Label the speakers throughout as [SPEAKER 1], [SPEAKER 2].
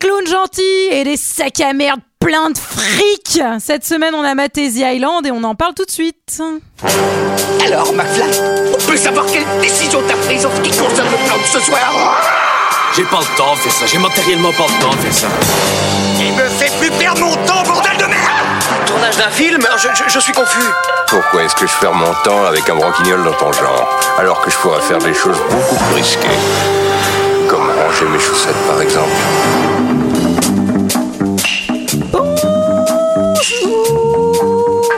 [SPEAKER 1] clowns gentils et des sacs à merde plein de fric. Cette semaine, on a maté The Island et on en parle tout de suite.
[SPEAKER 2] Alors, McFly, on peut savoir quelle décision t'as prise en ce qui concerne le plan de ce soir
[SPEAKER 3] J'ai pas le temps de faire ça, j'ai matériellement pas le temps de faire ça.
[SPEAKER 2] Il me fait plus perdre mon temps, bordel de merde
[SPEAKER 4] Tournage d'un film je, je- je suis confus.
[SPEAKER 5] Pourquoi est-ce que je perds mon temps avec un branquignol dans ton genre Alors que je pourrais faire des choses beaucoup plus risquées. Comme ranger mes chaussettes par exemple.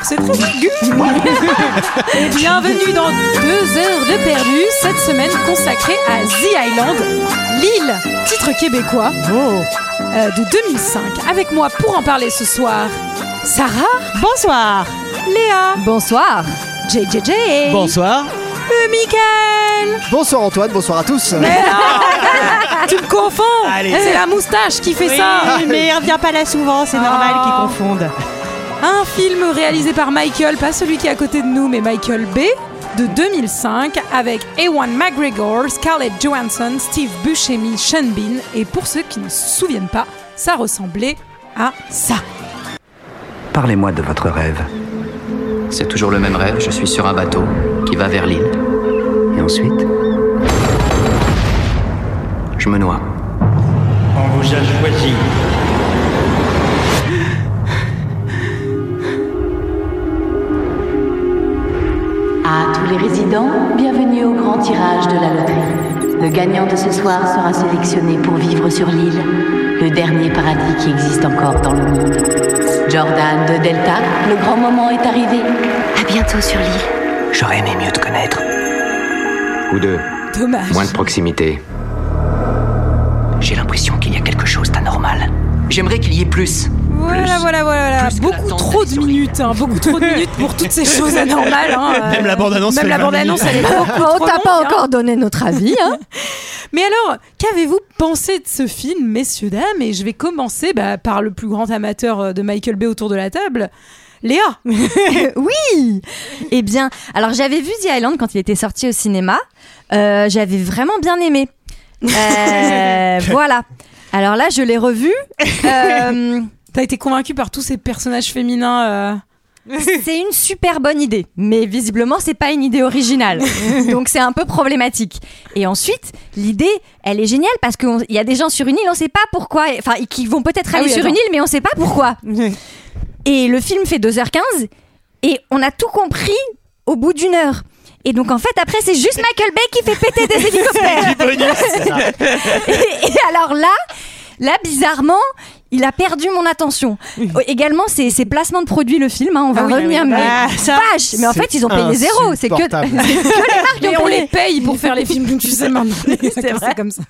[SPEAKER 1] C'est très aigu. et bienvenue dans deux heures de perdu. Cette semaine consacrée à The Island, Lille, titre québécois euh, de 2005. Avec moi pour en parler ce soir, Sarah. Bonsoir. Léa.
[SPEAKER 6] Bonsoir.
[SPEAKER 1] JJJ.
[SPEAKER 7] Bonsoir.
[SPEAKER 1] Le Michael.
[SPEAKER 8] Bonsoir Antoine, bonsoir à tous. Euh,
[SPEAKER 1] Mais non, tu me confonds.
[SPEAKER 7] Allez.
[SPEAKER 1] C'est la moustache qui fait
[SPEAKER 9] Oui,
[SPEAKER 1] ça.
[SPEAKER 9] mais il revient pas là souvent, c'est normal qu'ils confondent.
[SPEAKER 1] Un film réalisé par Michael, pas celui qui est à côté de nous, mais Michael Bay, de 2005, avec Ewan McGregor, Scarlett Johansson, Steve Buscemi, Sean Bean. Et pour ceux qui ne se souviennent pas, ça ressemblait à ça.
[SPEAKER 10] Parlez-moi de votre rêve.
[SPEAKER 4] C'est toujours le même rêve, je suis sur un bateau qui va vers l'île.
[SPEAKER 10] Et ensuite
[SPEAKER 4] Je me noie.
[SPEAKER 11] On vous a choisi.
[SPEAKER 12] À tous les résidents, bienvenue au grand tirage de la loterie. Le gagnant de ce soir sera sélectionné pour vivre sur l'île, le dernier paradis qui existe encore dans le monde. Jordan de Delta, le grand moment est arrivé. À bientôt sur l'île.
[SPEAKER 4] J'aurais aimé mieux te connaître. Ou deux,
[SPEAKER 1] Dommage.
[SPEAKER 4] moins de proximité. J'ai l'impression qu'il y a quelque chose d'anormal. J'aimerais qu'il y ait plus.
[SPEAKER 1] Voilà,
[SPEAKER 4] Plus.
[SPEAKER 1] voilà, voilà, voilà.
[SPEAKER 4] Plus que
[SPEAKER 1] Beaucoup
[SPEAKER 4] l'attente
[SPEAKER 1] trop
[SPEAKER 4] d'aller
[SPEAKER 1] de
[SPEAKER 4] sur
[SPEAKER 1] minutes, hein, beaucoup trop de minutes pour toutes ces choses anormales. hein, euh,
[SPEAKER 7] Même la bande-annonce
[SPEAKER 1] Même
[SPEAKER 7] fait
[SPEAKER 1] la
[SPEAKER 7] 20
[SPEAKER 1] bande-annonce, elle est beaucoup
[SPEAKER 6] Bon,
[SPEAKER 1] trop
[SPEAKER 6] Bah, on t'a
[SPEAKER 1] longue,
[SPEAKER 6] pas
[SPEAKER 1] hein.
[SPEAKER 6] encore donné notre avis. Hein.
[SPEAKER 1] Mais alors, qu'avez-vous pensé de ce film, messieurs, dames Et je vais commencer bah, par le plus grand amateur euh, de Michael Bay autour de la table, Léa.
[SPEAKER 6] oui Eh bien, alors j'avais vu The Island quand il était sorti au cinéma. Euh, j'avais vraiment bien aimé. Euh, voilà. Alors là, je l'ai revu. Euh,
[SPEAKER 1] T'as été convaincu par tous ces personnages féminins. euh,
[SPEAKER 6] c'est une super bonne idée, mais visiblement c'est pas une idée originale, donc c'est un peu problématique. Et ensuite, l'idée, elle est géniale parce qu'il y a des gens sur une île, on sait pas pourquoi, et- enfin qui vont peut-être
[SPEAKER 1] Ah
[SPEAKER 6] aller
[SPEAKER 1] oui,
[SPEAKER 6] sur
[SPEAKER 1] attends.
[SPEAKER 6] une île, mais on sait pas pourquoi. Et le film fait 2h15 et on a tout compris au bout d'une heure. Et donc en fait après c'est juste Michael Bay qui fait péter des hélicoptères. et, et alors là, là bizarrement, il a perdu mon attention. Également c'est c'est placements de produits le film, hein, on va
[SPEAKER 1] Ah oui,
[SPEAKER 6] revenir
[SPEAKER 1] ah oui,
[SPEAKER 6] mais
[SPEAKER 9] Ah, ça,
[SPEAKER 6] vache, mais en fait ils ont payé zéro, c'est que, c'est que
[SPEAKER 8] insupportable.
[SPEAKER 6] les marques qui
[SPEAKER 1] Mais
[SPEAKER 6] ont
[SPEAKER 1] on
[SPEAKER 6] payé.
[SPEAKER 1] les paye pour faire les films, tu sais maintenant.
[SPEAKER 6] C'est vrai.
[SPEAKER 1] comme ça.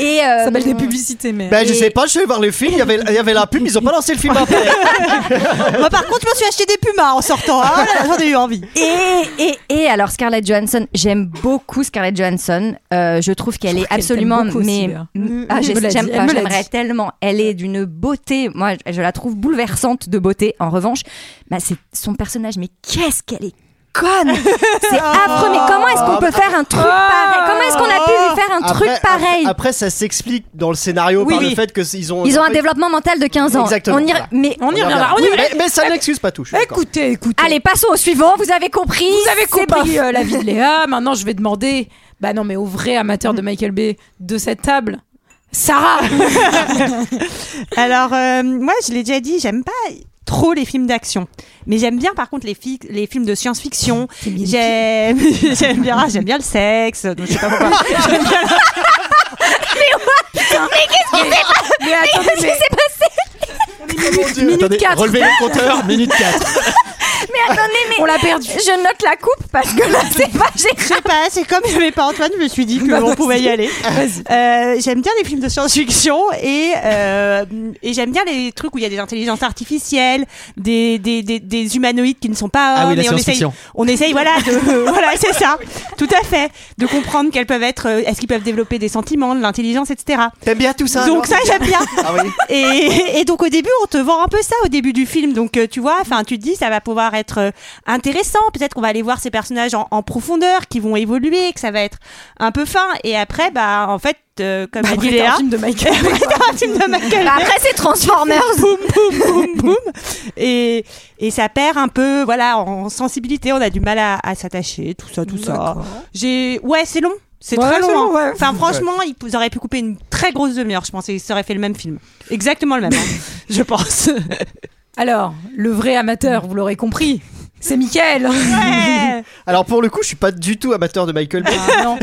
[SPEAKER 6] Et euh,
[SPEAKER 1] Ça s'appelle des publicités, mais.
[SPEAKER 8] Ben je
[SPEAKER 6] Et-
[SPEAKER 8] sais pas, je suis allé voir le film, il y avait- il y avait la pub, ils ont pas lancé le film après.
[SPEAKER 9] Moi, par contre, je me suis acheté des pumas en sortant. Ah, là, j'en ai eu envie.
[SPEAKER 6] Et, et, et alors Scarlett Johansson, j'aime beaucoup Scarlett Johansson. Euh, je trouve qu'elle est
[SPEAKER 1] qu'elle
[SPEAKER 6] absolument,
[SPEAKER 1] t'aime beaucoup aussi,
[SPEAKER 6] mais
[SPEAKER 1] d'ailleurs.
[SPEAKER 6] Mm, ah,
[SPEAKER 1] Elle
[SPEAKER 6] j'ai-
[SPEAKER 1] me l'a dit,
[SPEAKER 6] j'aime
[SPEAKER 1] elle
[SPEAKER 6] pas,
[SPEAKER 1] me l'a
[SPEAKER 6] j'aimerais
[SPEAKER 1] dit.
[SPEAKER 6] tellement. Elle est d'une beauté. Moi, je, je la trouve bouleversante de beauté. En revanche, bah, c'est son personnage. Mais qu'est-ce qu'elle est conne C'est affreux. Mais comment est-ce qu'on peut faire un truc pareil Comment est-ce qu'on a pu lui faire un
[SPEAKER 8] Ah, Après-
[SPEAKER 6] truc pareil
[SPEAKER 8] ap- Après, ça s'explique dans le scénario
[SPEAKER 9] Oui,
[SPEAKER 8] par
[SPEAKER 9] oui.
[SPEAKER 8] le fait que c- ils ont.
[SPEAKER 6] Ils ont
[SPEAKER 8] en
[SPEAKER 6] un
[SPEAKER 8] fait,
[SPEAKER 6] développement mental de 15 ans.
[SPEAKER 8] Exactement,
[SPEAKER 6] On y,
[SPEAKER 8] voilà.
[SPEAKER 6] mais
[SPEAKER 1] On y reviendra. On y
[SPEAKER 8] Oui,
[SPEAKER 1] reviendra.
[SPEAKER 8] mais, mais ça n'excuse pas tout. je suis d'accord.
[SPEAKER 1] Écoutez, écoutez.
[SPEAKER 6] allez, passons au suivant. Vous avez compris.
[SPEAKER 1] vous avez
[SPEAKER 6] c'est
[SPEAKER 1] compris
[SPEAKER 6] bof.
[SPEAKER 1] euh, la vie de Léa. Maintenant, je vais demander. Bah non, mais au vrai amateur de Michael Bay de cette table, Sarah.
[SPEAKER 9] Alors, euh, moi, je l'ai déjà dit, j'aime pas trop les films d'action. Mais j'aime bien, par contre, les, fi- les films de science-fiction. J'aime j'aime bien, ah, j'aime bien le sexe. donc je sais pas pourquoi. J'aime bien la-
[SPEAKER 1] mais attendez,
[SPEAKER 6] Qu'est-ce qui s'est passé
[SPEAKER 8] Mon Dieu,
[SPEAKER 1] minute
[SPEAKER 8] attendez,
[SPEAKER 1] 4.
[SPEAKER 8] Relevez le compteur, minute 4.
[SPEAKER 6] Mais attendez, mais
[SPEAKER 1] on l'a perdu.
[SPEAKER 6] je note la coupe parce que là, c'est pas géré.
[SPEAKER 9] Je sais pas, c'est comme il n'y avait pas Antoine, je me suis dit
[SPEAKER 1] Bah,
[SPEAKER 9] qu'on
[SPEAKER 1] vas-y.
[SPEAKER 9] pouvait y aller.
[SPEAKER 7] Ah,
[SPEAKER 1] Vas-y.
[SPEAKER 9] Euh, j'aime bien les films de science-fiction et, euh, et j'aime bien les trucs où il y a des intelligences artificielles, des, des, des, des humanoïdes qui ne sont pas
[SPEAKER 7] Ah oui,
[SPEAKER 9] hommes,
[SPEAKER 7] la
[SPEAKER 9] et on essaye,
[SPEAKER 7] science-fiction.
[SPEAKER 9] on essaye voilà, de, euh, voilà, c'est ça, tout à fait, de comprendre quels peuvent être, euh, est-ce qu'ils peuvent développer des sentiments, de l'intelligence, etc.
[SPEAKER 8] T'aimes bien tout ça alors
[SPEAKER 9] donc ça j'aime bien.
[SPEAKER 8] Ah oui.
[SPEAKER 9] Et, et donc au début on te vend un peu ça au début du film, donc euh, tu vois, enfin tu te dis ça va pouvoir être être euh, intéressant. Peut-être qu'on va aller voir ces personnages en, en profondeur, qui vont évoluer, que ça va être un peu fin. Et après, bah, en fait, euh, comme a dit
[SPEAKER 1] Après, t'as
[SPEAKER 9] Léa,
[SPEAKER 1] un film de Michael Bay,
[SPEAKER 9] Après, t'as un film de Michael
[SPEAKER 13] Bah,
[SPEAKER 9] Bay.
[SPEAKER 13] après, c'est Transformers.
[SPEAKER 9] boum, boum, boum, boum. Et, et ça perd un peu, voilà, en sensibilité. On a du mal à, à s'attacher, tout ça, tout ça. J'ai, ouais, c'est long. C'est
[SPEAKER 1] Ouais,
[SPEAKER 9] très long.
[SPEAKER 1] c'est long,
[SPEAKER 9] hein.
[SPEAKER 1] ouais.
[SPEAKER 9] Enfin, franchement, ils auraient pu couper une très grosse demi-heure, je pense, et ils auraient fait le même film. Exactement le même, hein, je pense.
[SPEAKER 1] Alors, le vrai amateur, vous l'aurez compris, c'est Mickaël.
[SPEAKER 2] Alors pour le coup, je suis pas du tout amateur de Michael Bay.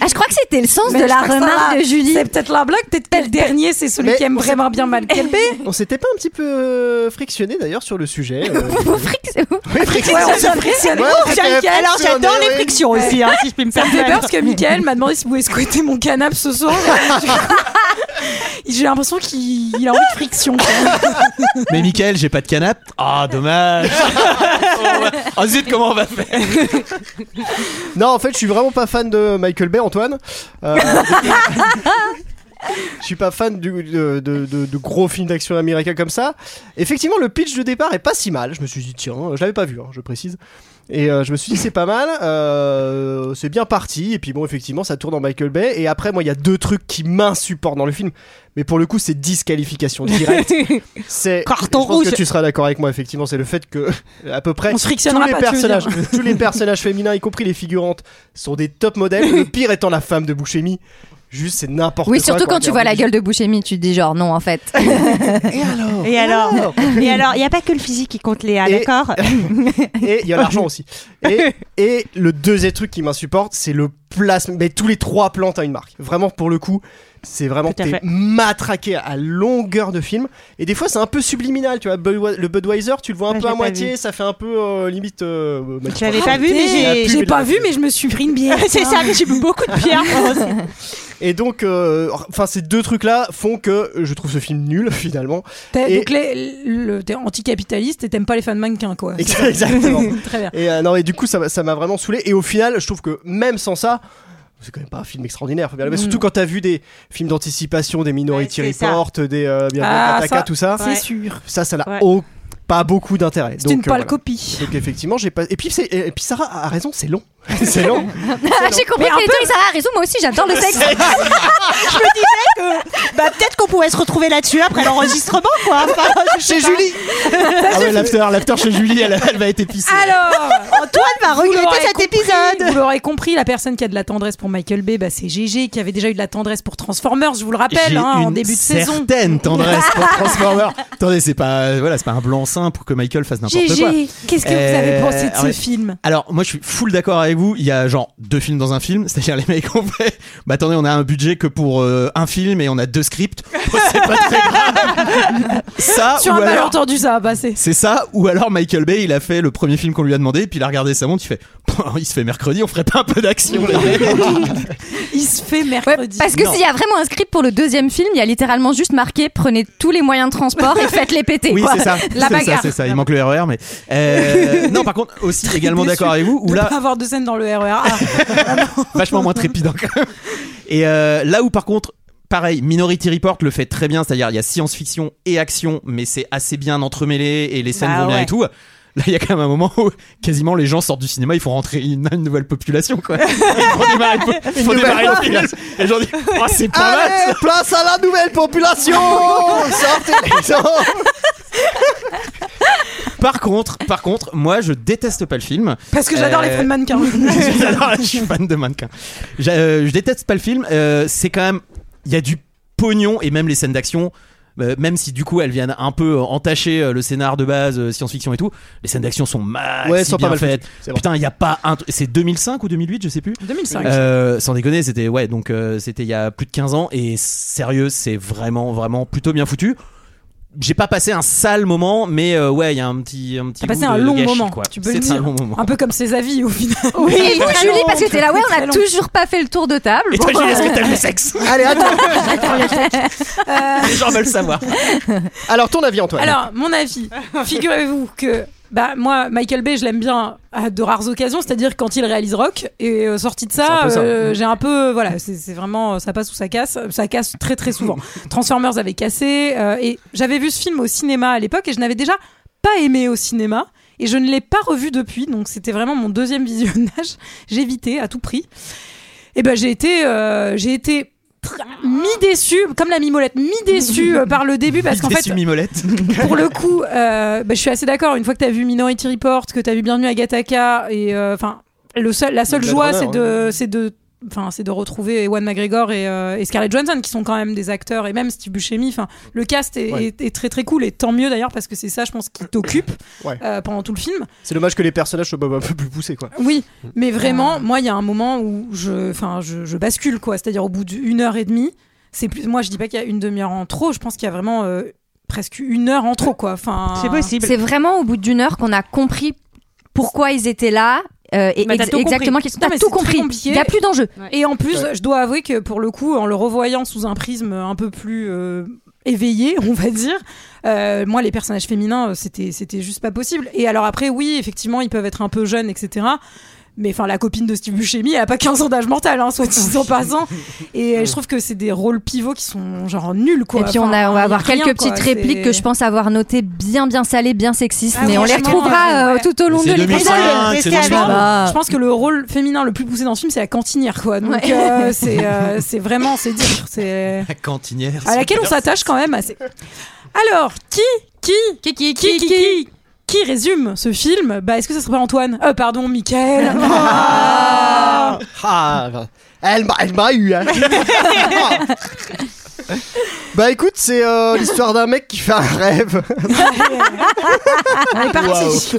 [SPEAKER 13] Ah, je crois que c'était le sens
[SPEAKER 1] Mais
[SPEAKER 13] de
[SPEAKER 1] je
[SPEAKER 13] la
[SPEAKER 1] crois que ça
[SPEAKER 13] remarque
[SPEAKER 1] va.
[SPEAKER 13] de Julie.
[SPEAKER 1] C'est peut-être la blague, peut-être que le dernier, c'est celui
[SPEAKER 2] Mais
[SPEAKER 1] qui aime
[SPEAKER 2] on s'est-
[SPEAKER 1] vraiment bien Michael Bay.
[SPEAKER 2] On s'était pas un petit peu euh, frictionné d'ailleurs sur le sujet. euh.
[SPEAKER 13] Vous frictionnez.
[SPEAKER 2] Oui,
[SPEAKER 1] Ouais, on
[SPEAKER 2] frictionné.
[SPEAKER 1] s'est impressionné.
[SPEAKER 2] Ouais,
[SPEAKER 1] Oh,
[SPEAKER 2] on s'est
[SPEAKER 1] Michael,
[SPEAKER 2] fait
[SPEAKER 9] Alors,
[SPEAKER 2] frictionner,
[SPEAKER 9] j'adore les
[SPEAKER 2] ouais.
[SPEAKER 9] frictions aussi, hein, si je puis me
[SPEAKER 1] Ça me fait peur
[SPEAKER 9] permettre.
[SPEAKER 1] parce que Michael m'a demandé si vous pouvez squatter mon canapé ce soir. J'ai l'impression qu'il il a envie de friction. quoi.
[SPEAKER 8] Mais Michael, j'ai pas de canap. Ah, dommage. oh, zut, comment on va faire
[SPEAKER 2] Non, en fait, je suis vraiment pas fan de Michael Bay, Antoine. Euh, Je suis pas fan du- de, de- de- de gros films d'action américains comme ça. Effectivement, le pitch de départ est pas si mal. Je me suis dit, tiens, je l'avais pas vu, hein, je précise. Et euh, je me suis dit, c'est pas mal, euh, c'est bien parti. Et puis bon, effectivement, ça tourne en Michael Bay. Et après, moi, il y a deux trucs qui m'insupportent dans le film. Mais pour le coup, c'est disqualification directe. c'est
[SPEAKER 9] Carton
[SPEAKER 2] je pense
[SPEAKER 9] rouge.
[SPEAKER 2] que tu seras d'accord avec moi, effectivement, c'est le fait que, à peu près,
[SPEAKER 1] On se frictionnera
[SPEAKER 2] tous les
[SPEAKER 1] pas, tu veux
[SPEAKER 2] personnages, tous les personnages féminins, y compris les figurantes, sont des top modèles. Le pire étant la femme de Bouchemi. Juste, c'est n'importe quoi.
[SPEAKER 13] Oui, surtout quand tu vois la
[SPEAKER 2] regarde.
[SPEAKER 13] gueule de Bouchemi, tu te dis genre non en fait.
[SPEAKER 2] Et alors
[SPEAKER 9] Et alors
[SPEAKER 1] Oh.
[SPEAKER 9] Et alors, il n'y a pas que le physique qui compte, Léa,
[SPEAKER 2] Et-
[SPEAKER 9] d'accord
[SPEAKER 2] Et il y a l'argent aussi. Et, et le deuxième truc qui m'insupporte, c'est le placement. Mais tous les trois plans, t'as une marque. Vraiment, pour le coup, c'est vraiment.
[SPEAKER 9] Tout à
[SPEAKER 2] T'es
[SPEAKER 9] fait.
[SPEAKER 2] matraqué à longueur de film. Et des fois, c'est un peu subliminal. Tu vois, Budwe- le Budweiser, tu le vois un
[SPEAKER 9] Ouais, je
[SPEAKER 2] peu à
[SPEAKER 9] l'ai pas
[SPEAKER 2] moitié. Ça fait un peu euh, limite. euh, Mathieu
[SPEAKER 9] Je l'avais
[SPEAKER 2] Fauchet.
[SPEAKER 9] pas vu,
[SPEAKER 2] La
[SPEAKER 9] mais j'ai.
[SPEAKER 2] pub et
[SPEAKER 1] J'ai
[SPEAKER 2] la-
[SPEAKER 1] pas vu, mais je me suis pris une bière.
[SPEAKER 9] C'est ça, mais j'ai bu beaucoup de bière.
[SPEAKER 2] Et donc, euh, enfin, ces deux trucs-là font que je trouve ce film nul, finalement.
[SPEAKER 1] T'es-
[SPEAKER 2] Et-
[SPEAKER 1] Donc, les- le- t'es anticapitaliste et t'aimes pas les fans mannequins, quoi. C'est ça.
[SPEAKER 2] Exactement.
[SPEAKER 1] Très bien.
[SPEAKER 2] Et euh, non, et du coup, ça m'a- ça m'a vraiment saoulé. Et au final, je trouve que même sans ça, c'est quand même pas un film extraordinaire. faut bien l'avouer.
[SPEAKER 1] Mm.
[SPEAKER 2] Surtout quand t'as vu des films d'anticipation, des Minority
[SPEAKER 9] Ouais, c'est ça.
[SPEAKER 2] Report, des euh, Bienvenue
[SPEAKER 1] Ah,
[SPEAKER 2] à Kataka,
[SPEAKER 1] ça,
[SPEAKER 2] tout ça.
[SPEAKER 1] C'est
[SPEAKER 9] Ouais.
[SPEAKER 1] sûr.
[SPEAKER 2] Ça, ça n'a
[SPEAKER 9] Ouais.
[SPEAKER 2] au- pas beaucoup d'intérêt.
[SPEAKER 1] C'est
[SPEAKER 2] Donc,
[SPEAKER 1] une
[SPEAKER 2] euh,
[SPEAKER 1] pâle
[SPEAKER 2] voilà.
[SPEAKER 1] copie.
[SPEAKER 2] Donc effectivement, j'ai pas. Et puis, c'est- et puis Sarah a raison, c'est long. c'est long.
[SPEAKER 13] J'ai compris
[SPEAKER 1] Mais un
[SPEAKER 13] que les deux, ça a raison, moi aussi j'adore le sexe.
[SPEAKER 9] je me disais que bah, peut-être qu'on pourrait se retrouver là-dessus après l'enregistrement, quoi. Enfin, je sais
[SPEAKER 2] Chez
[SPEAKER 9] pas.
[SPEAKER 2] Julie. ah ouais, l'after, l'after chez Julie, elle, elle va être
[SPEAKER 1] Ah,
[SPEAKER 2] épicée.
[SPEAKER 1] Alors,
[SPEAKER 9] Antoine va
[SPEAKER 1] Vous l'aurez
[SPEAKER 9] regretter cet
[SPEAKER 1] compris,
[SPEAKER 9] épisode.
[SPEAKER 1] Vous l'aurez compris, la personne qui a de la tendresse pour Michael Bay, bah, c'est GG qui avait déjà eu de la tendresse pour Transformers, je vous le rappelle,
[SPEAKER 8] J'ai
[SPEAKER 1] hein, en
[SPEAKER 8] une
[SPEAKER 1] début de saison.
[SPEAKER 8] certaine tendresse pour Transformers. Attendez, c'est pas, euh, voilà, c'est pas un blanc-seing pour que Michael fasse n'importe quoi.
[SPEAKER 1] GG, qu'est-ce que vous
[SPEAKER 8] Euh,
[SPEAKER 1] avez pensé de
[SPEAKER 8] alors,
[SPEAKER 1] ce
[SPEAKER 8] mais-
[SPEAKER 1] film
[SPEAKER 8] Alors, moi, je suis full d'accord avec vous. Il y a genre deux films dans un film. C'est-à-dire, les mecs ont fait, bah attendez, on a un budget que pour euh, un film et on a deux scripts. Oh, c'est pas très grave. Ça,
[SPEAKER 1] Sur
[SPEAKER 8] Ah, ou
[SPEAKER 1] un
[SPEAKER 8] alors.
[SPEAKER 1] malentendu, ça a passé.
[SPEAKER 8] C'est ça, ou alors Michael Bay, il a fait le premier film qu'on lui a demandé, puis il a regardé sa montre, il fait Pouah, il se fait mercredi, on ferait pas un peu d'action les mecs
[SPEAKER 1] Il se fait
[SPEAKER 13] Ouais,
[SPEAKER 1] mercredi.
[SPEAKER 13] parce que
[SPEAKER 8] Non.
[SPEAKER 13] s'il y a vraiment un script pour le deuxième film, il y a littéralement juste marqué prenez tous les moyens de transport et faites-les péter.
[SPEAKER 8] Oui,
[SPEAKER 13] quoi.
[SPEAKER 8] c'est ça,
[SPEAKER 13] La
[SPEAKER 8] c'est ça,
[SPEAKER 13] bagarre.
[SPEAKER 8] c'est ça, il manque le RER, mais. euh, non, par contre, aussi également
[SPEAKER 1] déçue
[SPEAKER 8] d'accord avec vous,
[SPEAKER 1] de
[SPEAKER 8] où là,
[SPEAKER 1] pas avoir de scène dans le RER. Ah,
[SPEAKER 8] vachement moins trépidant quand même. Et euh, là où par contre, pareil, Minority Report le fait très bien, c'est-à-dire il y a science-fiction et action, mais c'est assez bien entremêlé et les scènes
[SPEAKER 9] Bah
[SPEAKER 8] vont bien
[SPEAKER 9] ouais.
[SPEAKER 8] et tout. Là, il y a quand même un moment où quasiment les gens sortent du cinéma, il faut rentrer une, une nouvelle population, quoi. Il faut démarrer, il faut démarrer le film. Et les gens disent, oh, c'est pas mal.
[SPEAKER 2] Allez, place à la nouvelle population. Sortez les gens.
[SPEAKER 8] Par contre, par contre, moi, je déteste pas le film.
[SPEAKER 1] parce que j'adore
[SPEAKER 8] Euh,
[SPEAKER 1] les fans mannequins.
[SPEAKER 8] J'adore, je suis fan de mannequin. Je, euh, je déteste pas le film. euh, c'est quand même. Il y a du pognon et même les scènes d'action. euh, même si du coup elles viennent un peu euh, entacher euh, le scénar de base euh, science-fiction et tout, les scènes d'action sont maxi
[SPEAKER 2] Ouais, elles sont
[SPEAKER 8] bien
[SPEAKER 2] pas mal
[SPEAKER 8] faites.
[SPEAKER 2] foutues, c'est vrai.
[SPEAKER 8] Putain, il y a pas un. tr- C'est 2005 ou 2008, je sais plus.
[SPEAKER 1] 2005.
[SPEAKER 8] Euh, sans déconner, c'était ouais, donc euh, c'était il y a plus de 15 ans et sérieux, c'est vraiment vraiment plutôt bien foutu. J'ai pas passé un sale moment, mais euh, ouais, il y a un petit un petit.
[SPEAKER 1] T'as passé
[SPEAKER 8] goût
[SPEAKER 1] un
[SPEAKER 8] de- de
[SPEAKER 1] long
[SPEAKER 8] gâchis,
[SPEAKER 1] moment,
[SPEAKER 8] quoi.
[SPEAKER 1] tu peux le
[SPEAKER 8] C'est un
[SPEAKER 1] dire.
[SPEAKER 8] long moment.
[SPEAKER 1] Un peu comme ses avis au final.
[SPEAKER 13] Et vous,
[SPEAKER 1] Très
[SPEAKER 13] Julie,
[SPEAKER 1] long,
[SPEAKER 13] parce que t'es là, ouais, on
[SPEAKER 1] très
[SPEAKER 13] a
[SPEAKER 1] long.
[SPEAKER 13] toujours pas fait le tour de table.
[SPEAKER 8] Et toi, Julie, est-ce que t'aimes le sexe
[SPEAKER 2] Allez, attends.
[SPEAKER 8] Les gens veulent savoir.
[SPEAKER 2] Alors ton avis, Antoine.
[SPEAKER 1] Euh. Alors, mon avis, figurez-vous que bah, moi, Michael Bay, je l'aime bien à de rares occasions, c'est-à-dire quand il réalise Rock. Et euh, sorti de
[SPEAKER 8] C'est un
[SPEAKER 1] ça,
[SPEAKER 8] peu ça. Mm.
[SPEAKER 1] euh, j'ai un peu. Voilà, c'est c'est vraiment. euh, Ça passe ou ça casse. Ça casse très très souvent. Transformers avait cassé. euh, et j'avais vu ce film au cinéma à l'époque et je n'avais déjà pas aimé au cinéma. et je ne l'ai pas revu depuis, donc c'était vraiment mon deuxième visionnage. J'évitais à tout prix. Et ben j'ai été, euh, j'ai été tr- mi-déçue, comme la mimolette, mi-déçue euh, par le début, parce qu'en fait,
[SPEAKER 14] Déçu Mimolette.
[SPEAKER 1] pour le coup, euh, bah, je suis assez d'accord. Une fois que tu as vu Minority Report, que tu as vu Bienvenue à Gataka, et euh, enfin, le seul, la seule
[SPEAKER 15] Blade
[SPEAKER 1] joie,
[SPEAKER 15] Runner,
[SPEAKER 1] c'est de,
[SPEAKER 15] ouais.
[SPEAKER 1] c'est de, enfin, c'est de retrouver Ewan McGregor et, euh, et Scarlett Johansson, qui sont quand même des acteurs, et même Steve Buscemi. Enfin, le cast est,
[SPEAKER 8] Ouais.
[SPEAKER 1] est- est très très cool, et tant mieux d'ailleurs parce que c'est ça, je pense, qui t'occupe
[SPEAKER 8] Ouais.
[SPEAKER 1] euh, pendant tout le film.
[SPEAKER 8] C'est dommage que les personnages soient pas- un peu plus poussés, quoi.
[SPEAKER 1] Oui, mais vraiment, moi, il y a un moment où je, enfin, je, je bascule, quoi. C'est-à-dire au bout d'une heure et demie, c'est plus. Moi, je dis pas qu'il y a une demi-heure en trop. Je pense qu'il y a vraiment euh, presque une heure en trop, quoi. Enfin,
[SPEAKER 6] C'est vraiment au bout d'une heure qu'on a compris pourquoi ils étaient là euh, et
[SPEAKER 1] Bah, t'as
[SPEAKER 6] ex-
[SPEAKER 1] tout compris.
[SPEAKER 6] exactement qu'ils sont
[SPEAKER 1] Non,
[SPEAKER 6] t'as
[SPEAKER 1] mais
[SPEAKER 6] tout
[SPEAKER 1] c'est très
[SPEAKER 6] compris.
[SPEAKER 1] compliqué.
[SPEAKER 6] Il n'y a plus d'enjeu.
[SPEAKER 1] Et en plus,
[SPEAKER 6] Ouais.
[SPEAKER 1] je dois avouer que pour le coup, en le revoyant sous un prisme un peu plus euh, éveillé, on va dire, euh, moi, les personnages féminins, euh, c'était c'était juste pas possible. Et alors après, oui, effectivement, ils peuvent être un peu jeunes, etc. Mais enfin, la copine de Steve Buscemi, elle a pas 15 ans d'âge mental, hein, soit dit en passant. Et euh, je trouve que c'est des rôles pivots qui sont genre nuls, quoi.
[SPEAKER 6] et puis on,
[SPEAKER 1] Enfin,
[SPEAKER 6] a, on
[SPEAKER 1] y
[SPEAKER 6] va avoir
[SPEAKER 1] rien,
[SPEAKER 6] quelques
[SPEAKER 1] quoi.
[SPEAKER 6] petites répliques
[SPEAKER 1] C'est-
[SPEAKER 6] que je pense avoir notées bien bien salées, bien sexistes,
[SPEAKER 1] Ah
[SPEAKER 6] mais
[SPEAKER 1] oui,
[SPEAKER 6] on les
[SPEAKER 13] Ah,
[SPEAKER 1] franchement,
[SPEAKER 6] retrouvera euh,
[SPEAKER 1] ouais.
[SPEAKER 6] tout au long de l'épisode.
[SPEAKER 1] Ah Je pense que le rôle féminin le plus poussé dans ce film, c'est la cantinière, quoi. Donc
[SPEAKER 6] Ouais.
[SPEAKER 1] euh, c'est euh, c'est vraiment, c'est dire, c'est
[SPEAKER 14] La cantinière.
[SPEAKER 1] à laquelle on s'attache quand même assez. Alors, qui, qui, qui, qui, qui, qui, qui, résume ce film Bah, est-ce que ça serait pas Antoine Euh, pardon, Michael. Ah.
[SPEAKER 8] Ah, elle m'a, elle m'a eu. hein. bah écoute, c'est euh, l'histoire d'un mec qui fait un rêve.
[SPEAKER 1] Elle est partie.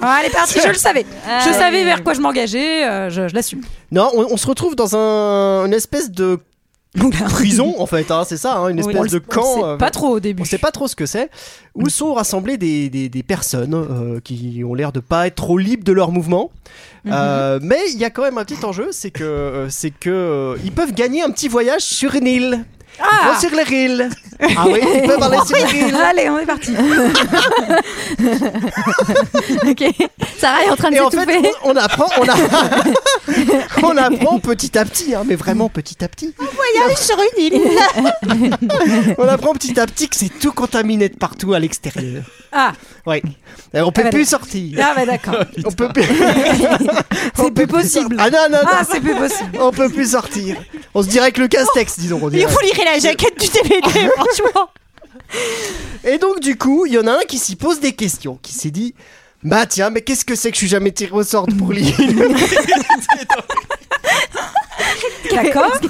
[SPEAKER 1] Ah, elle est partie. Je le savais. Je
[SPEAKER 6] Allez.
[SPEAKER 1] savais vers quoi je m'engageais. euh, je je l'assume.
[SPEAKER 8] Non, on, on se retrouve dans un, une espèce de prison en fait, hein, c'est ça, hein, une
[SPEAKER 1] Oui.
[SPEAKER 8] espèce
[SPEAKER 1] On le-
[SPEAKER 8] de
[SPEAKER 1] on
[SPEAKER 8] camp.
[SPEAKER 1] le sait
[SPEAKER 8] euh,
[SPEAKER 1] pas trop au début.
[SPEAKER 8] On sait pas trop ce que c'est. Où sont rassemblées des, des- des personnes euh, qui ont l'air de pas être trop libres de leur mouvement.
[SPEAKER 9] Mhm.
[SPEAKER 8] Euh, mais il y a quand même un petit enjeu, c'est que euh, c'est que euh, ils peuvent gagner un petit voyage sur une île. Ils vont sur les îles. Ah oui, ils peuvent aller sur les îles.
[SPEAKER 1] Allez, on est parti.
[SPEAKER 6] ok. Sarah est en train de
[SPEAKER 8] Et en fait,
[SPEAKER 6] s'étouffer.
[SPEAKER 8] on, on apprend, on, a- on apprend petit à petit, hein, mais vraiment petit à petit.
[SPEAKER 9] Voyage sur une île.
[SPEAKER 8] On apprend petit à petit que c'est tout contaminé de partout à l'extérieur.
[SPEAKER 1] Ah.
[SPEAKER 8] Ouais. Et on peut
[SPEAKER 9] ben
[SPEAKER 1] Ah bah
[SPEAKER 8] plus
[SPEAKER 1] d'accord.
[SPEAKER 8] sortir.
[SPEAKER 1] Ah bah d'accord.
[SPEAKER 8] on peut plus. c'est plus possible. Ah non non non.
[SPEAKER 1] Ah, c'est plus possible.
[SPEAKER 8] On peut plus sortir. On se dirait que le casse-texte, disons. on
[SPEAKER 9] Il
[SPEAKER 8] dirait.
[SPEAKER 9] faut lire la jaquette du
[SPEAKER 1] Ah,
[SPEAKER 9] DVD, franchement.
[SPEAKER 8] Et donc du coup, il y en a un qui s'y pose des questions, qui s'est dit. Bah tiens, mais qu'est-ce que c'est que je suis jamais tiré au sort pour l'île
[SPEAKER 1] D'accord.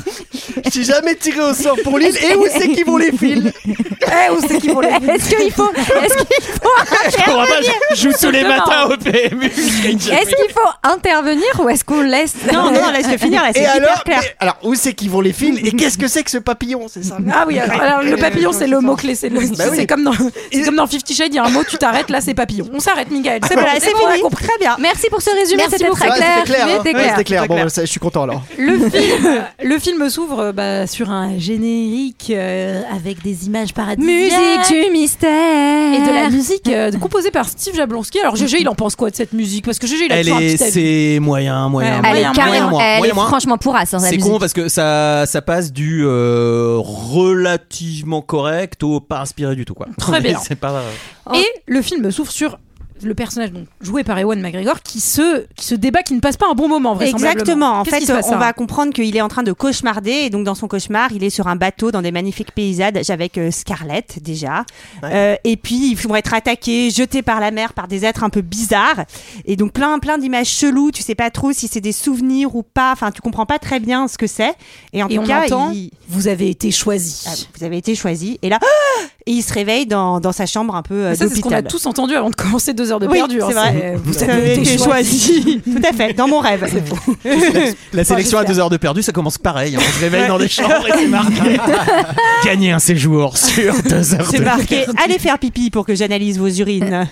[SPEAKER 8] Je suis jamais tiré au sort pour l'île et où c'est qu'ils vont les fils
[SPEAKER 1] Eh, où c'est qu'ils vont les
[SPEAKER 6] Est-ce qu'il faut, est-ce qu'il faut,
[SPEAKER 15] Je comprends pas, je joue tous les
[SPEAKER 6] Exactement.
[SPEAKER 15] matins au PMU. je gagne jamais.
[SPEAKER 6] est-ce qu'il faut intervenir ou est-ce qu'on laisse
[SPEAKER 9] Non, non, laisse-le finir, là, c'est
[SPEAKER 8] Et
[SPEAKER 9] hyper
[SPEAKER 8] alors,
[SPEAKER 9] clair.
[SPEAKER 8] mais- alors, où c'est qu'ils vont les fils et qu'est-ce que c'est que ce papillon C'est ça
[SPEAKER 1] Ah oui, alors, alors, le papillon, c'est le mot-clé. C'est le-
[SPEAKER 8] Bah oui.
[SPEAKER 1] c'est comme, dans- c'est comme dans Fifty Shades, il y a un mot, tu t'arrêtes, là, c'est papillon. On s'arrête, Michael. C'est bon,
[SPEAKER 9] Voilà, c'est
[SPEAKER 1] bon, on a
[SPEAKER 9] fini.
[SPEAKER 1] compris.
[SPEAKER 9] Très bien.
[SPEAKER 6] Merci pour ce résumé,
[SPEAKER 1] Merci
[SPEAKER 6] c'était
[SPEAKER 1] beaucoup.
[SPEAKER 6] très
[SPEAKER 8] Ouais,
[SPEAKER 6] clair.
[SPEAKER 8] C'était clair, hein.
[SPEAKER 6] C'était
[SPEAKER 8] Ouais,
[SPEAKER 6] clair.
[SPEAKER 8] c'était clair. Bon, ça, je suis content alors.
[SPEAKER 1] Le film, le film s'ouvre euh, bah, sur un générique euh, avec des images paradisiaques.
[SPEAKER 6] Musique du mystère.
[SPEAKER 1] et de la musique euh, composée par Steve Jablonski. Alors GG, il en pense quoi de cette musique Parce que GG, il a
[SPEAKER 14] Elle
[SPEAKER 1] toujours un
[SPEAKER 14] est,
[SPEAKER 1] petit avis.
[SPEAKER 14] c'est moyen, moyen,
[SPEAKER 1] Ouais,
[SPEAKER 14] moyen,
[SPEAKER 6] Elle est
[SPEAKER 14] moyen,
[SPEAKER 6] carrément,
[SPEAKER 14] moyen,
[SPEAKER 6] elle est
[SPEAKER 14] moyen.
[SPEAKER 6] franchement pourrasse hein, la
[SPEAKER 14] C'est
[SPEAKER 6] musique.
[SPEAKER 14] con parce que ça, ça passe du euh, relativement correct au pas inspiré du tout quoi.
[SPEAKER 1] Très bien.
[SPEAKER 14] C'est pas. euh,
[SPEAKER 1] Et le film s'ouvre sur le personnage donc, joué par Ewan McGregor qui se, qui se débat, qui ne passe pas un bon moment, vraisemblablement.
[SPEAKER 9] Exactement. En
[SPEAKER 1] Qu'est-ce qui
[SPEAKER 9] fait,
[SPEAKER 1] se passe, hein
[SPEAKER 9] on va
[SPEAKER 1] Sarah
[SPEAKER 9] comprendre qu'il est en train de cauchemarder. Et donc, dans son cauchemar, il est sur un bateau dans des magnifiques paysades avec euh, Scarlett, déjà. Euh, et puis, ils vont être attaqués, jetés par la mer, par des êtres un peu bizarres. Et donc, plein, plein d'images cheloues. Tu sais pas trop si c'est des souvenirs ou pas. Enfin, tu comprends pas très bien ce que c'est. Et en
[SPEAKER 1] Et
[SPEAKER 9] tout
[SPEAKER 1] on
[SPEAKER 9] cas,
[SPEAKER 1] entend,
[SPEAKER 9] il-
[SPEAKER 1] vous avez été choisi.
[SPEAKER 9] ah, vous avez été choisi. Et là, ah et il se réveille dans, dans sa chambre un peu euh,
[SPEAKER 1] Mais ça, c'est ce qu'on a
[SPEAKER 9] d'hôpital.
[SPEAKER 1] tous entendu avant de commencer deux heures de
[SPEAKER 9] Oui,
[SPEAKER 1] perdu. hein.
[SPEAKER 9] c'est vrai.
[SPEAKER 1] C'est- Vous
[SPEAKER 9] Ça avait
[SPEAKER 1] avez été choisi.
[SPEAKER 9] Tout à fait, dans mon rêve.
[SPEAKER 14] La sélection à
[SPEAKER 1] j'espère.
[SPEAKER 14] deux heures de perdu, ça commence pareil. hein. On se réveille dans des chambres et c'est marqué. Gagner un séjour sur deux heures
[SPEAKER 9] C'est
[SPEAKER 14] de
[SPEAKER 9] marqué allez faire pipi pour que j'analyse vos urines.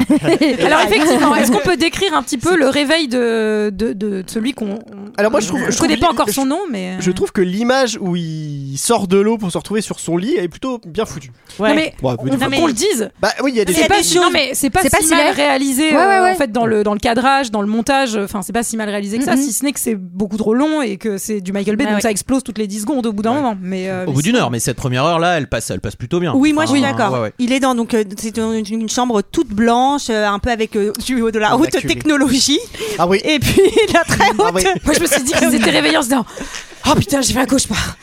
[SPEAKER 1] Alors effectivement, est-ce qu'on peut décrire un petit peu le réveil de, de, de celui qu'on...
[SPEAKER 8] Alors moi, je trouve- je
[SPEAKER 1] Je connais
[SPEAKER 8] trouve
[SPEAKER 1] pas
[SPEAKER 8] les-
[SPEAKER 1] encore son
[SPEAKER 8] je-
[SPEAKER 1] nom, mais...
[SPEAKER 8] Je trouve que l'image où il sort de l'eau pour se retrouver sur son lit est plutôt bien foutue.
[SPEAKER 1] Non, mais
[SPEAKER 2] Ouais, mais du
[SPEAKER 1] Faut
[SPEAKER 2] coup-
[SPEAKER 1] qu'on le dise.
[SPEAKER 2] Bah oui, il y a des
[SPEAKER 1] C'est
[SPEAKER 2] choses-
[SPEAKER 1] pas, non, mais c'est pas,
[SPEAKER 13] C'est pas
[SPEAKER 1] si
[SPEAKER 13] si
[SPEAKER 1] mal
[SPEAKER 13] mal.
[SPEAKER 1] réalisé
[SPEAKER 13] Ouais,
[SPEAKER 1] euh,
[SPEAKER 13] ouais, ouais.
[SPEAKER 1] en fait dans le dans le cadrage, dans le montage. Enfin, c'est pas si mal réalisé que ça,
[SPEAKER 13] Mhm.
[SPEAKER 1] si ce n'est que c'est beaucoup trop long et que c'est du Michael Bay,
[SPEAKER 9] Ouais,
[SPEAKER 1] donc
[SPEAKER 9] ouais.
[SPEAKER 1] ça explose toutes les 10 secondes au bout d'un moment. Mais euh,
[SPEAKER 8] Au
[SPEAKER 1] mais
[SPEAKER 8] bout d'une heure, mais cette première heure là, elle passe, elle passe plutôt bien.
[SPEAKER 9] Oui, moi je suis
[SPEAKER 8] Enfin,
[SPEAKER 9] d'accord.
[SPEAKER 8] Ah. ouais, ouais.
[SPEAKER 9] Il est dans donc euh, c'est dans une, une chambre toute blanche, euh, un peu avec euh, du- de la
[SPEAKER 8] Un
[SPEAKER 9] haute
[SPEAKER 8] accumé.
[SPEAKER 9] technologie.
[SPEAKER 2] Ah oui.
[SPEAKER 9] Et puis la très
[SPEAKER 1] Ah
[SPEAKER 9] haute.
[SPEAKER 1] Moi, je me suis dit qu'ils étaient réveillés en se disant Oh putain, j'ai fait un cauchemar.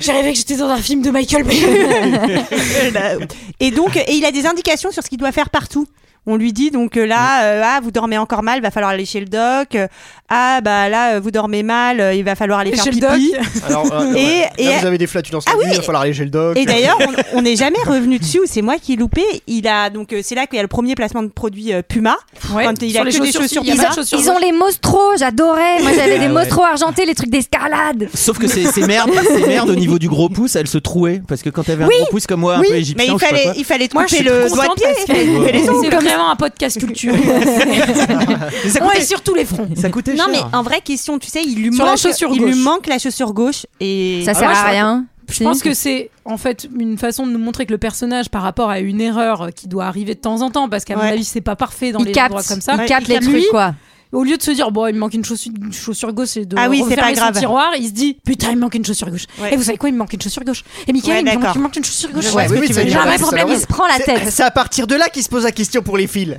[SPEAKER 1] J'ai rêvé que j'étais dans un film de Michael Bay.
[SPEAKER 9] Et là- euh, et donc et il a des indications sur ce qu'il doit faire partout. On lui dit donc euh, là euh, ah vous dormez encore mal, va falloir aller chez le doc. Euh, Ah bah là euh, vous dormez mal, euh, il va falloir aller
[SPEAKER 1] Et
[SPEAKER 9] faire
[SPEAKER 1] chez le
[SPEAKER 9] pipi.
[SPEAKER 1] doc.
[SPEAKER 2] Alors, euh,
[SPEAKER 9] et,
[SPEAKER 2] ouais. Là, vous avez des flatulences ah, il va falloir aller chez le doc.
[SPEAKER 9] Et d'ailleurs, on- on n'est jamais revenu dessus. ou C'est moi qui ai loupé. Il a donc euh, c'est là qu'il y a le premier placement de produit euh, Puma. Quand il
[SPEAKER 1] sur
[SPEAKER 9] a
[SPEAKER 1] les
[SPEAKER 9] que des
[SPEAKER 1] chaussures,
[SPEAKER 9] chaussures
[SPEAKER 1] il y a
[SPEAKER 9] Puma.
[SPEAKER 1] pas de chaussures.
[SPEAKER 13] Ils ont les mostros, j'adorais. Moi j'avais des
[SPEAKER 8] Ah ouais.
[SPEAKER 13] mostros argentés, les trucs d'escalade.
[SPEAKER 8] Sauf que ces, ces merdes, ces merdes au niveau du gros pouce, elles se trouaient parce que quand t'avais
[SPEAKER 13] Oui.
[SPEAKER 8] un gros pouce comme moi,
[SPEAKER 13] Oui.
[SPEAKER 8] un peu égyptien,
[SPEAKER 9] Mais il
[SPEAKER 8] ou je sais pas
[SPEAKER 9] fallait-
[SPEAKER 8] quoi,
[SPEAKER 9] il fallait te
[SPEAKER 1] Moi, je
[SPEAKER 9] couper
[SPEAKER 1] suis
[SPEAKER 9] le
[SPEAKER 1] trop
[SPEAKER 9] doigt de
[SPEAKER 1] contente
[SPEAKER 9] pied.
[SPEAKER 1] parce que-
[SPEAKER 9] il fallait les ongles.
[SPEAKER 1] C'est vraiment un podcast culture.
[SPEAKER 8] ça
[SPEAKER 1] On
[SPEAKER 8] coûtait-
[SPEAKER 1] est sur tous les fronts.
[SPEAKER 8] ça coûtait
[SPEAKER 9] Non
[SPEAKER 8] cher.
[SPEAKER 9] mais en vraie question, tu sais, il lui
[SPEAKER 1] Sur la
[SPEAKER 9] manque,
[SPEAKER 1] chaussure
[SPEAKER 9] il lui
[SPEAKER 1] gauche.
[SPEAKER 9] manque la chaussure gauche et
[SPEAKER 13] Ça sert
[SPEAKER 1] moi,
[SPEAKER 13] à
[SPEAKER 1] je-
[SPEAKER 13] rien.
[SPEAKER 1] Je pense que c'est en fait une façon de nous montrer que le personnage, par rapport à une erreur qui doit arriver de temps en temps, parce qu'à mon
[SPEAKER 13] Ouais.
[SPEAKER 1] avis, c'est pas parfait dans
[SPEAKER 13] Il
[SPEAKER 1] les
[SPEAKER 13] capte,
[SPEAKER 1] endroits comme ça.
[SPEAKER 13] il capte les trucs,
[SPEAKER 1] Lui,
[SPEAKER 13] quoi.
[SPEAKER 1] Au lieu de se dire, bon, il me manque une chaussure, une chaussure gauche et de
[SPEAKER 9] Ah oui, c'est
[SPEAKER 1] refermer
[SPEAKER 9] pas grave.
[SPEAKER 1] son tiroir, il se dit, putain, il me manque une chaussure gauche.
[SPEAKER 9] Ouais.
[SPEAKER 1] Et vous savez quoi, il me manque une chaussure gauche. Et Michael,
[SPEAKER 9] Ouais,
[SPEAKER 1] il, me manque,
[SPEAKER 9] d'accord.
[SPEAKER 1] il me manque une chaussure gauche.
[SPEAKER 9] Ouais,
[SPEAKER 1] Parce
[SPEAKER 9] oui,
[SPEAKER 1] que
[SPEAKER 9] oui,
[SPEAKER 1] tu
[SPEAKER 9] ça
[SPEAKER 1] veux
[SPEAKER 9] veut
[SPEAKER 1] dire,
[SPEAKER 9] dire
[SPEAKER 1] un vrai
[SPEAKER 9] que c'est
[SPEAKER 1] problème,
[SPEAKER 9] normal.
[SPEAKER 1] il se prend la
[SPEAKER 2] C'est-
[SPEAKER 1] tête.
[SPEAKER 2] C'est à partir de là qu'il se pose la question pour les fils.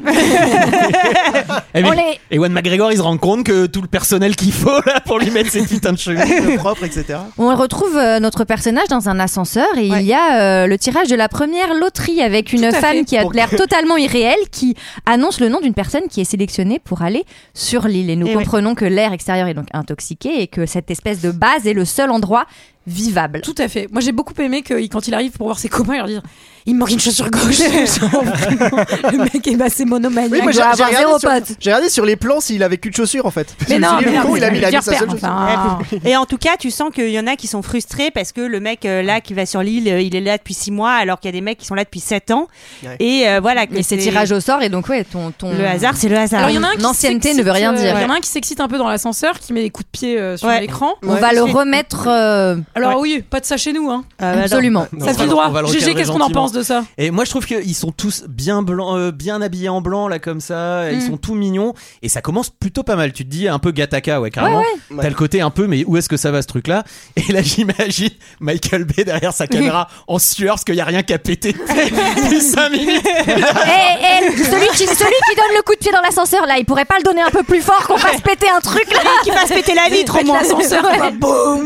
[SPEAKER 8] Eh
[SPEAKER 2] On
[SPEAKER 8] oui.
[SPEAKER 2] les-
[SPEAKER 8] Et Juan McGregor, il se rend compte que tout le personnel qu'il faut là pour lui mettre ses putains de cheveux propres, etc.
[SPEAKER 13] On retrouve euh, notre personnage dans un ascenseur et il y a euh, le tirage de la première loterie avec une
[SPEAKER 1] Tout à
[SPEAKER 13] femme
[SPEAKER 1] fait.
[SPEAKER 13] qui a
[SPEAKER 1] Pour-
[SPEAKER 13] l'air totalement irréelle qui annonce le nom d'une personne qui est sélectionnée pour aller sur l'île. Et nous
[SPEAKER 9] Et
[SPEAKER 13] comprenons que l'air extérieur est donc intoxiqué et que cette espèce de base est le seul endroit vivable.
[SPEAKER 1] Tout à fait. Moi, j'ai beaucoup aimé que il- quand il arrive pour voir ses copains, il leur dit Il me manque une chaussure gauche. Genre, vraiment, le mec eh ben, est assez monomaniaque.
[SPEAKER 2] Oui, moi,
[SPEAKER 1] Il doit avoir zéro
[SPEAKER 2] sur,
[SPEAKER 1] pote.
[SPEAKER 2] j'ai regardé sur les plans s'il avait qu'une chaussure en fait.
[SPEAKER 1] Mais
[SPEAKER 2] Je me suis
[SPEAKER 1] non,
[SPEAKER 2] dit,
[SPEAKER 1] mais
[SPEAKER 2] le
[SPEAKER 1] non,
[SPEAKER 2] con,
[SPEAKER 1] mais
[SPEAKER 2] il a mis, il a mis
[SPEAKER 1] dire
[SPEAKER 2] sa seule
[SPEAKER 1] perdre,
[SPEAKER 2] chaussure.
[SPEAKER 1] enfin.
[SPEAKER 9] Et en tout cas, tu sens qu'il y en a qui sont frustrés parce que le mec euh, là qui va sur l'île, euh, il est là depuis 6 mois alors qu'il y a des mecs qui sont là depuis 7 ans.
[SPEAKER 2] Ouais.
[SPEAKER 9] Et euh, voilà. que
[SPEAKER 13] Mais c'est tirage au sort et donc ouais, ton, ton...
[SPEAKER 9] Le hasard, c'est le hasard.
[SPEAKER 1] Alors, il y en a un qui
[SPEAKER 13] L'ancienneté Ah, ne
[SPEAKER 1] s'excite,
[SPEAKER 13] veut rien
[SPEAKER 1] euh,
[SPEAKER 13] dire.
[SPEAKER 1] Il y en a un qui s'excite un peu dans l'ascenseur, qui met des coups de pied euh, sur
[SPEAKER 13] Ouais.
[SPEAKER 1] l'écran.
[SPEAKER 13] On va le remettre. euh,
[SPEAKER 1] Alors oui, pas de ça chez nous, hein.
[SPEAKER 9] Ah, Euh,
[SPEAKER 13] bah non. Absolument.
[SPEAKER 8] Non,
[SPEAKER 1] Ça
[SPEAKER 8] on va
[SPEAKER 1] fait
[SPEAKER 8] le-
[SPEAKER 1] droit.
[SPEAKER 8] on va le
[SPEAKER 1] GG,
[SPEAKER 8] recadrer
[SPEAKER 1] qu'est-ce qu'on en
[SPEAKER 8] gentiment.
[SPEAKER 1] pense de ça
[SPEAKER 8] Et moi, je trouve qu'ils sont tous bien blancs, euh, bien habillés en blanc, là, comme ça. Ils
[SPEAKER 1] Mm.
[SPEAKER 8] sont tout mignons. Et ça commence plutôt pas mal. Tu te dis un peu Gataka, ouais, carrément.
[SPEAKER 1] Ouais,
[SPEAKER 8] T'as le côté un peu, mais où est-ce que ça va ce truc-là Et là, j'imagine Michael Bay derrière sa caméra en sueur parce qu'il n'y a rien qu'à péter depuis 5 minutes.
[SPEAKER 13] Eh, eh, celui, qui, celui qui donne le coup de pied dans l'ascenseur, là, il pourrait pas le donner un peu plus fort qu'on fasse péter un truc là
[SPEAKER 9] Qui va se péter la vitre au
[SPEAKER 13] Mettre
[SPEAKER 9] moins.
[SPEAKER 13] l'ascenseur,
[SPEAKER 9] Ouais.
[SPEAKER 13] quoi.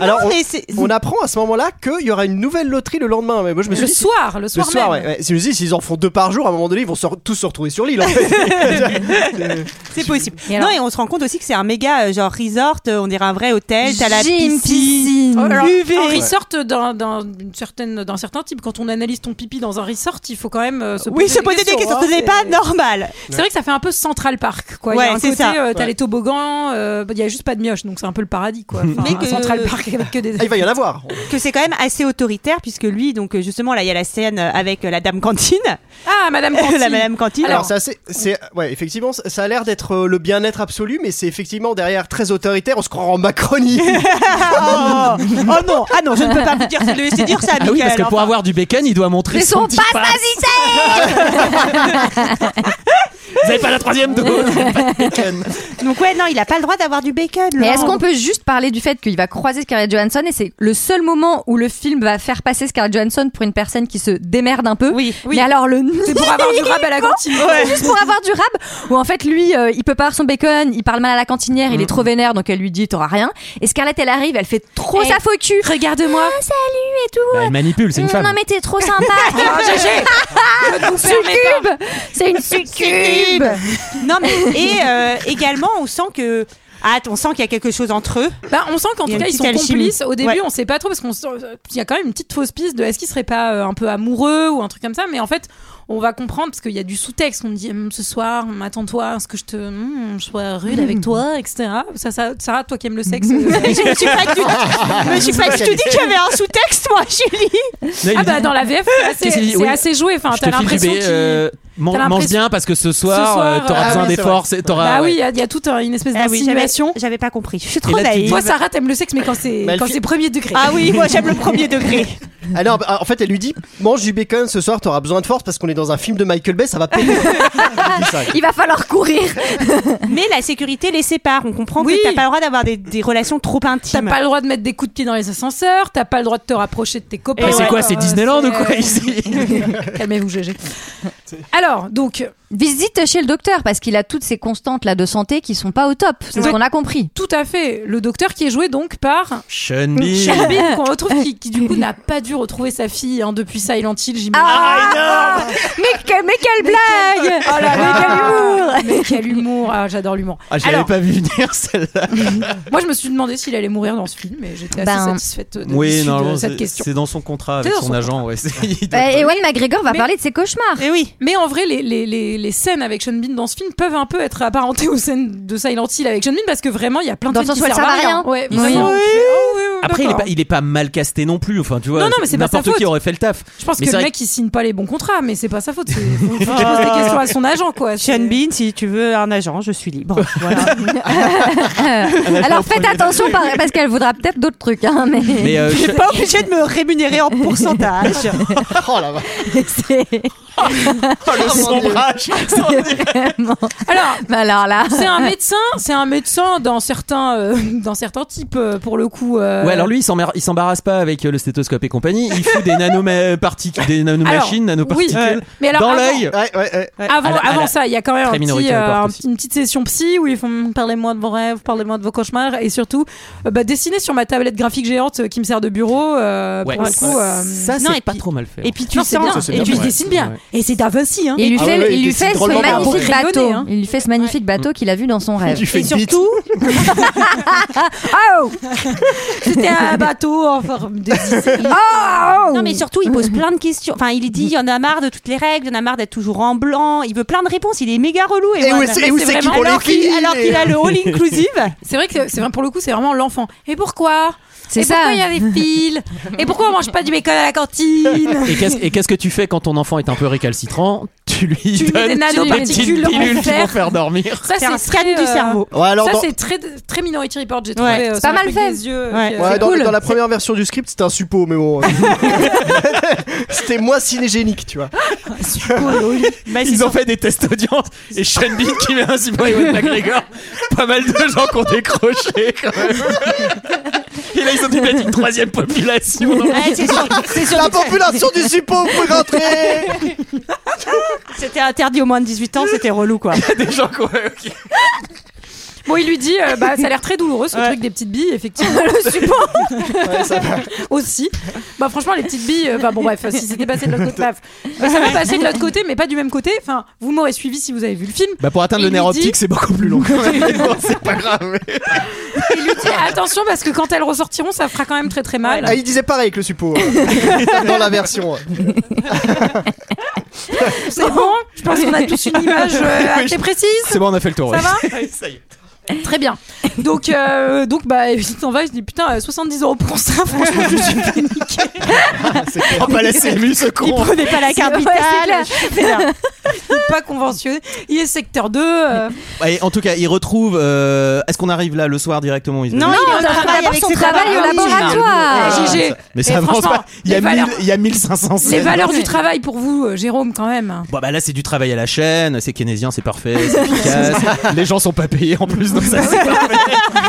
[SPEAKER 2] Alors,
[SPEAKER 9] Non,
[SPEAKER 2] on,
[SPEAKER 9] mais c'est-
[SPEAKER 2] on apprend à ce moment-là qu'il y aura une nouvelle loterie le lendemain. Mais moi, je me suis
[SPEAKER 1] Le
[SPEAKER 2] dit-
[SPEAKER 1] soir, le
[SPEAKER 2] Le
[SPEAKER 1] soir
[SPEAKER 2] soir,
[SPEAKER 1] même.
[SPEAKER 2] ouais. ouais. Si je me dis, s'ils en font deux par jour, à un moment donné, ils vont se- tous se retrouver sur l'île. En fait. ah,
[SPEAKER 9] C'est possible.
[SPEAKER 13] Et alors
[SPEAKER 9] non, et on se rend compte aussi que c'est un méga euh, genre resort, euh, on dirait un vrai hôtel, t'as la
[SPEAKER 13] Gym,
[SPEAKER 9] piscine,
[SPEAKER 13] piscine.
[SPEAKER 1] Oh, alors,
[SPEAKER 9] UV.
[SPEAKER 1] un resort d'un, d'un- d'une certaine, d'un certain type. Quand on analyse ton pipi dans un resort, il faut quand même euh, se poser
[SPEAKER 9] Oui, se poser des questions,
[SPEAKER 1] hein.
[SPEAKER 9] ce n'est pas normal.
[SPEAKER 1] C'est vrai que ça fait un peu Central Park, quoi. Il y
[SPEAKER 9] Ouais,
[SPEAKER 1] a un
[SPEAKER 9] c'est
[SPEAKER 1] côté,
[SPEAKER 9] ça.
[SPEAKER 1] euh, t'as
[SPEAKER 9] Ouais.
[SPEAKER 1] les toboggans, euh, il y a juste pas de mioche, donc c'est un peu le paradis, quoi. Enfin,
[SPEAKER 9] Mais que-
[SPEAKER 1] Central Park avec que des.
[SPEAKER 2] Ah, il va y en avoir.
[SPEAKER 9] Que c'est quand même assez autoritaire puisque lui, donc euh, justement là, il y a la scène euh, avec euh, la dame cantine,
[SPEAKER 1] Ah, Madame Cantine.
[SPEAKER 9] la madame cantine.
[SPEAKER 2] Alors, c'est assez. C'est, ouais, effectivement, c- ça a l'air d'être euh, le bien-être absolu, mais c'est effectivement derrière très autoritaire. On se croit en Macronie.
[SPEAKER 9] oh, oh non, ah non, je ne peux pas vous dire, c'est c'est dur ça,
[SPEAKER 8] Ah oui,
[SPEAKER 9] Michael,
[SPEAKER 8] parce que pour
[SPEAKER 9] enfin.
[SPEAKER 8] avoir du bacon, il doit montrer
[SPEAKER 13] C'est son
[SPEAKER 8] son petit
[SPEAKER 13] passe
[SPEAKER 8] passe. Vous avez pas la troisième dose Bah, Pas de bacon.
[SPEAKER 9] Donc ouais, non, il a pas le droit d'avoir du bacon.
[SPEAKER 13] Mais est-ce
[SPEAKER 9] Laurent.
[SPEAKER 13] qu'on peut juste parler du fait qu'il va croiser Scarlett Johansson et c'est le seul moment où le film va faire passer Scarlett Johansson pour une personne qui se démerde un peu
[SPEAKER 9] Oui, oui.
[SPEAKER 13] Mais alors le
[SPEAKER 1] C'est pour avoir du rab à la cantine.
[SPEAKER 9] Ouais.
[SPEAKER 13] juste pour avoir du rab où en fait lui euh, il peut pas avoir son bacon, il parle mal à la cantinière, il est trop vénère donc elle lui dit t'auras rien et Scarlett elle arrive, elle fait trop
[SPEAKER 1] Eh,
[SPEAKER 13] sa faux cul.
[SPEAKER 1] Regarde-moi.
[SPEAKER 13] Ah, salut et tout.
[SPEAKER 8] Bah, elle manipule, c'est une
[SPEAKER 13] Mm,
[SPEAKER 8] femme.
[SPEAKER 13] Non mais t'es trop sympa.
[SPEAKER 1] Ah, GG. Je vous permets pas.
[SPEAKER 13] Succube C'est une succube
[SPEAKER 9] Non mais et euh, également, on sent que ah, on sent qu'il y a quelque chose entre eux.
[SPEAKER 1] Bah, on sent qu'en
[SPEAKER 9] Il y
[SPEAKER 1] tout
[SPEAKER 9] a
[SPEAKER 1] cas
[SPEAKER 9] une
[SPEAKER 1] ils sont
[SPEAKER 9] petite alchimie.
[SPEAKER 1] complices. Au début,
[SPEAKER 9] Ouais.
[SPEAKER 1] on sait pas trop parce qu'on sent- il y a quand même une petite fausse piste de est-ce qu'ils seraient pas euh, un peu amoureux ou un truc comme ça. Mais en fait, on va comprendre parce qu'il y a du sous-texte. On dit Hum, ce soir, hum, attends-toi, à ce que je te, hum, je sois rude avec toi, etc. Ça, ça, Sarah, toi qui aimes le sexe. euh,
[SPEAKER 9] Je me suis pas que tu, je me suis pas que tu dis qu'il y avait un sous-texte, moi, Julie.
[SPEAKER 8] Là, il
[SPEAKER 1] ah
[SPEAKER 8] lui
[SPEAKER 1] bah
[SPEAKER 8] dit,
[SPEAKER 1] dans la VF, c'est
[SPEAKER 8] Qu'est-ce qu'il dit
[SPEAKER 1] assez,
[SPEAKER 8] Oui.
[SPEAKER 1] c'est assez joué. Enfin,
[SPEAKER 8] Je
[SPEAKER 1] t'as
[SPEAKER 8] te file du
[SPEAKER 1] l'impression
[SPEAKER 8] bacon,
[SPEAKER 1] qu'il.
[SPEAKER 8] euh, man-
[SPEAKER 1] t'as l'impression-
[SPEAKER 8] mange bien parce que ce soir,
[SPEAKER 1] Ce soir,
[SPEAKER 8] euh, t'auras
[SPEAKER 1] ah
[SPEAKER 8] besoin
[SPEAKER 2] oui, c'est
[SPEAKER 8] d'efforts. c'est- T'auras.
[SPEAKER 1] Bah oui,
[SPEAKER 8] ouais.
[SPEAKER 1] il y, a- il y a toute euh, une espèce
[SPEAKER 9] Ah oui, j'avais-
[SPEAKER 1] d'insinuation.
[SPEAKER 9] J'avais pas compris. Je suis
[SPEAKER 8] Et
[SPEAKER 9] trop
[SPEAKER 8] là, tu Bah,
[SPEAKER 9] naïve.
[SPEAKER 8] dis-
[SPEAKER 1] Toi, Sarah, t'aimes le sexe, mais quand c'est
[SPEAKER 2] Mais elle
[SPEAKER 1] quand
[SPEAKER 2] fi-
[SPEAKER 1] c'est premier degré.
[SPEAKER 9] Ah oui, moi j'aime le premier degré.
[SPEAKER 2] Ah non, bah, en fait, elle lui dit mange du bacon ce soir, t'auras besoin de force parce qu'on est dans un film de Michael Bay, ça va péter.
[SPEAKER 13] Il va falloir courir.
[SPEAKER 9] Mais la sécurité les sépare. On comprend
[SPEAKER 1] Oui.
[SPEAKER 9] que t'as pas le droit d'avoir des, des relations trop intimes.
[SPEAKER 1] T'as pas le droit de mettre des coups de pied dans les ascenseurs, t'as pas le droit de te rapprocher de tes copains.
[SPEAKER 9] Mais c'est quoi, c'est
[SPEAKER 1] Euh,
[SPEAKER 9] Disneyland
[SPEAKER 1] c'est-
[SPEAKER 9] ou quoi, ici
[SPEAKER 1] Calmez-vous, GG. Alors, donc.
[SPEAKER 13] Visite chez le docteur parce qu'il a toutes ces constantes là de santé qui sont pas au top. C'est ce
[SPEAKER 1] Donc-
[SPEAKER 13] qu'on a compris.
[SPEAKER 1] Tout à fait. Le docteur qui est joué donc par
[SPEAKER 8] Sean Bean.
[SPEAKER 1] Sean Bean, qu'on retrouve, qui, qui, du coup n'a pas dû retrouver sa fille hein, depuis Silent Hill, j'imagine.
[SPEAKER 13] Ah, mais, que- mais quelle blague
[SPEAKER 1] Oh là, mais quel
[SPEAKER 13] Ah.
[SPEAKER 1] humour Mais quel humour Ah, J'adore l'humour.
[SPEAKER 8] Ah, je l'avais
[SPEAKER 1] Alors,
[SPEAKER 8] pas vu venir celle-là.
[SPEAKER 1] moi, je me suis demandé s'il allait mourir dans ce film, mais j'étais assez
[SPEAKER 13] Ben,
[SPEAKER 1] satisfaite de,
[SPEAKER 8] Oui,
[SPEAKER 1] l'issue de
[SPEAKER 8] normalement,
[SPEAKER 1] cette
[SPEAKER 8] c'est
[SPEAKER 1] question.
[SPEAKER 8] c'est dans son contrat
[SPEAKER 1] C'est
[SPEAKER 8] avec
[SPEAKER 1] dans son
[SPEAKER 8] son agent. Ouais, c'est-
[SPEAKER 13] Bah, Ewan McGregor va
[SPEAKER 1] Mais-
[SPEAKER 13] parler de ses cauchemars.
[SPEAKER 9] Et oui.
[SPEAKER 1] Mais en vrai, les, les, les, les scènes avec Sean Bean dans ce film peuvent un peu être apparentées aux scènes de Silent Hill avec Sean Bean parce que vraiment, il y a plein de
[SPEAKER 13] Dans le
[SPEAKER 1] scènes
[SPEAKER 13] sens
[SPEAKER 1] qui
[SPEAKER 13] où elle
[SPEAKER 1] servent
[SPEAKER 13] sert
[SPEAKER 1] à
[SPEAKER 13] à
[SPEAKER 1] rien.
[SPEAKER 13] rien.
[SPEAKER 1] Ouais,
[SPEAKER 8] Oui.
[SPEAKER 1] vraiment, tu fais, oh, oui, oui,
[SPEAKER 8] Après, il est,
[SPEAKER 1] d'accord.
[SPEAKER 8] pas, il est pas mal casté non plus. Enfin, tu vois,
[SPEAKER 1] Non, non, mais c'est pas sa
[SPEAKER 8] n'importe qui
[SPEAKER 1] faute.
[SPEAKER 8] aurait fait le taf.
[SPEAKER 1] Je pense
[SPEAKER 8] Mais
[SPEAKER 1] que
[SPEAKER 8] c'est
[SPEAKER 1] le
[SPEAKER 8] vrai
[SPEAKER 1] mec il signe pas les bons contrats, mais c'est pas sa faute. c'est- Faut faut qu'il pose des questions à son agent quoi.
[SPEAKER 9] Sean Bean, si tu veux un agent, je suis libre. Voilà.
[SPEAKER 13] Alors faites attention par- parce qu'elle voudra peut-être d'autres trucs. Hein, mais...
[SPEAKER 8] Mais, euh,
[SPEAKER 9] Je suis
[SPEAKER 8] Sean-
[SPEAKER 9] pas obligé de me rémunérer en pourcentage.
[SPEAKER 2] oh là
[SPEAKER 13] C'est
[SPEAKER 2] le
[SPEAKER 8] sombrage
[SPEAKER 13] vraiment.
[SPEAKER 1] Alors,
[SPEAKER 13] Mais alors là.
[SPEAKER 1] c'est un médecin, c'est un médecin dans certains, euh, dans certains types euh, pour le coup. euh,
[SPEAKER 8] Ouais, alors lui, il s'emmer- il s'embarrasse pas avec euh, le stéthoscope et compagnie. Il fout des, nanoparticules, des nanomachines,
[SPEAKER 1] Alors, oui.
[SPEAKER 8] nanoparticules
[SPEAKER 1] Ouais. Mais alors,
[SPEAKER 8] dans
[SPEAKER 1] avant-
[SPEAKER 8] l'œil.
[SPEAKER 2] Ouais, ouais, ouais.
[SPEAKER 1] Avant,
[SPEAKER 8] Euh, À la- à
[SPEAKER 1] avant
[SPEAKER 8] la-
[SPEAKER 1] ça, il y a quand même un
[SPEAKER 8] très
[SPEAKER 1] petit,
[SPEAKER 8] minoritaire,
[SPEAKER 1] euh,
[SPEAKER 8] par
[SPEAKER 1] un
[SPEAKER 8] contre,
[SPEAKER 1] petit- une petite session psy où ils font hmm, parlez-moi de vos rêves, parlez-moi de vos cauchemars et surtout euh, bah, dessiner sur ma tablette graphique géante euh, qui me sert de bureau. euh,
[SPEAKER 8] Ouais.
[SPEAKER 1] pour le coup, euh,
[SPEAKER 8] Ça,
[SPEAKER 9] non,
[SPEAKER 8] c'est
[SPEAKER 9] et
[SPEAKER 8] pas
[SPEAKER 9] puis-
[SPEAKER 8] trop mal fait. hein.
[SPEAKER 9] Et puis tu
[SPEAKER 1] non, c'est
[SPEAKER 9] sens,
[SPEAKER 1] bien,
[SPEAKER 8] c'est
[SPEAKER 1] et
[SPEAKER 8] bien
[SPEAKER 1] puis il
[SPEAKER 8] fait.
[SPEAKER 1] dessine bien.
[SPEAKER 8] Ouais.
[SPEAKER 1] Et c'est Davinci. Hein.
[SPEAKER 13] Il lui
[SPEAKER 2] Ah
[SPEAKER 13] fait,
[SPEAKER 2] ouais,
[SPEAKER 13] il
[SPEAKER 2] il
[SPEAKER 13] lui
[SPEAKER 2] décide
[SPEAKER 13] fait ce
[SPEAKER 2] drôlement bien.
[SPEAKER 13] magnifique
[SPEAKER 1] Pour
[SPEAKER 13] bateau.
[SPEAKER 1] rayonner, hein.
[SPEAKER 13] Il lui fait ce magnifique bateau qu'il a vu dans son rêve.
[SPEAKER 8] Tu fais
[SPEAKER 9] et
[SPEAKER 8] une bite.
[SPEAKER 9] surtout,
[SPEAKER 13] Oh
[SPEAKER 1] C'était un bateau en forme de
[SPEAKER 13] Oh
[SPEAKER 9] non mais surtout, il pose plein de questions. Enfin, il dit, il y en a marre de toutes les règles, il y en a marre d'être toujours en blanc. Il veut plein de réponses. Il est méga relou.
[SPEAKER 2] Et où
[SPEAKER 9] voilà.
[SPEAKER 2] c'est- et où
[SPEAKER 9] Mais
[SPEAKER 2] c'est qu'il
[SPEAKER 9] vraiment-
[SPEAKER 2] prend les
[SPEAKER 9] alors qu'il
[SPEAKER 2] filles
[SPEAKER 9] alors qu'il a le all inclusive.
[SPEAKER 1] C'est vrai que c'est vrai pour le coup, c'est vraiment l'enfant. Et pourquoi
[SPEAKER 13] C'est
[SPEAKER 1] Et
[SPEAKER 13] ça.
[SPEAKER 1] pourquoi il y a des fils Et pourquoi on mange pas du bacon à la cantine
[SPEAKER 8] Et qu'est-ce et qu'est-ce que tu fais quand ton enfant est un peu récalcitrant Tu lui
[SPEAKER 1] lui mets
[SPEAKER 8] donnes
[SPEAKER 1] des nanoparticules
[SPEAKER 8] petites
[SPEAKER 1] en
[SPEAKER 8] pilules qui vont
[SPEAKER 1] fer.
[SPEAKER 8] faire dormir.
[SPEAKER 1] Ça
[SPEAKER 9] C'est un scan
[SPEAKER 1] très,
[SPEAKER 9] du
[SPEAKER 1] euh,
[SPEAKER 9] cerveau.
[SPEAKER 2] Ouais, alors,
[SPEAKER 1] ça
[SPEAKER 2] dans-
[SPEAKER 1] c'est très très Minority Report, j'ai trouvé.
[SPEAKER 9] Ouais.
[SPEAKER 1] euh,
[SPEAKER 13] C'est
[SPEAKER 1] ça
[SPEAKER 13] pas mal
[SPEAKER 1] m'a fait.
[SPEAKER 13] fait.
[SPEAKER 1] des yeux,
[SPEAKER 9] Ouais.
[SPEAKER 1] qui, euh,
[SPEAKER 2] Ouais,
[SPEAKER 1] c'est
[SPEAKER 2] dans,
[SPEAKER 1] cool.
[SPEAKER 2] dans la première version du script, c'était un suppôt, mais bon. c'était moins cinégénique, tu vois.
[SPEAKER 9] Bah, c'est
[SPEAKER 8] Ils ont
[SPEAKER 9] surtout-
[SPEAKER 8] fait des tests audience et Sean Bean qui met un super Ewan McGregor. Pas mal de gens qui ont décroché quand même. Et là, ils ont dû mettre une troisième population.
[SPEAKER 9] Ouais, c'est sûr- c'est sûr
[SPEAKER 2] La
[SPEAKER 9] que c'est-
[SPEAKER 2] population du suppôt peut rentrer
[SPEAKER 9] C'était interdit au moins de 18 ans, c'était relou quoi.
[SPEAKER 8] Des gens qui ont- ok.
[SPEAKER 1] Bon, il lui dit, euh, bah, ça a l'air très douloureux ce
[SPEAKER 9] Ouais.
[SPEAKER 1] truc des petites billes, effectivement. le support aussi. Bah, franchement, les petites billes, euh, bah, bon, bref, si c'était passé de l'autre côté, bref. Bah, ça va passer de l'autre côté, mais pas du même côté. Enfin, vous m'aurez suivi si vous avez vu le film.
[SPEAKER 8] Bah pour atteindre
[SPEAKER 1] Il
[SPEAKER 8] le nerf
[SPEAKER 1] lui dit-
[SPEAKER 8] optique, c'est beaucoup plus long.
[SPEAKER 2] C'est pas grave.
[SPEAKER 1] Il lui dit, attention, parce que quand elles ressortiront, ça fera quand même très très mal.
[SPEAKER 2] Ah, il disait pareil que le suppôt. dans la version.
[SPEAKER 1] C'est bon, je pense qu'on a tous une image euh, assez précise.
[SPEAKER 8] C'est bon, on a fait le tour.
[SPEAKER 1] Ça
[SPEAKER 8] ouais.
[SPEAKER 1] va Très bien. Donc, euh, donc bah, il s'en va, je dis putain, euh, 70 euros pour ça, franchement, je suis paniquée.
[SPEAKER 8] Oh, pas la CMU, ce con.
[SPEAKER 9] Il prenait pas la carte
[SPEAKER 1] Ouais,
[SPEAKER 9] vitale.
[SPEAKER 1] c'est clair. Il est pas conventionné. Il est secteur 2. euh,
[SPEAKER 8] Ouais, en tout cas, ils retrouvent. euh, Est-ce qu'on arrive là le soir directement ils-
[SPEAKER 9] Non, il est en
[SPEAKER 13] il a
[SPEAKER 9] travail
[SPEAKER 13] d'abord
[SPEAKER 9] avec
[SPEAKER 13] son
[SPEAKER 9] ses Ah
[SPEAKER 13] travail au
[SPEAKER 9] travailleurs.
[SPEAKER 13] laboratoire.
[SPEAKER 1] Ah, GG.
[SPEAKER 8] Mais
[SPEAKER 1] Et
[SPEAKER 8] ça avance
[SPEAKER 1] franchement,
[SPEAKER 8] pas. Il y, a
[SPEAKER 1] les valeurs-
[SPEAKER 8] 1000 il y a 1500
[SPEAKER 1] Les
[SPEAKER 8] scènes.
[SPEAKER 1] valeurs du travail pour vous, euh, Jérôme, quand même.
[SPEAKER 8] Bon, bah là, c'est du travail à la chaîne, c'est keynésien, c'est parfait, c'est efficace. Les gens sont pas payés en plus, donc ça, c'est parfait.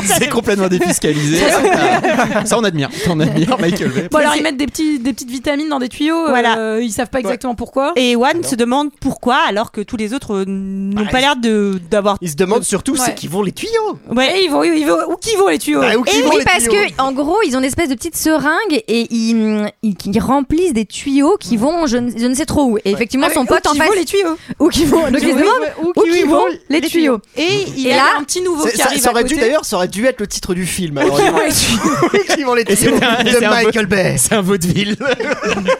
[SPEAKER 8] C'est complètement défiscalisé. Ah. Ça, on admire. On admire Michael Bay.
[SPEAKER 1] Bon, alors, ils mettent des, petits, des petites vitamines dans des tuyaux.
[SPEAKER 9] Voilà.
[SPEAKER 1] euh, ils savent pas exactement pourquoi.
[SPEAKER 9] Et One se demande pourquoi, alors que tous les autres euh, n'ont pas l'air de d'avoir.
[SPEAKER 2] Il Bah, se demande surtout
[SPEAKER 1] Ouais.
[SPEAKER 2] c'est qui vont les tuyaux.
[SPEAKER 9] Ouais.
[SPEAKER 1] Et ils vont, ils vont- où qui vont les tuyaux
[SPEAKER 2] Bah, où qui
[SPEAKER 13] Et
[SPEAKER 2] vont
[SPEAKER 13] oui,
[SPEAKER 2] les
[SPEAKER 13] parce
[SPEAKER 2] tuyaux
[SPEAKER 13] que en gros, ils ont une espèce de petite seringue et ils, ils- ils remplissent des tuyaux qui vont je ne, je ne sais trop où. Et effectivement,
[SPEAKER 1] Ah,
[SPEAKER 13] son
[SPEAKER 1] où
[SPEAKER 13] pote en
[SPEAKER 1] qui
[SPEAKER 13] face,
[SPEAKER 1] vont les tuyaux
[SPEAKER 13] où qui vont, donc ils se demandent où qui vont les tuyaux.
[SPEAKER 9] Et il
[SPEAKER 1] Il y
[SPEAKER 13] là-
[SPEAKER 1] a un petit nouveau
[SPEAKER 2] C'est-
[SPEAKER 1] qui
[SPEAKER 2] ça,
[SPEAKER 1] arrive
[SPEAKER 2] ça
[SPEAKER 1] à
[SPEAKER 2] aurait
[SPEAKER 1] côté.
[SPEAKER 2] dû d'ailleurs, ça aurait dû être le titre du film. alors,
[SPEAKER 1] Qui vont les tuyaux
[SPEAKER 2] qui vont les
[SPEAKER 8] Et c'est
[SPEAKER 2] tuyaux
[SPEAKER 8] un-
[SPEAKER 2] de
[SPEAKER 8] c'est un peu-
[SPEAKER 2] Michael Bay.
[SPEAKER 8] C'est un vaudeville.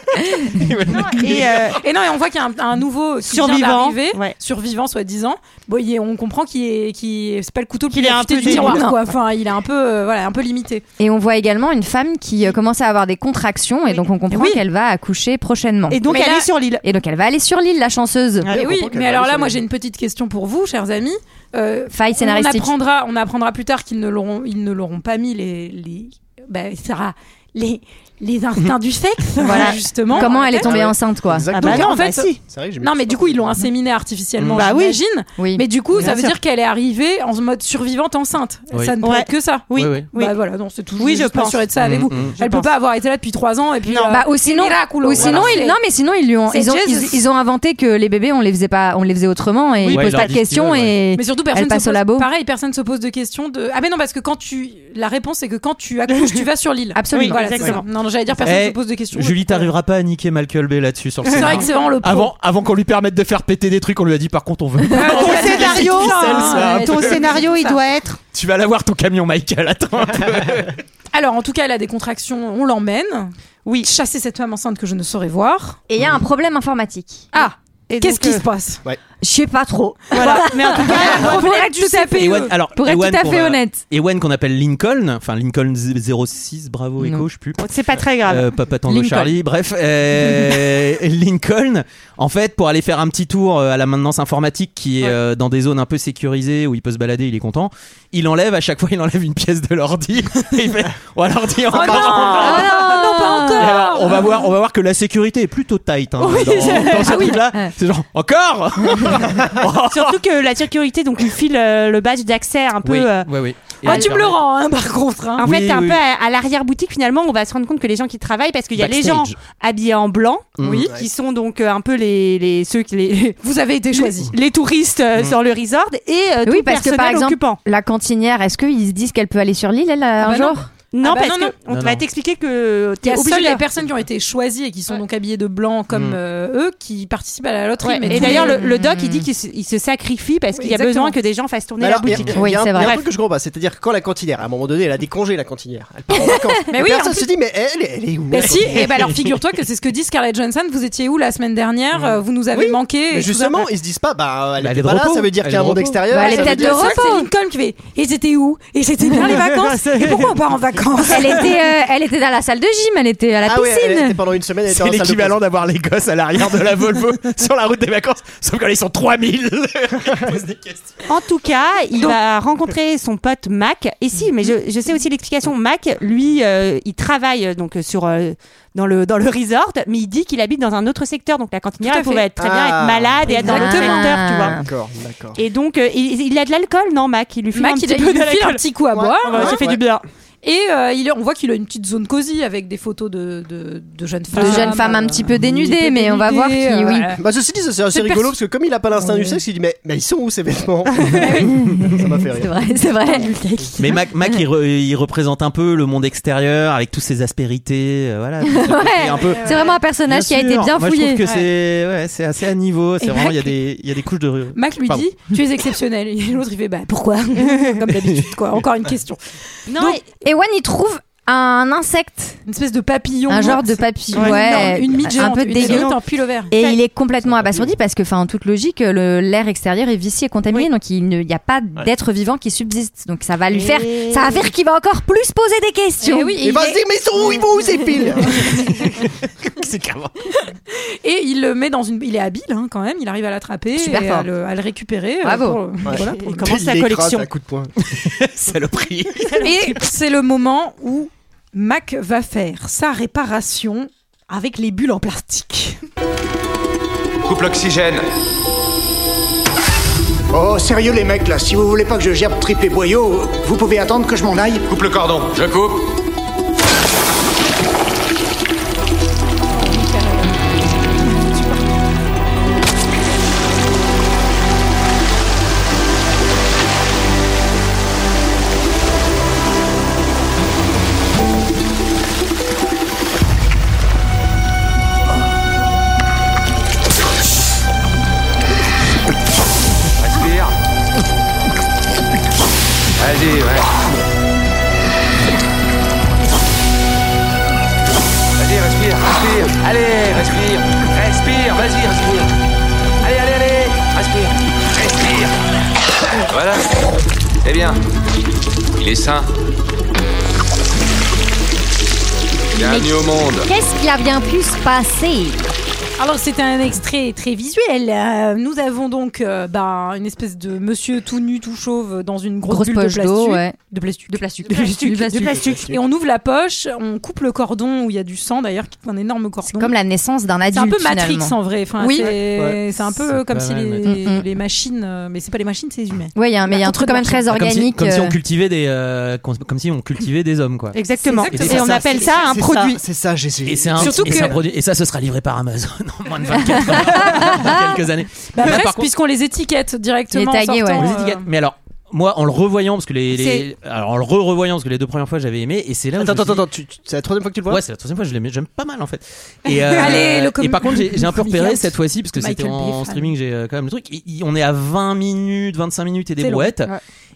[SPEAKER 9] et, euh,
[SPEAKER 1] Et non, et on voit qu'il y a un, un nouveau qui vient
[SPEAKER 9] Survivant.
[SPEAKER 1] d'arriver,
[SPEAKER 9] Ouais.
[SPEAKER 1] survivant soi-disant. Bon, il est- on comprend qu'il est, qu'il est- c'est pas le couteau
[SPEAKER 9] Qu'il
[SPEAKER 1] qui
[SPEAKER 9] est un peu
[SPEAKER 1] du tiroir,
[SPEAKER 13] démon.
[SPEAKER 1] quoi. Enfin, il est un peu, euh, voilà, un peu limité.
[SPEAKER 13] Et on voit également une femme qui euh, commence à avoir des contractions et donc on comprend
[SPEAKER 1] Oui.
[SPEAKER 13] qu'elle va accoucher prochainement.
[SPEAKER 9] et donc
[SPEAKER 1] Mais
[SPEAKER 9] elle
[SPEAKER 1] là-
[SPEAKER 9] est sur l'île.
[SPEAKER 13] Et donc elle va aller sur l'île, la chanceuse.
[SPEAKER 9] Ouais,
[SPEAKER 1] Et
[SPEAKER 2] on
[SPEAKER 1] oui,
[SPEAKER 2] comprend qu'elle
[SPEAKER 1] mais
[SPEAKER 2] va
[SPEAKER 1] alors
[SPEAKER 2] aller
[SPEAKER 1] là,
[SPEAKER 2] sur
[SPEAKER 1] moi,
[SPEAKER 2] les-
[SPEAKER 1] j'ai une petite question pour vous, chers amis. Euh,
[SPEAKER 13] Faille
[SPEAKER 1] on
[SPEAKER 13] scénaristique.
[SPEAKER 1] apprendra, on apprendra plus tard qu'ils ne l'auront, ils ne l'auront pas mis les, les, bah, Sarah, les, les instincts du sexe,
[SPEAKER 13] Voilà.
[SPEAKER 1] justement.
[SPEAKER 13] Comment
[SPEAKER 1] dans la
[SPEAKER 13] elle est
[SPEAKER 1] tête.
[SPEAKER 13] tombée Ah ouais. enceinte, quoi. Ah bah
[SPEAKER 1] Donc,
[SPEAKER 13] non,
[SPEAKER 1] en fait,
[SPEAKER 13] bah si. C'est vrai que j'ai mis
[SPEAKER 1] non,
[SPEAKER 13] le
[SPEAKER 1] mais du coup, ils l'ont inséminée artificiellement,
[SPEAKER 13] Mmh. Bah oui.
[SPEAKER 1] j'imagine.
[SPEAKER 13] Oui.
[SPEAKER 1] Mais du coup,
[SPEAKER 13] Bien
[SPEAKER 1] ça veut
[SPEAKER 13] sûr.
[SPEAKER 1] dire qu'elle est arrivée en mode survivante enceinte.
[SPEAKER 13] Oui.
[SPEAKER 1] Ça ne peut
[SPEAKER 13] Ouais.
[SPEAKER 1] être que ça.
[SPEAKER 13] Oui,
[SPEAKER 1] Bah
[SPEAKER 13] oui.
[SPEAKER 1] Bah voilà, non, c'est tout.
[SPEAKER 13] Oui,
[SPEAKER 1] voulais
[SPEAKER 13] je
[SPEAKER 1] juste m'assurer
[SPEAKER 13] pense.
[SPEAKER 1] de ça avec
[SPEAKER 13] Mmh,
[SPEAKER 1] vous.
[SPEAKER 13] mmh.
[SPEAKER 1] Elle
[SPEAKER 13] Je
[SPEAKER 1] peut
[SPEAKER 13] pense.
[SPEAKER 1] pas avoir été là depuis 3 ans et puis. euh,
[SPEAKER 13] Bah, ou sinon,
[SPEAKER 1] miraculo.
[SPEAKER 13] ou sinon
[SPEAKER 1] Voilà,
[SPEAKER 13] ils,
[SPEAKER 1] c'est-
[SPEAKER 13] non, mais sinon ils lui ont,
[SPEAKER 1] c'est
[SPEAKER 13] ils ont,
[SPEAKER 1] Jesus.
[SPEAKER 13] ils, ils ont inventé que les bébés, on les faisait pas, on les faisait autrement et ils posent pas de questions et
[SPEAKER 1] mais surtout
[SPEAKER 13] elles
[SPEAKER 1] personne se
[SPEAKER 13] passent au
[SPEAKER 1] pose-
[SPEAKER 13] labo.
[SPEAKER 1] pareil personne se pose de questions de ah mais non parce que quand tu la réponse c'est que quand tu accouches tu vas sur l'île
[SPEAKER 13] Absolument.
[SPEAKER 1] voilà,
[SPEAKER 13] Exactement.
[SPEAKER 1] c'est ça. non non, j'allais dire personne
[SPEAKER 8] Eh,
[SPEAKER 1] se pose de questions
[SPEAKER 8] Julie, t'arriveras pas à niquer Malcolm Bay là-dessus sur le
[SPEAKER 1] C'est vrai
[SPEAKER 8] scénario.
[SPEAKER 1] que c'est vraiment le pro. Ah,
[SPEAKER 8] Avant, avant qu'on lui permette de faire péter des trucs, on lui a dit par contre, on veut. pas.
[SPEAKER 9] Ton scénario,
[SPEAKER 8] ficelle, ça, un
[SPEAKER 9] ton
[SPEAKER 8] peu.
[SPEAKER 9] scénario, il doit être.
[SPEAKER 8] tu vas l'avoir ton camion, Michael. Attends. un peu.
[SPEAKER 1] alors en tout cas elle a des contractions on l'emmène oui chasser cette femme enceinte que je ne saurais voir
[SPEAKER 13] et il y a un problème informatique
[SPEAKER 1] ah qu'est-ce
[SPEAKER 13] donc,
[SPEAKER 1] qui
[SPEAKER 13] euh,
[SPEAKER 1] se passe Ah,
[SPEAKER 13] Je sais pas trop.
[SPEAKER 1] Voilà. Mais en tout cas,
[SPEAKER 13] pour
[SPEAKER 1] problème
[SPEAKER 13] être
[SPEAKER 1] du
[SPEAKER 13] tout à fait,
[SPEAKER 8] Ewan- alors,
[SPEAKER 13] pour être
[SPEAKER 8] Ewan
[SPEAKER 13] tout à
[SPEAKER 8] qu'on
[SPEAKER 13] fait
[SPEAKER 8] va-
[SPEAKER 13] honnête.
[SPEAKER 8] Ewan qu'on appelle Lincoln, enfin Lincoln 06, bravo Echo, je sais plus.
[SPEAKER 9] C'est pas très grave.
[SPEAKER 8] Euh, Papa Tango
[SPEAKER 9] Lincoln.
[SPEAKER 8] Charlie, bref. euh, Lincoln, en fait, pour aller faire un petit tour euh, à la maintenance informatique qui est euh, dans des zones un peu sécurisées où il peut se balader, il est content. Il enlève, à chaque fois, il enlève une pièce de l'ordi. Et il fait, on va l'ordi encore.
[SPEAKER 16] non Ah non, pas encore.
[SPEAKER 8] Et alors, on, va voir, on va voir que la sécurité est plutôt tight hein,
[SPEAKER 16] Oui.
[SPEAKER 8] dans, dans ce
[SPEAKER 9] Ah oui.
[SPEAKER 8] truc-là. C'est genre, encore
[SPEAKER 9] Surtout que la sécurité, donc, lui file euh, le badge d'accès un peu.
[SPEAKER 8] Oui,
[SPEAKER 9] euh,
[SPEAKER 8] oui, oui. Et
[SPEAKER 9] Ah,
[SPEAKER 8] elle
[SPEAKER 9] tu me
[SPEAKER 8] permet-
[SPEAKER 9] le
[SPEAKER 1] rends, hein, par contre. hein.
[SPEAKER 9] En
[SPEAKER 8] Oui,
[SPEAKER 9] fait, un
[SPEAKER 8] oui.
[SPEAKER 9] peu à, à l'arrière-boutique, finalement, on va se rendre compte que les gens qui travaillent, parce qu'il y a les gens
[SPEAKER 1] Backstage.
[SPEAKER 9] habillés en blanc,
[SPEAKER 2] Mmh.
[SPEAKER 1] Mm.
[SPEAKER 9] oui,
[SPEAKER 1] Ouais.
[SPEAKER 9] qui sont donc euh, un peu les, les ceux qui les,
[SPEAKER 1] vous avez été choisis,
[SPEAKER 9] les, les touristes euh,
[SPEAKER 13] Mm.
[SPEAKER 9] sur le resort et euh, tout
[SPEAKER 13] oui,
[SPEAKER 9] le
[SPEAKER 13] parce que par
[SPEAKER 9] personnel
[SPEAKER 13] exemple,
[SPEAKER 1] Ah
[SPEAKER 9] occupant.
[SPEAKER 13] la cantinière, est-ce qu'ils se disent qu'elle peut aller sur l'île elle, un jour
[SPEAKER 9] Non,
[SPEAKER 1] Ah bah
[SPEAKER 9] parce
[SPEAKER 1] non, non.
[SPEAKER 9] qu'on
[SPEAKER 13] Non,
[SPEAKER 9] va
[SPEAKER 13] non.
[SPEAKER 9] t'expliquer que euh,
[SPEAKER 1] il y
[SPEAKER 9] t'es
[SPEAKER 1] a
[SPEAKER 9] obligé
[SPEAKER 1] seules
[SPEAKER 9] de-
[SPEAKER 1] les personnes qui ont été choisies et qui sont donc habillées de blanc comme
[SPEAKER 9] Mm.
[SPEAKER 1] euh, eux qui participent à la loterie
[SPEAKER 9] Ouais,
[SPEAKER 1] mais
[SPEAKER 9] et
[SPEAKER 1] tous
[SPEAKER 9] d'ailleurs,
[SPEAKER 1] les-
[SPEAKER 9] le, le doc, il dit qu'il se, il se sacrifie parce
[SPEAKER 1] Mm. Oui,
[SPEAKER 9] qu'il y a
[SPEAKER 1] exactement.
[SPEAKER 9] besoin que des gens fassent tourner
[SPEAKER 2] Mais
[SPEAKER 9] la
[SPEAKER 2] alors, il y a-
[SPEAKER 9] boutique.
[SPEAKER 2] il y a un- il y a un
[SPEAKER 9] Bref.
[SPEAKER 2] truc que je comprends pas, c'est-à-dire que quand la cantinière, à un moment donné, elle a décongé la cantinière. Elle part en vacances.
[SPEAKER 1] Mais oui,
[SPEAKER 2] personne
[SPEAKER 1] en plus-
[SPEAKER 2] se dit, mais elle, elle est où
[SPEAKER 1] Bah
[SPEAKER 2] la
[SPEAKER 1] si,
[SPEAKER 2] cantinière
[SPEAKER 1] et bah alors figure-toi que c'est ce que dit Scarlett Johansson, vous étiez où la semaine dernière, euh, vous nous avez manqué. et
[SPEAKER 2] Mais
[SPEAKER 1] tout ça.
[SPEAKER 2] justement, ils se disent pas, bah elle,
[SPEAKER 8] Bah, elle
[SPEAKER 2] est
[SPEAKER 8] est de
[SPEAKER 2] pas là,
[SPEAKER 8] repos.
[SPEAKER 2] ça veut dire
[SPEAKER 8] Elle
[SPEAKER 2] qu'il y a
[SPEAKER 8] est
[SPEAKER 2] un
[SPEAKER 8] de
[SPEAKER 2] monde
[SPEAKER 8] repos.
[SPEAKER 2] extérieur.
[SPEAKER 1] Bah, elle
[SPEAKER 2] ça
[SPEAKER 1] est
[SPEAKER 2] veut
[SPEAKER 1] peut-être
[SPEAKER 2] dire-
[SPEAKER 1] de repos. C'est Lincoln qui fait. Et c'était où Et c'était bien les vacances Et pourquoi on part en vacances
[SPEAKER 13] elle était, euh, elle était dans la salle de gym, elle était à la
[SPEAKER 2] Ah ouais,
[SPEAKER 13] piscine.
[SPEAKER 2] elle était pendant une semaine, elle était
[SPEAKER 8] C'est
[SPEAKER 2] en salle de
[SPEAKER 8] l'équivalent d'avoir les gosses à l'arrière de la Volvo sur la route des vacances, sauf quand ils sont 3000
[SPEAKER 9] En tout cas, il va rencontrer son pote Mac. Et si, mais je, je sais aussi l'explication. Mac, lui, euh, il travaille euh, donc euh, sur euh, dans le dans le resort, mais il dit qu'il habite dans un autre secteur. Donc la cantinière
[SPEAKER 1] Tout à
[SPEAKER 9] elle pouvait
[SPEAKER 1] fait.
[SPEAKER 9] être très bien
[SPEAKER 1] Ah.
[SPEAKER 9] être malade et être dans l'autre
[SPEAKER 1] Exactement.
[SPEAKER 9] secteur, tu vois.
[SPEAKER 2] D'accord, d'accord.
[SPEAKER 9] Et donc euh, il, il a de l'alcool, non, Mac Il lui file
[SPEAKER 1] Mac,
[SPEAKER 9] un
[SPEAKER 1] il,
[SPEAKER 9] petit
[SPEAKER 1] a-
[SPEAKER 9] peu
[SPEAKER 1] il lui file un
[SPEAKER 9] d'alcool.
[SPEAKER 1] petit coup à boire.
[SPEAKER 9] Ouais, ça fait du bien.
[SPEAKER 1] Et euh, il, on voit qu'il a une petite zone cosy avec des photos de, de, de jeunes femmes.
[SPEAKER 13] De jeunes femmes un petit peu dénudées, mais on va voir qui,
[SPEAKER 1] euh,
[SPEAKER 13] oui.
[SPEAKER 1] voilà.
[SPEAKER 2] Bah ceci dit, ça, c'est assez
[SPEAKER 1] C'est
[SPEAKER 2] rigolo
[SPEAKER 1] perso-
[SPEAKER 2] parce que comme il a pas l'instinct du sexe, il dit mais, mais ils sont où ces vêtements Ça m'a fait rire.
[SPEAKER 13] C'est vrai, c'est vrai.
[SPEAKER 8] Mais Mac, Mac il, re- il représente un peu le monde extérieur avec toutes ses aspérités, euh, voilà. tout ce côté
[SPEAKER 13] Ouais,
[SPEAKER 8] un peu-
[SPEAKER 13] C'est vraiment un personnage qui a
[SPEAKER 8] sûr.
[SPEAKER 13] été bien
[SPEAKER 8] Moi,
[SPEAKER 13] fouillé.
[SPEAKER 8] Je trouve que c'est ouais, c'est assez à niveau. C'est
[SPEAKER 1] Et
[SPEAKER 8] vraiment il y a
[SPEAKER 1] Mac-
[SPEAKER 8] des il y a des couches de.
[SPEAKER 1] Mac lui
[SPEAKER 8] Pardon.
[SPEAKER 1] dit Tu es exceptionnel. Et l'autre, il fait Bah pourquoi Comme d'habitude, quoi. Encore une question.
[SPEAKER 13] Non, et Ewan, il trouve un insecte.
[SPEAKER 1] Une espèce de papillon.
[SPEAKER 13] Un
[SPEAKER 9] Ah,
[SPEAKER 13] genre de
[SPEAKER 1] morte.
[SPEAKER 13] papillon.
[SPEAKER 1] Ouais,
[SPEAKER 13] Ouais,
[SPEAKER 1] énorme. Une mythe
[SPEAKER 13] un
[SPEAKER 1] géante,
[SPEAKER 13] peu
[SPEAKER 1] une
[SPEAKER 13] dégueu.
[SPEAKER 1] géante en pullover.
[SPEAKER 13] Et il est complètement abasourdi parce que, enfin, en toute logique, le- l'air extérieur est vicié, contaminé, donc il n'y a pas d'être vivant qui subsiste. Donc ça va lui faire,
[SPEAKER 1] Et-
[SPEAKER 13] ça va faire qu'il va encore plus poser des questions.
[SPEAKER 9] Eh
[SPEAKER 1] Et oui,
[SPEAKER 2] Et
[SPEAKER 1] il
[SPEAKER 2] bah
[SPEAKER 1] est-
[SPEAKER 2] se dire mais ils sont où Ils vont où ces piles
[SPEAKER 8] C'est carrément.
[SPEAKER 1] Et il le met dans une. Il est habile hein, quand même, il arrive à l'attraper
[SPEAKER 13] Super
[SPEAKER 1] et
[SPEAKER 13] fort.
[SPEAKER 1] à le, à le récupérer. euh,
[SPEAKER 13] Bravo.
[SPEAKER 1] pour-
[SPEAKER 2] Ouais.
[SPEAKER 1] voilà, pour le-
[SPEAKER 9] Comment sa
[SPEAKER 2] Il l'écrase
[SPEAKER 9] collection
[SPEAKER 2] à coup de poing.
[SPEAKER 8] Saloperie.
[SPEAKER 1] Et c'est le moment où Mac va faire sa réparation avec les bulles en plastique.
[SPEAKER 17] Coupe l'oxygène.
[SPEAKER 4] Oh, sérieux les mecs, là, si vous voulez pas que je gerbe trip et boyau, vous pouvez attendre que je m'en aille
[SPEAKER 17] Coupe le cordon. Je coupe. Respire. Vas-y, ouais. Vas-y, respire, respire. Allez, respire. Respire, vas-y, respire. Allez, allez, allez. Respire. Respire.
[SPEAKER 5] Voilà.
[SPEAKER 17] C'est bien. Il est sain.
[SPEAKER 5] Bienvenue au monde.
[SPEAKER 13] Qu'est-ce qui a bien pu se passer
[SPEAKER 1] Alors c'était un extrait très visuel. Euh, nous avons donc euh, ben, une espèce de monsieur tout nu, tout chauve dans une grosse,
[SPEAKER 6] Grosse
[SPEAKER 1] bulle de
[SPEAKER 6] poche
[SPEAKER 1] plastique.
[SPEAKER 6] d'eau, ouais.
[SPEAKER 1] De plastique.
[SPEAKER 6] De plastique.
[SPEAKER 1] De plastique.
[SPEAKER 6] Du plastique.
[SPEAKER 1] De plastique.
[SPEAKER 6] De plastique.
[SPEAKER 1] Et on ouvre la poche, on coupe le cordon où il y a du sang d'ailleurs, qui est un énorme cordon.
[SPEAKER 6] Comme la naissance d'un
[SPEAKER 1] C'est
[SPEAKER 6] adulte.
[SPEAKER 1] un peu Matrix
[SPEAKER 6] finalement.
[SPEAKER 1] en vrai. Enfin,
[SPEAKER 6] oui.
[SPEAKER 1] C'est
[SPEAKER 6] Ouais.
[SPEAKER 1] c'est un peu comme
[SPEAKER 8] pas
[SPEAKER 1] si
[SPEAKER 8] mal,
[SPEAKER 1] les,
[SPEAKER 6] Matrix.
[SPEAKER 1] les machines. euh, Mais c'est pas les machines, c'est les humains. Bah,
[SPEAKER 6] Ouais, il y a un- mais il y a un truc quand même très
[SPEAKER 8] Comme si,
[SPEAKER 6] organique.
[SPEAKER 8] comme si on
[SPEAKER 6] euh,
[SPEAKER 8] cultivait des, euh, com- comme si on cultivait des hommes, quoi.
[SPEAKER 9] Exactement.
[SPEAKER 8] Et
[SPEAKER 9] Et on appelle ça un produit.
[SPEAKER 2] C'est ça, Jésus.
[SPEAKER 8] Et c'est un,
[SPEAKER 9] Surtout
[SPEAKER 8] et c'est
[SPEAKER 9] que-
[SPEAKER 8] un produit. Et ça, ce sera livré par Amazon en moins de 24 heures dans quelques années.
[SPEAKER 1] Bah,
[SPEAKER 8] Mais
[SPEAKER 1] bref,
[SPEAKER 8] par contre-
[SPEAKER 1] puisqu'on les étiquette directement.
[SPEAKER 6] Les taguer,
[SPEAKER 1] en sortant,
[SPEAKER 6] ouais.
[SPEAKER 8] Les
[SPEAKER 1] euh,
[SPEAKER 8] étiquettes. Mais alors, moi, en le revoyant, parce que les, les- alors en le re-revoyant, parce que les deux premières fois, j'avais aimé, et c'est là. Où
[SPEAKER 2] Attends,
[SPEAKER 8] je me suis
[SPEAKER 2] attends,
[SPEAKER 8] dit-
[SPEAKER 2] attends, tu- tu- c'est la troisième fois que tu le vois
[SPEAKER 8] Ouais, c'est la troisième fois, je l'aimais, j'aime pas mal en fait. Et, euh,
[SPEAKER 2] Allez, le
[SPEAKER 8] et par contre, j'ai j'ai un peu
[SPEAKER 2] comédien.
[SPEAKER 8] repéré cette fois-ci, parce que
[SPEAKER 2] Michael
[SPEAKER 8] c'était en,
[SPEAKER 2] Bay,
[SPEAKER 8] en
[SPEAKER 2] fan.
[SPEAKER 8] streaming, j'ai euh, quand même le truc. Il- il- on est à 20 minutes, 25 minutes et
[SPEAKER 2] C'est
[SPEAKER 8] des
[SPEAKER 2] long,
[SPEAKER 8] brouettes.
[SPEAKER 2] ouais.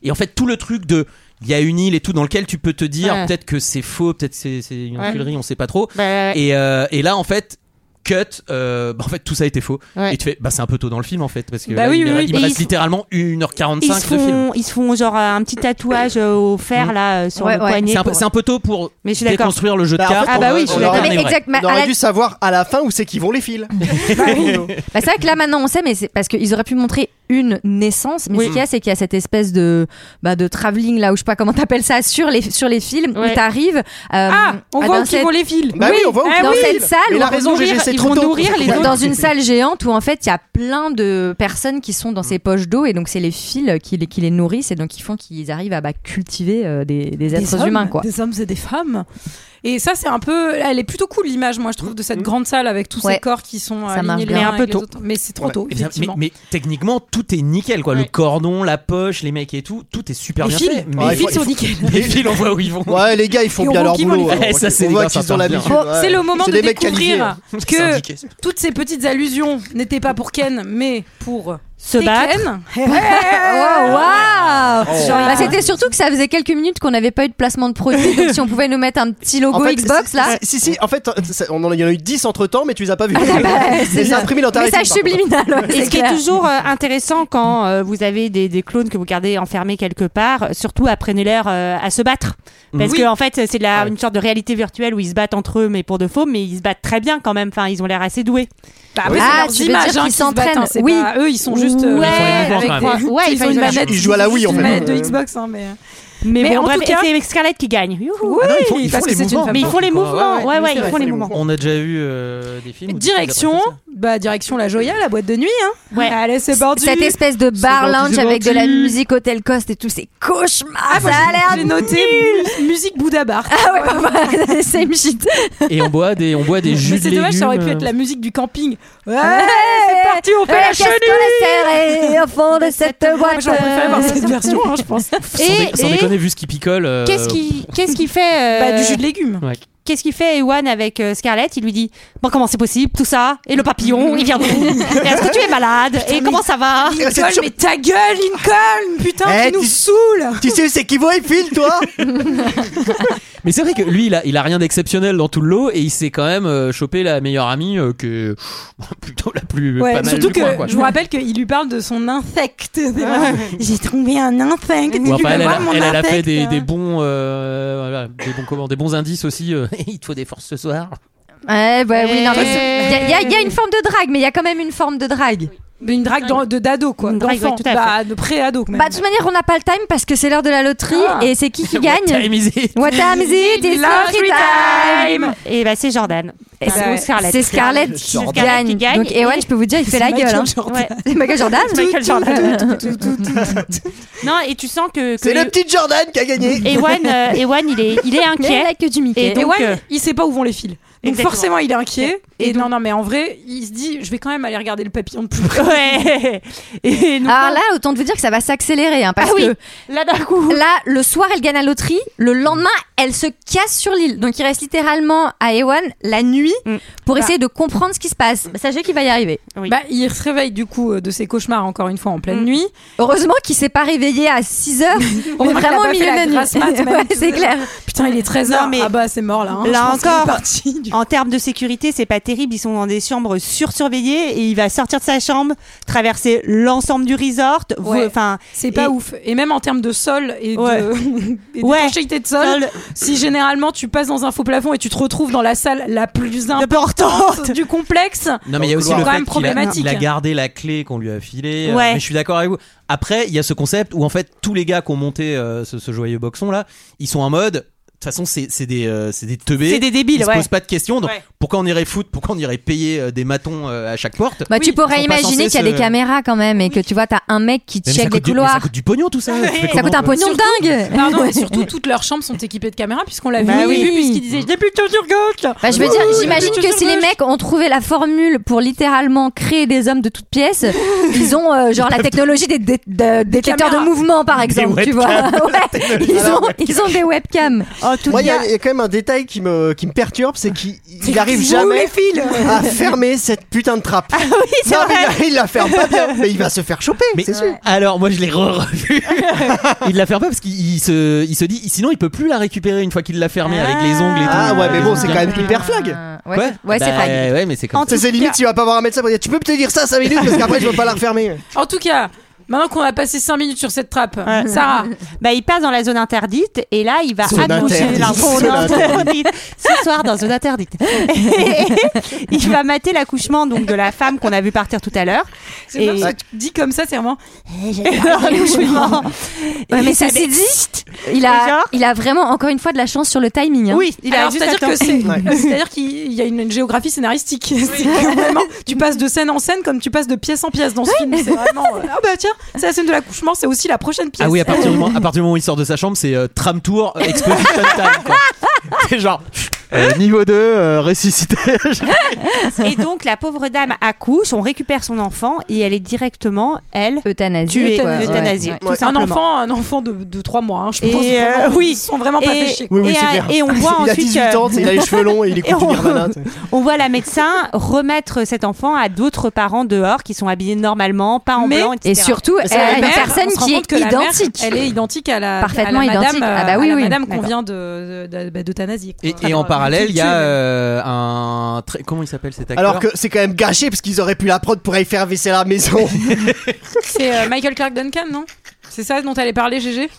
[SPEAKER 8] Et en fait, tout le truc de. Il y a une île et tout dans lequel tu peux te dire
[SPEAKER 2] Ouais.
[SPEAKER 8] peut-être que c'est faux, peut-être que c'est c'est une
[SPEAKER 9] Ouais.
[SPEAKER 8] enculerie, on sait pas trop.
[SPEAKER 9] Bah, ouais, ouais.
[SPEAKER 8] Et, euh, et là, en fait. Cut, euh, bah, en fait tout ça était faux.
[SPEAKER 9] Ouais.
[SPEAKER 8] Et tu fais, bah c'est un peu tôt dans le film en fait, parce que
[SPEAKER 9] Bah
[SPEAKER 8] là,
[SPEAKER 9] oui,
[SPEAKER 8] il, me
[SPEAKER 9] oui,
[SPEAKER 8] reste-
[SPEAKER 9] oui.
[SPEAKER 8] il me
[SPEAKER 9] Et
[SPEAKER 8] reste
[SPEAKER 9] ils-
[SPEAKER 8] littéralement
[SPEAKER 9] Ils
[SPEAKER 8] 1h45
[SPEAKER 9] se,
[SPEAKER 8] de film. Mmh.
[SPEAKER 9] font, ils se font genre euh, un petit tatouage euh, au fer là euh, sur
[SPEAKER 6] Ouais,
[SPEAKER 9] le
[SPEAKER 6] ouais.
[SPEAKER 9] poignet.
[SPEAKER 8] C'est un, peu-
[SPEAKER 9] pour-
[SPEAKER 8] c'est un peu tôt pour
[SPEAKER 9] Mais je suis d'accord.
[SPEAKER 8] déconstruire le jeu de
[SPEAKER 9] Bah, en fait,
[SPEAKER 8] cartes.
[SPEAKER 9] Ah bah
[SPEAKER 8] On-
[SPEAKER 9] oui, je
[SPEAKER 8] on
[SPEAKER 9] suis
[SPEAKER 8] leur en
[SPEAKER 6] d'accord.
[SPEAKER 8] est
[SPEAKER 6] Mais
[SPEAKER 8] vrai.
[SPEAKER 6] exact-
[SPEAKER 2] On
[SPEAKER 6] à
[SPEAKER 2] aurait
[SPEAKER 6] la-
[SPEAKER 2] dû savoir à la fin où c'est qu'ils vont les fils.
[SPEAKER 6] Bah, c'est vrai que là maintenant on sait, mais c'est parce qu'ils auraient pu montrer une naissance. Mais
[SPEAKER 2] Oui.
[SPEAKER 6] ce qu'il y a, c'est qu'il y a cette espèce de bah, de travelling là, ou je sais pas comment t'appelles ça, sur les sur les films
[SPEAKER 9] Ouais.
[SPEAKER 6] où t'arrives. euh,
[SPEAKER 9] Ah, on
[SPEAKER 6] à-
[SPEAKER 9] voit
[SPEAKER 6] dans
[SPEAKER 9] où
[SPEAKER 6] cette-
[SPEAKER 9] ils vont les fils.
[SPEAKER 2] Bah oui, on
[SPEAKER 1] Eh
[SPEAKER 2] voit où ils
[SPEAKER 6] dans
[SPEAKER 2] vont les
[SPEAKER 6] cette
[SPEAKER 2] fils.
[SPEAKER 6] salle.
[SPEAKER 2] Mais
[SPEAKER 6] où
[SPEAKER 2] la
[SPEAKER 6] on va
[SPEAKER 2] raison,
[SPEAKER 6] nourrir-
[SPEAKER 2] GG, c'est
[SPEAKER 6] ils
[SPEAKER 2] trop
[SPEAKER 6] vont
[SPEAKER 2] tôt.
[SPEAKER 6] nourrir les
[SPEAKER 2] Ouais.
[SPEAKER 6] autres. Dans une salle géante où en fait il y a plein
[SPEAKER 13] euh,
[SPEAKER 6] de personnes qui sont dans ces poches d'eau et donc c'est les fils qui les, qui les nourrissent et donc qui font qu'ils arrivent à bah, cultiver euh, des, des êtres
[SPEAKER 1] hommes,
[SPEAKER 6] humains quoi.
[SPEAKER 1] Des hommes et des femmes. Et ça, c'est un peu. Elle est plutôt cool l'image, moi, je trouve, de cette grande salle avec tous
[SPEAKER 6] Ouais.
[SPEAKER 1] ces corps qui sont euh,
[SPEAKER 6] Ça
[SPEAKER 1] alignés
[SPEAKER 6] marche
[SPEAKER 1] les
[SPEAKER 6] bien.
[SPEAKER 1] uns
[SPEAKER 6] Mais un peu
[SPEAKER 1] avec les
[SPEAKER 6] tôt.
[SPEAKER 1] autres. Mais c'est trop
[SPEAKER 8] Ouais.
[SPEAKER 1] tôt,
[SPEAKER 8] Eh bien, mais,
[SPEAKER 1] effectivement.
[SPEAKER 8] mais techniquement, tout est nickel, quoi. Le cordon, la poche, les mecs et tout, tout est super
[SPEAKER 1] Les
[SPEAKER 8] bien
[SPEAKER 1] fils.
[SPEAKER 8] fait.
[SPEAKER 1] Les fils sont nickel.
[SPEAKER 8] Les fils, on voit où ils vont.
[SPEAKER 2] Ouais, les gars, ils font
[SPEAKER 8] Et on
[SPEAKER 2] bien
[SPEAKER 8] voit
[SPEAKER 2] leur
[SPEAKER 8] qu'ils vont
[SPEAKER 2] boulot.
[SPEAKER 8] les faire.
[SPEAKER 2] alors.
[SPEAKER 8] Eh, ça, c'est
[SPEAKER 2] On
[SPEAKER 8] les
[SPEAKER 2] voit
[SPEAKER 8] gars, ça
[SPEAKER 2] qu'ils ont
[SPEAKER 8] parle bien.
[SPEAKER 2] l'habitude.
[SPEAKER 1] Bon,
[SPEAKER 2] ouais.
[SPEAKER 1] c'est le moment
[SPEAKER 2] C'est
[SPEAKER 1] de
[SPEAKER 2] des mecs qualifiés.
[SPEAKER 1] découvrir
[SPEAKER 8] hein. C'est
[SPEAKER 1] que
[SPEAKER 8] indiqué, ça.
[SPEAKER 1] toutes ces petites allusions n'étaient pas pour Ken, mais pour
[SPEAKER 9] Se
[SPEAKER 1] Tekken.
[SPEAKER 9] battre.
[SPEAKER 1] Eh,
[SPEAKER 6] Oh, waouh
[SPEAKER 1] Oh.
[SPEAKER 6] Bah, C'était surtout que ça faisait quelques minutes qu'on n'avait pas eu de placement de produit, donc si on pouvait nous mettre un petit logo
[SPEAKER 2] En fait,
[SPEAKER 6] Xbox
[SPEAKER 2] si-
[SPEAKER 6] là.
[SPEAKER 2] Si, si, en fait, ça- on en a, il y en a eu 10 entre temps, mais tu les as pas vus.
[SPEAKER 6] ouais,
[SPEAKER 2] c'est
[SPEAKER 6] c'est ça.
[SPEAKER 2] imprimé dans ta
[SPEAKER 6] Message
[SPEAKER 2] rétine, par contre.
[SPEAKER 6] subliminal. ouais,
[SPEAKER 9] Et
[SPEAKER 6] c'est
[SPEAKER 9] ce qui est
[SPEAKER 6] clair.
[SPEAKER 9] toujours euh, intéressant quand euh, vous avez des, des clones que vous gardez enfermés quelque part, euh, surtout apprenez-leur euh, à se battre. Parce
[SPEAKER 1] Mhm. Oui.
[SPEAKER 9] que en fait, c'est de la- une sorte de réalité virtuelle où ils se battent entre eux, mais pour de faux, mais ils se battent très bien quand même. Enfin, ils ont l'air assez doués.
[SPEAKER 1] Bah, après,
[SPEAKER 6] Ah,
[SPEAKER 1] c'est
[SPEAKER 6] tu
[SPEAKER 1] leurs
[SPEAKER 6] veux dire
[SPEAKER 1] images hein,
[SPEAKER 6] qu'ils
[SPEAKER 1] qui se battent,
[SPEAKER 6] s'entraînent.
[SPEAKER 1] hein, c'est
[SPEAKER 6] Oui.
[SPEAKER 1] pas- eux, ils sont juste. euh,
[SPEAKER 9] Ouais,
[SPEAKER 8] les mouvements,
[SPEAKER 1] avec
[SPEAKER 8] quand même.
[SPEAKER 1] des-
[SPEAKER 9] Ouais,
[SPEAKER 1] ils ont une manette.
[SPEAKER 2] Ils jouent à la Wii, en
[SPEAKER 1] une
[SPEAKER 2] fait.
[SPEAKER 1] manette de
[SPEAKER 2] Ouais.
[SPEAKER 1] Xbox, hein, mais.
[SPEAKER 9] Mais,
[SPEAKER 1] Mais
[SPEAKER 9] bon,
[SPEAKER 1] en
[SPEAKER 9] bref,
[SPEAKER 1] tout
[SPEAKER 9] et
[SPEAKER 1] cas-
[SPEAKER 9] c'est Scarlett qui gagne. Youhou.
[SPEAKER 1] Oui,
[SPEAKER 8] Ah non, ils font- ils font
[SPEAKER 1] parce
[SPEAKER 8] les
[SPEAKER 1] que c'est une
[SPEAKER 8] mouvements.
[SPEAKER 1] femme.
[SPEAKER 9] Mais ils font les
[SPEAKER 8] Quoi,
[SPEAKER 9] mouvements.
[SPEAKER 8] ouais,
[SPEAKER 9] Ouais, ouais, ils
[SPEAKER 2] vrai,
[SPEAKER 9] font les
[SPEAKER 2] les
[SPEAKER 9] mouvements.
[SPEAKER 8] On a déjà vu euh, des films. où
[SPEAKER 1] Direction,
[SPEAKER 8] ils ont
[SPEAKER 1] bah direction la Joya, la boîte de nuit. Hein.
[SPEAKER 9] Ouais.
[SPEAKER 1] Allez, c'est bordu.
[SPEAKER 6] Cette espèce de bar
[SPEAKER 2] C'est vendu,
[SPEAKER 6] lounge
[SPEAKER 2] c'est
[SPEAKER 6] avec de
[SPEAKER 2] vendu.
[SPEAKER 6] la musique Hôtel Cost et tout, c'est cauchemar. ça a
[SPEAKER 1] J'ai
[SPEAKER 6] l'air
[SPEAKER 1] noté mu- musique Bouddha Bar.
[SPEAKER 6] Ah ouais, bah, voilà, same shit.
[SPEAKER 8] fait ça. Et on boit des, on boit des jus
[SPEAKER 1] Mais
[SPEAKER 8] de
[SPEAKER 1] c'est dommage, ça aurait pu
[SPEAKER 8] légumes,
[SPEAKER 1] être la musique du camping. Ouais,
[SPEAKER 6] Ouais.
[SPEAKER 1] c'est parti, on fait la
[SPEAKER 6] Qu'est-ce qu'on est serré au fond de cette
[SPEAKER 1] Moi,
[SPEAKER 6] boîte
[SPEAKER 1] j'aurais préféré avoir cette version, hein, je pense.
[SPEAKER 8] euh, Sans, dé-
[SPEAKER 9] Et-
[SPEAKER 8] sans
[SPEAKER 9] et-
[SPEAKER 8] déconner, vu ce qu'ils picolent. euh,
[SPEAKER 9] Qu'est-ce qui, qu'est-ce qui fait euh,
[SPEAKER 1] Bah, du jus de légumes.
[SPEAKER 8] ouais.
[SPEAKER 9] Qu'est-ce qu'il fait Ewan avec euh, Scarlett Il lui dit Bon, comment c'est possible Tout ça Et le papillon Il vient d'où Et Est-ce que tu es malade Et comment ça va
[SPEAKER 6] Ah,
[SPEAKER 1] Lincoln,
[SPEAKER 2] sûr.
[SPEAKER 1] Ah, mais ta gueule, Lincoln Putain,
[SPEAKER 2] Eh,
[SPEAKER 1] tu nous
[SPEAKER 2] tu-
[SPEAKER 1] saoules
[SPEAKER 2] Tu sais où c'est qui voit et file, toi
[SPEAKER 8] Mais c'est vrai que lui, il a, il a rien d'exceptionnel dans tout le lot et il s'est quand même euh, chopé la meilleure amie euh, que plutôt la plus.
[SPEAKER 1] Ouais,
[SPEAKER 8] pas mal
[SPEAKER 1] surtout
[SPEAKER 8] du
[SPEAKER 1] que
[SPEAKER 8] coin, quoi.
[SPEAKER 1] je vous rappelle qu'il lui parle de son infect. J'ai trouvé un infect.
[SPEAKER 8] Ou
[SPEAKER 1] Tu
[SPEAKER 8] enfin,
[SPEAKER 1] vas
[SPEAKER 8] elle, elle,
[SPEAKER 1] voir
[SPEAKER 8] a-
[SPEAKER 1] mon
[SPEAKER 8] elle, elle a fait
[SPEAKER 1] infect,
[SPEAKER 8] des,
[SPEAKER 1] hein.
[SPEAKER 8] des bons, euh, voilà, des bons comment, des bons indices aussi. euh, il te faut des forces ce soir.
[SPEAKER 6] Ouais, bah oui, non, mais
[SPEAKER 9] Et-
[SPEAKER 6] il y, a- il y a- il y a une forme de drague, mais il y a quand même une forme de drague.
[SPEAKER 1] Mais une drague d'en- de d'ado, quoi.
[SPEAKER 9] Une drague,
[SPEAKER 1] D'enfant.
[SPEAKER 9] ouais, tout à
[SPEAKER 1] Bah, de pré-ado, quand même.
[SPEAKER 6] Bah, de toute manière, on n'a pas le time parce que c'est l'heure de la loterie
[SPEAKER 1] Ah.
[SPEAKER 6] et c'est qui qui
[SPEAKER 8] What time
[SPEAKER 6] gagne
[SPEAKER 8] is it
[SPEAKER 6] What time is it It's
[SPEAKER 1] Lottery
[SPEAKER 6] lottery time
[SPEAKER 9] Et bah, c'est Jordan.
[SPEAKER 6] Et
[SPEAKER 9] Ah,
[SPEAKER 6] c'est-
[SPEAKER 9] ou Scarlett.
[SPEAKER 6] C'est Scarlett qui
[SPEAKER 9] Scarlett qui
[SPEAKER 6] gagne.
[SPEAKER 9] gagne.
[SPEAKER 6] Donc Ewan, je peux vous dire, il fait la
[SPEAKER 1] Michael
[SPEAKER 6] gueule. hein.
[SPEAKER 1] Jordan.
[SPEAKER 9] Ouais.
[SPEAKER 6] C'est Michael Jordan
[SPEAKER 9] Michael Jordan. Non, et tu sens que. que
[SPEAKER 2] C'est le
[SPEAKER 9] E-
[SPEAKER 2] petit Jordan qui a gagné.
[SPEAKER 9] Ewan, euh, Ewan, il est, il est inquiet.
[SPEAKER 6] que du
[SPEAKER 9] Et
[SPEAKER 1] Et
[SPEAKER 9] donc,
[SPEAKER 1] Ewan,
[SPEAKER 9] euh,
[SPEAKER 1] il sait pas où vont les fils. Donc
[SPEAKER 9] Exactement.
[SPEAKER 1] forcément, il est inquiet.
[SPEAKER 9] Et
[SPEAKER 1] Et,
[SPEAKER 9] donc-
[SPEAKER 1] non, non, mais en vrai, il se dit, je vais quand même aller regarder le papillon de plus près.
[SPEAKER 9] Ouais. euh, Et donc,
[SPEAKER 6] Alors là, autant de vous dire que ça va s'accélérer, hein, parce
[SPEAKER 9] Ah oui.
[SPEAKER 6] que
[SPEAKER 9] là, d'un coup.
[SPEAKER 6] là, le soir, elle gagne la loterie, le lendemain, elle se casse sur l'île. Donc il reste littéralement à Ewan la nuit
[SPEAKER 9] Mm.
[SPEAKER 6] pour
[SPEAKER 1] Bah.
[SPEAKER 6] essayer de comprendre ce qui se passe. Bah, sachez qu'il va y arriver.
[SPEAKER 9] Oui.
[SPEAKER 1] Bah, il se réveille du coup euh, de ses cauchemars encore une fois en pleine
[SPEAKER 9] Mm.
[SPEAKER 1] nuit.
[SPEAKER 6] Heureusement qu'il s'est pas réveillé à 6 heures,
[SPEAKER 1] On
[SPEAKER 6] mais
[SPEAKER 1] remarque
[SPEAKER 6] vraiment
[SPEAKER 1] la meuf,
[SPEAKER 6] au milieu
[SPEAKER 1] elle a
[SPEAKER 6] de la
[SPEAKER 1] grasse mat,
[SPEAKER 6] nuit.
[SPEAKER 1] même,
[SPEAKER 6] Ouais,
[SPEAKER 1] tout
[SPEAKER 6] c'est
[SPEAKER 1] ça.
[SPEAKER 6] clair.
[SPEAKER 1] Putain, il est 13h.
[SPEAKER 9] Non, mais-
[SPEAKER 1] Ah bah, c'est mort là. hein. Je
[SPEAKER 9] Là
[SPEAKER 1] pense qu'il est
[SPEAKER 9] encore.
[SPEAKER 1] parti, du coup.
[SPEAKER 9] En termes de sécurité, c'est pas terrible. Ils sont dans des chambres sursurveillées et il va sortir de sa chambre, traverser l'ensemble du resort. vo-
[SPEAKER 1] Ouais.
[SPEAKER 9] Enfin,
[SPEAKER 1] C'est pas
[SPEAKER 9] Et-
[SPEAKER 1] ouf. Et même en termes de sol et
[SPEAKER 9] Ouais.
[SPEAKER 1] de et
[SPEAKER 9] Ouais.
[SPEAKER 1] d'étanchéité de sol,
[SPEAKER 9] sol,
[SPEAKER 1] si généralement tu passes dans un faux plafond et tu te retrouves dans la salle la plus importante du complexe,
[SPEAKER 8] Non, mais il y a aussi
[SPEAKER 1] c'est
[SPEAKER 8] le
[SPEAKER 1] quand
[SPEAKER 8] fait
[SPEAKER 1] même
[SPEAKER 8] qu'il a-
[SPEAKER 1] problématique.
[SPEAKER 8] Il a, gardé la clé qu'on lui a filée. euh,
[SPEAKER 1] Ouais.
[SPEAKER 8] mais je suis d'accord avec vous. Après, il y a ce concept où en fait tous les gars qui ont monté euh, ce, ce joyeux boxon là, ils sont en mode. De toute façon, c'est c'est des, euh, c'est des teubés.
[SPEAKER 9] C'est des débiles,
[SPEAKER 8] Ils
[SPEAKER 9] ouais.
[SPEAKER 8] se posent pas de questions. Donc,
[SPEAKER 9] Ouais.
[SPEAKER 8] pourquoi on irait foutre Pourquoi on irait payer euh, des matons euh, à chaque porte
[SPEAKER 6] Bah, tu pourrais
[SPEAKER 8] Ils sont pas
[SPEAKER 6] imaginer
[SPEAKER 8] censés
[SPEAKER 6] qu'il y a des
[SPEAKER 8] se-
[SPEAKER 6] caméras quand même et que tu vois, t'as un mec qui
[SPEAKER 8] Mais ça
[SPEAKER 6] check
[SPEAKER 8] coûte
[SPEAKER 6] des
[SPEAKER 8] du- mais
[SPEAKER 6] couloirs.
[SPEAKER 8] Ça coûte du pognon tout ça. Tu fais
[SPEAKER 6] Ça coûte
[SPEAKER 8] comment,
[SPEAKER 6] un pognon
[SPEAKER 8] toi
[SPEAKER 6] dingue.
[SPEAKER 1] Pardon, et surtout toutes leurs chambres sont équipées de caméras puisqu'on l'a
[SPEAKER 6] Bah
[SPEAKER 1] vu au
[SPEAKER 6] oui.
[SPEAKER 1] début puisqu'il disait j'ai plus de sur gauche.
[SPEAKER 6] Bah, je veux dire,
[SPEAKER 1] Ouh,
[SPEAKER 6] j'imagine
[SPEAKER 1] j'ai
[SPEAKER 6] que
[SPEAKER 1] plus
[SPEAKER 6] si les mecs ont trouvé la formule pour littéralement créer des hommes de toutes pièces, ils ont euh, genre la
[SPEAKER 1] Bah,
[SPEAKER 6] technologie des, dé- de- détecteurs de mouvement par exemple, tu vois.
[SPEAKER 2] webcams.
[SPEAKER 6] Ouais, ils, ont, ils ont des webcams.
[SPEAKER 2] Moi, il y, a il y a quand même un détail qui me, qui me perturbe, c'est qu'il
[SPEAKER 6] C'est
[SPEAKER 2] il arrive
[SPEAKER 6] qu'il roule
[SPEAKER 2] jamais
[SPEAKER 6] les fils.
[SPEAKER 2] à fermer cette putain de trappe.
[SPEAKER 6] c'est
[SPEAKER 2] Non, mais
[SPEAKER 6] vrai.
[SPEAKER 2] il, la- il la ferme pas bien, mais il va se faire choper, c'est sûr.
[SPEAKER 8] Alors moi je l'ai revu. il la ferme pas parce qu'il il se, il se dit sinon il peut plus la récupérer une fois qu'il l'a fermée avec les ongles et tout.
[SPEAKER 2] Ah ouais, mais
[SPEAKER 8] Les
[SPEAKER 2] bon,
[SPEAKER 8] ongles
[SPEAKER 2] c'est
[SPEAKER 8] bien
[SPEAKER 2] quand même
[SPEAKER 8] coupés.
[SPEAKER 2] hyper flag.
[SPEAKER 6] Ouais, ouais,
[SPEAKER 8] Bah,
[SPEAKER 6] c'est flag.
[SPEAKER 8] Ouais mais c'est comme
[SPEAKER 2] C'est
[SPEAKER 8] ça.
[SPEAKER 2] c'est limite, tu vas pas voir un médecin pour dire tu peux me te dire ça 5 minutes parce qu'après je veux pas la refermer.
[SPEAKER 1] En tout cas, maintenant qu'on a passé 5 minutes sur cette trappe,
[SPEAKER 9] Sarah,
[SPEAKER 1] Sarah.
[SPEAKER 9] bah, il passe dans la zone interdite et là il va
[SPEAKER 1] Zone
[SPEAKER 9] annoncer
[SPEAKER 1] interdite.
[SPEAKER 9] la
[SPEAKER 1] Zone interdite.
[SPEAKER 9] Ce soir dans zone interdite. il va mater l'accouchement donc de la femme qu'on a vu partir tout à l'heure.
[SPEAKER 1] C'est bien, parce que tu dis comme ça, c'est vraiment.
[SPEAKER 6] Eh,
[SPEAKER 9] l'accouchement.
[SPEAKER 6] Ouais, mais
[SPEAKER 9] Et ça
[SPEAKER 6] ceci
[SPEAKER 9] dé-
[SPEAKER 6] dit, il a, il a vraiment encore une fois de la chance sur le timing. hein.
[SPEAKER 9] Oui, il a
[SPEAKER 1] Alors,
[SPEAKER 9] juste
[SPEAKER 1] c'est-à-dire
[SPEAKER 9] à
[SPEAKER 1] que
[SPEAKER 9] temps.
[SPEAKER 1] c'est,
[SPEAKER 9] Ouais.
[SPEAKER 1] c'est-à-dire qu'il y a une, une géographie scénaristique. C'est que vraiment, tu passes de scène en scène comme tu passes de pièce en pièce dans ce film. C'est vraiment. euh, Ah bah tiens, c'est la scène de l'accouchement, c'est aussi la prochaine pièce.
[SPEAKER 8] Ah oui à partir du moment, à partir du moment où il sort de sa chambre c'est euh, tram tour euh, exposition time. quoi. C'est genre euh, niveau 2 euh, ressuscité.
[SPEAKER 9] Et donc la pauvre dame accouche, on récupère son enfant et elle est directement elle
[SPEAKER 6] Euthanasie.
[SPEAKER 9] tuée,
[SPEAKER 1] Euthanasie, ouais,
[SPEAKER 9] euthanasiée,
[SPEAKER 1] ouais.
[SPEAKER 9] tout
[SPEAKER 1] un
[SPEAKER 9] simplement.
[SPEAKER 1] enfant, un enfant de, de 3 mois, hein, je pense.
[SPEAKER 9] Et, euh,
[SPEAKER 1] vraiment,
[SPEAKER 9] oui.
[SPEAKER 1] ils sont vraiment pas
[SPEAKER 9] Et-
[SPEAKER 1] fait chier.
[SPEAKER 2] Oui, oui,
[SPEAKER 9] et,
[SPEAKER 2] c'est
[SPEAKER 9] euh,
[SPEAKER 2] clair.
[SPEAKER 9] et on voit
[SPEAKER 2] il a
[SPEAKER 9] ensuite
[SPEAKER 2] 18 ans, tu sais, il a les cheveux longs et il
[SPEAKER 9] Et
[SPEAKER 2] écoute du
[SPEAKER 9] on-
[SPEAKER 2] Nirvana. tu sais.
[SPEAKER 9] On voit la médecin remettre cet enfant à d'autres parents dehors qui sont habillés normalement, pas en
[SPEAKER 1] Mais-
[SPEAKER 9] blanc, etc.
[SPEAKER 6] Et surtout,
[SPEAKER 1] Parce que la
[SPEAKER 6] elle a bah, euh, une
[SPEAKER 1] mère,
[SPEAKER 6] personne
[SPEAKER 1] on se rend
[SPEAKER 6] qui
[SPEAKER 1] compte
[SPEAKER 6] est
[SPEAKER 1] que la mère,
[SPEAKER 6] identique.
[SPEAKER 1] elle est identique à la,
[SPEAKER 6] Parfaitement
[SPEAKER 1] à la madame,
[SPEAKER 6] identique.
[SPEAKER 1] euh,
[SPEAKER 6] Ah bah
[SPEAKER 1] à
[SPEAKER 6] oui,
[SPEAKER 1] la
[SPEAKER 6] oui.
[SPEAKER 1] madame qu'on
[SPEAKER 6] D'accord.
[SPEAKER 1] vient de, de, bah, d'euthanasier, quoi.
[SPEAKER 8] Et, et en parallèle il y a euh, un très- comment il s'appelle cet acteur
[SPEAKER 2] Alors que c'est quand même gâché parce qu'ils auraient pu la prod pour aller faire vaisser à la maison.
[SPEAKER 1] C'est euh, Michael Clark Duncan, non C'est ça dont t'allais parler, GG